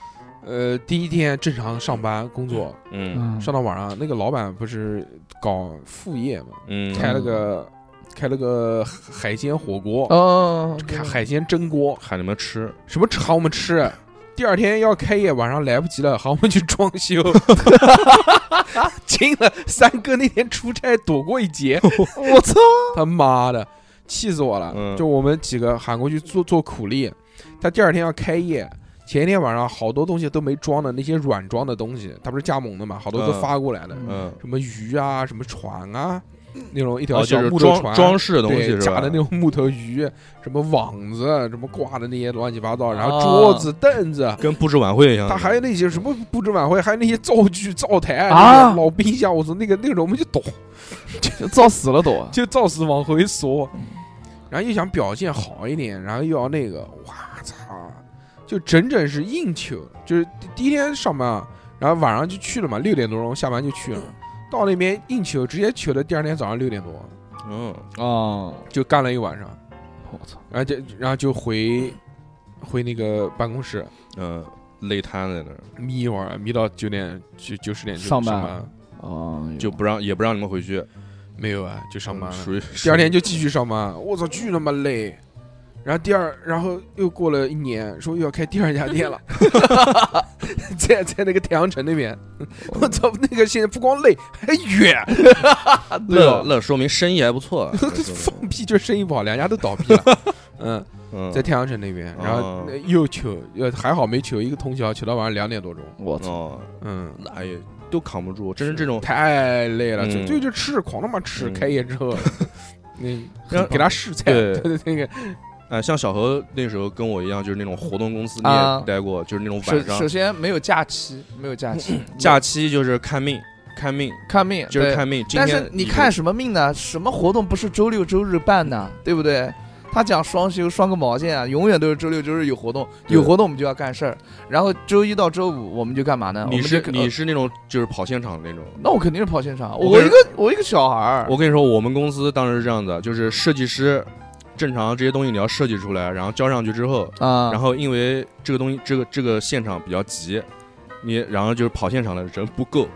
B: 呃，第一天正常上班工作，
E: 嗯
C: 嗯
B: 上到晚上，那个老板不是搞副业嘛，
E: 嗯，
B: 开了个开了个海鲜火锅，
C: 哦，
B: 开海鲜蒸锅，
E: 喊你们吃，
B: 什么喊我们吃。第二天要开业，晚上来不及了，喊我们去装修。 惊了，三哥那天出差躲过一 劫，
C: 我操，
B: 他妈的，气死我了！
E: 嗯
B: 就我们几个喊过去做做苦力，他第二天要开业，前一天晚上好多东西都没装的，那些软装的东西，他不是加盟的嘛，好多都
E: 嗯
B: 发过来的，
E: 嗯，
B: 什么鱼啊，什么船啊，那种一条
E: 哦，
B: 小
E: 就是
B: 木头
E: 装
B: 船，
E: 装饰的东西
B: 对，
E: 是吧
B: 假的？那种木头鱼，什么网子，啊什么挂的那些乱七八糟，然后
C: 哦
B: 桌子、凳子。
E: 跟布置晚会一样的，
B: 他还有那些什么布置晚会，还有那些灶具、灶台
C: 啊
B: 那些老冰箱，我操，那个那种我们就懂，
C: 就造死了都，
B: 就照实往回缩，然后又想表现好一点，然后又要那个，哇操，就整整是硬求，就是第第一天上班啊，然后晚上就去了嘛，六点多钟下班就去了，到那边硬求，直接求的第二天早上六点多
E: 嗯
C: 哦，
B: 就干了一晚上，
C: 我操，
B: 然后就然后就回回那个办公室
E: 嗯，累瘫在那儿，
B: 眯一会儿，眯到九点九九十点就
C: 上班
B: 班，
C: 哦，
E: 就不让也不让你们回去嗯
B: 没有啊，就上班了。
E: 属于
B: 第二天就继续上班，我操，巨他妈累。然后第二，然后又过了一年，说又要开第二家店了， 在在那个太阳城那边，我操，那个现在不光累还远，，
E: 那那说明生意还不错
B: 放屁就是生意不好，两家都倒闭了。 嗯，
E: 嗯，
B: 在太阳城那边，然后
E: 哦
B: 那又求，呃还好没求一个通宵，求到晚上两点多钟。
C: 我操，
E: 哦，
B: 嗯，
E: 那也都扛不住，真是这种
B: 太累了，就
E: 嗯
B: 就就吃，狂他妈吃。
E: 嗯
B: 开业之后，那
E: 让
B: 给他试菜，
E: 对
B: 对那个
E: 哎，像小何那时候跟我一样，就是那种活动公司你
C: 啊
E: 也待过，就是那种
C: 首
E: 晚
C: 首
E: 上
C: 先没有假期，没有假期，
E: 假期就是看命，看命
C: 看命
E: 嗯就是
C: 对
E: 看命。今
C: 但
E: 天
C: 是你
E: 就
C: 看什么命呢？什么活动不是周六周日办呢？对不对？他讲双休双个毛线啊，永远都是周六周日有活动，
E: 对
C: 有活动我们就要干事儿，然后周一到周五我们就干嘛呢？我
E: 你
C: 们
E: 是
C: 就呃
E: 你是那种就是跑现场的那种。
C: 那我肯定是跑现场，
E: 我
C: 我
E: 跟
C: 一个我一个小孩儿，
E: 我跟你说，我们公司当时是这样的，就是设计师，正常这些东西你要设计出来，然后交上去之后，
C: 啊，
E: 然后因为这个东西，这个这个现场比较急，你然后就是跑现场的人不够，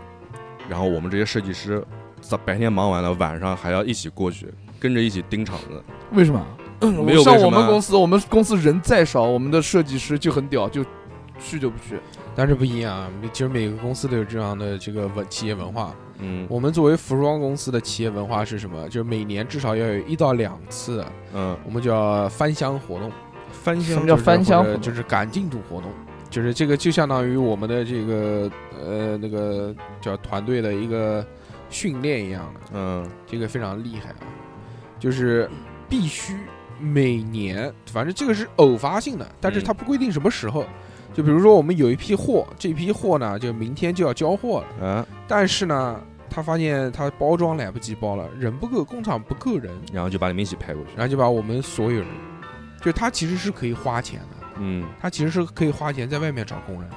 E: 然后我们这些设计师，早白天忙完了，晚上还要一起过去，跟着一起盯场子。
C: 为什么？
E: 嗯没有为
C: 像
E: 什
C: 我们
E: 么
C: 公司，我们公司人再少，我们的设计师就很屌，就去就不去。
B: 但是不一样，其实每个公司都有这样的这个文企业文化。
E: 嗯
B: 我们作为服装公司的企业文化是什么？就是每年至少要有一到两次，
E: 嗯，
B: 我们叫翻箱活动。
E: 翻
C: 什
E: 箱
C: 么叫翻箱
B: 就是或
C: 活
B: 者就
C: 动？
B: 是赶进度活动，就是这个就相当于我们的这个呃那个叫团队的一个训练一样的，
E: 嗯
B: 这个非常厉害啊，就是必须每年，反正这个是偶发性的，但是它不规定什么时候。就比如说我们有一批货，这批货呢就明天就要交货了，
E: 啊，
B: 但是呢他发现他包装来不及包了，人不够，工厂不够人，
E: 然后就把你们一起拍过去。
B: 然后就把我们所有人，就他其实是可以花钱的。
E: 嗯，
B: 他其实是可以花钱在外面找工人，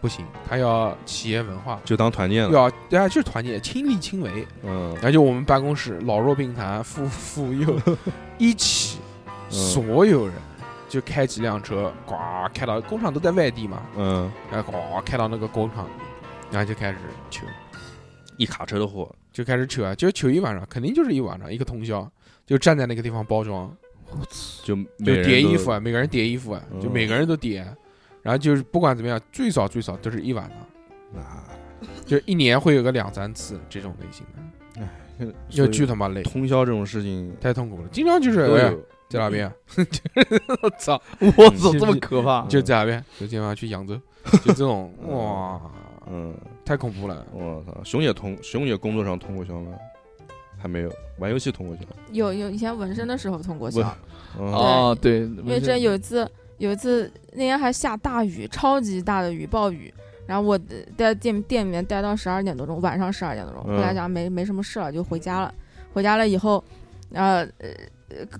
B: 不行，他要企业文化，
E: 就当团建了。
B: 要对啊，就是团结，亲力亲为。
E: 嗯
B: 然后就我们办公室老弱病残、妇妇幼一起，
E: 嗯
B: 所有人就开几辆车，呱开到工厂都在外地嘛，
E: 嗯，
B: 然后呱开到那个工厂，然后就开始求，
E: 一卡车的货，
B: 就开始求啊，就求一晚上，肯定就是一晚上一个通宵，就站在那个地方包装，
E: 就
B: 就
E: 每人
B: 叠
E: 都
B: 衣服啊，每个人叠衣服啊，就
E: 嗯
B: 每个人都叠，然后就是不管怎么样，最少最少都是一晚上。
E: 啊，
B: 就一年会有个两三次这种类型的，就
E: 所以
B: 巨他妈累，
E: 通宵这种事情
B: 太痛苦了。经常就是
E: 都
B: 哎
E: 有。嗯
B: 在哪边啊？我操！
C: 我操，这么可怕！
B: 就在哪边？就经常去扬 州，就这种
E: 嗯
B: 哇，
E: 嗯，
B: 太恐怖了。
E: 我操，熊姐通熊姐工作上通过宵吗？还没有，玩游戏通过宵。
D: 有有以前纹身的时候通过
E: 纹
D: 宵，
E: 嗯
C: 哦，对，
D: 因为这有一次，有一次那天还下大雨，超级大的雨，暴雨。然后我呃在店店里面待到十二点多钟，晚上十二点多钟。
E: 嗯
D: 后来讲没没什么事了，就回家了。回家了以后，呃呃，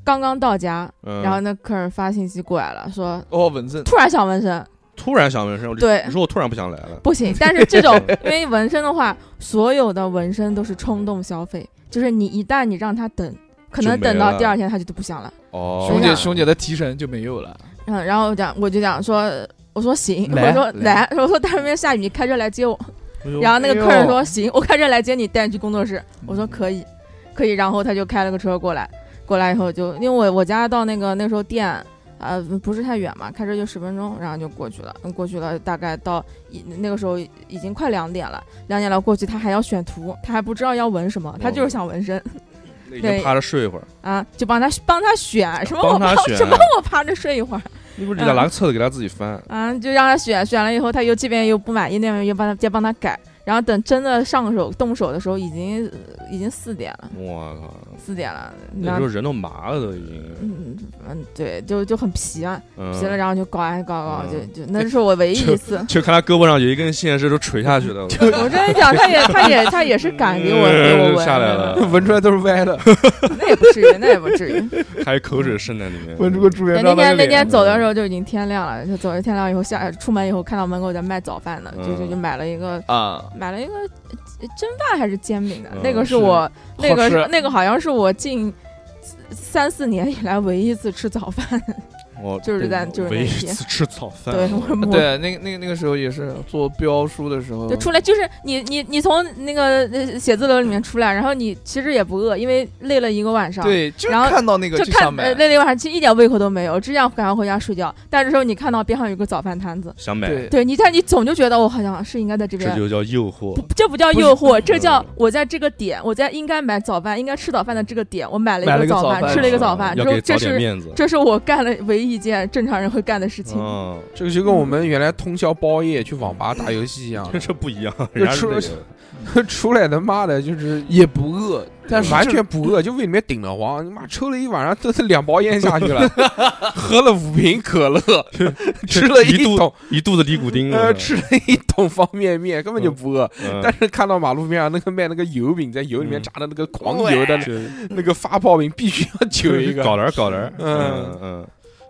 D: 刚刚到家，
E: 嗯
D: 然后那客人发信息过来了，说
C: 哦，文正
D: 突然想纹身，
E: 突然想纹身，我就
D: 对
E: 你说我突然不想来了，
D: 不行。但是 这种因为纹身的话，所有的纹身都是冲动消费，就是你一旦你让他等，可能
E: 就没
D: 等到
E: 了
D: 第二天他就都不想了。
E: 哦，
C: 熊姐
D: 对
C: 熊姐的提神就没有了。
D: 嗯，然后我讲我就讲说，我说行，
C: 来
D: 我说
C: 来
D: 来，我说但是那边下雨，你开车来接我。
E: 哎呦，
D: 然后那个客人
C: 哎
D: 说
C: 呦嗯
D: 行，我开车来接你，带你去工作室。我说可以，可以。然后他就开了个车过来，过来以后就因为我我家到那个那时候店。呃，不是太远嘛，开车就十分钟，然后就过去了。嗯过去了，大概到一那个时候已经快两点了，两点了过去，他还要选图，他还不知道要纹什么，他
C: 哦
D: 就是想纹身
E: 那已经趴着睡一会儿，
D: 啊，就帮他帮他选什么
E: 帮
D: 我
E: 他
D: 趴
E: 选
D: 什么我趴着睡一会儿，
E: 你不是
D: 嗯
E: 得拿个册子给他自己翻，
D: 啊，就让他选，选了以后他又这边又不满意，那边又帮他再帮他改，然后等真的上手动手的时候，已经呃已经四点了，
E: 我靠，
D: 四点了，
E: 那
D: 然
E: 时
D: 后
E: 候人都麻了都已经，
D: 嗯嗯对，就就很皮啊，
E: 嗯
D: 皮了，然后就搞啊搞啊搞，就
E: 嗯。
D: 就那是我唯一一次
E: 就看他胳膊上有一根线是都垂下去的，
D: 我跟你讲，他也他也他也是敢给我给我闻
E: 嗯下来了，
B: 闻出来都是歪的，
D: 那也不至于，那也不至于。
E: 还有口水渗在里面，
C: 文出个朱元
D: 那
C: 璋的
D: 天那
C: 脸
D: 天走的时候就已经天亮了，就走了天亮以后下出门以后看到门口在卖早饭的，就是
E: 嗯
D: 就买了一个
C: 啊，
D: 买了一个呃蒸饭还是煎饼的，
E: 嗯
D: 那个
C: 是
D: 是我那个
C: 好
D: 是
C: 吃
D: 那个好像是我近三四年以来唯一一次吃早饭，
E: 我
D: 就是在就是
E: 唯一
D: 那
E: 一
D: 天，
E: 次吃早饭，
D: 对我我。
C: 嗯对，那个那个那个时候也是做标书的时候，
D: 就出来就是你你你从那个呃写字楼里面出来，然后你其实也不饿，因为累了一个晚上，
C: 对，就
D: 然后
C: 看到那个
D: 就
C: 想
D: 看
C: 买
D: 呃，累了一晚上，其实一点胃口都没有，只想赶快回家睡觉。但这时候你看到边上有个早饭摊子，
E: 想买，
C: 对，
D: 对你但你总就觉得我好像是应该在这边
E: 这就叫诱惑
D: 不，这不叫诱惑，这叫
E: 嗯
D: 我在这个点，我在应该买早饭、应该吃早饭的这个点，我买了
C: 买了
D: 一
C: 个
D: 早
C: 早饭
D: 吃了一个
C: 是吧
D: 早饭，
E: 嗯要
D: 这
E: 给早
D: 这
E: 点
D: 是
E: 面子，
D: 这是我干了唯一一件正常人会干的事情。
E: 嗯，
B: 这个就跟我们原来通宵包夜去网吧打游戏一样
E: 这
B: 的，
E: 这不一样，人家是
B: 出
E: 那个
B: 出来的妈的就是
C: 也不饿，但是
B: 完
C: 就
B: 全不饿，就胃里面顶着慌，你妈抽了一晚上，都是两包烟下去了， 喝了五瓶可乐，吃了
E: 一肚
B: 桶，
E: 一肚子尼古丁，嗯
B: 呃，
E: 我
B: 吃了一桶方便面，根本就不饿。
E: 嗯
B: 但是看到马路边上那个卖那个油饼，在油里面
E: 嗯
B: 炸的那个狂油的
E: 就
B: 那个发泡饼，必须 要求一个。
E: 嗯搞点儿搞点儿，
B: 嗯
E: 嗯嗯。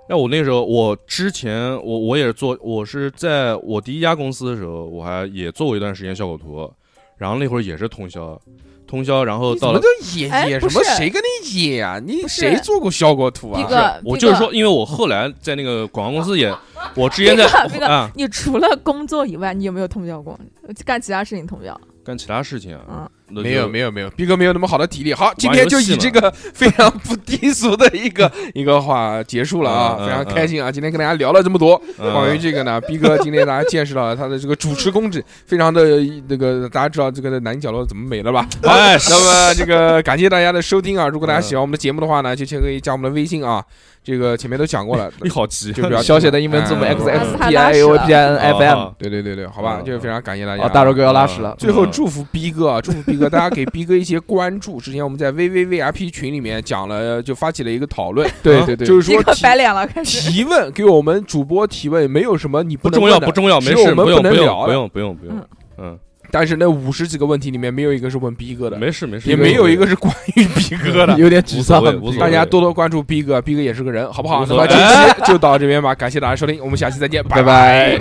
E: 那我那时候，我之前我我也是做，我是在我第一家公司的时候，我还也做过一段时间效果图，然后那会儿也是通宵，通宵，然后
B: 你怎
E: 嗯到
B: 么
E: 了
B: 都野
D: 哎
B: 野
D: 不
B: 什么？
D: 是
B: 谁跟你野啊？你
D: 不是
B: 谁做过效果图
D: 逼
B: 啊？
D: 哥，
E: 我
D: 逼
E: 就是
D: 哥
E: 说，因为我后来在那个广告公司 也，我之前在
D: 这个
E: 啊
D: 你除了工作以外，你有没有通宵过？干其他事情通宵？
E: 干其他事情啊
D: 嗯，
E: 那
B: 没有
E: 就
B: 没有没有，逼哥没有那么好的体力。好，今
E: 玩
B: 天
E: 游
B: 就
E: 戏
B: 以
E: 嘛
B: 这个 非常不低俗的一 个一个话结束了啊，
E: 嗯嗯
B: 非常开心啊！今天跟大家聊了这么多，
E: 嗯
B: 关于这个呢，逼哥今天大家见识到了他的这个主持功 底，非常的那个大家知道这个南京角落怎么美 了吧？
E: 哎，，
B: 那么这个感谢大家的收听啊！如果大家喜欢我们的节目的话呢，就可以加我们的微信啊，这个前面都讲过了
E: 你好急，
B: 就不要
C: 小写的英文字母
B: 嗯
C: x x
D: 他
C: p
D: 拉
C: i
D: 屎
C: o
D: 了
C: p i n f m。
E: 啊
B: 对对对对，好吧，
E: 嗯
B: 就是非常感谢大家
C: 哦，
B: 啊。
C: 大周哥要拉屎了。
B: 最后祝福逼哥啊，祝福逼哥，大家给逼哥一些关注。之前我们在 VVVIP 群里面讲了，就发起了一个讨论，啊
C: 对对对，
B: 就是
D: 逼
B: 说
D: 哥
B: 提
D: 白脸了，开始。
B: 提问给我们主播提问，没有什么你
E: 不
B: 不能
E: 重要
B: 问的
E: 不重要，没
B: 只有
E: 事，
B: 我们
E: 不用
B: 不
E: 不
B: 能
E: 用
B: 聊
E: 不
B: 了
E: 用不用不用
D: 嗯，
E: 嗯，
B: 但是那五十几个问题里面，没有一个是问逼哥的，
E: 没事没事，
B: 嗯也没有一个是关于逼哥的。
C: 有点沮丧
E: 无所谓无所谓
B: 大家多多关注逼哥，逼哥也是个人，好不好？
E: 无
B: 那
E: 所
B: 么
E: 谓
B: 这期就到这边吧，感谢大家收听，我们下期再见，拜
C: 拜。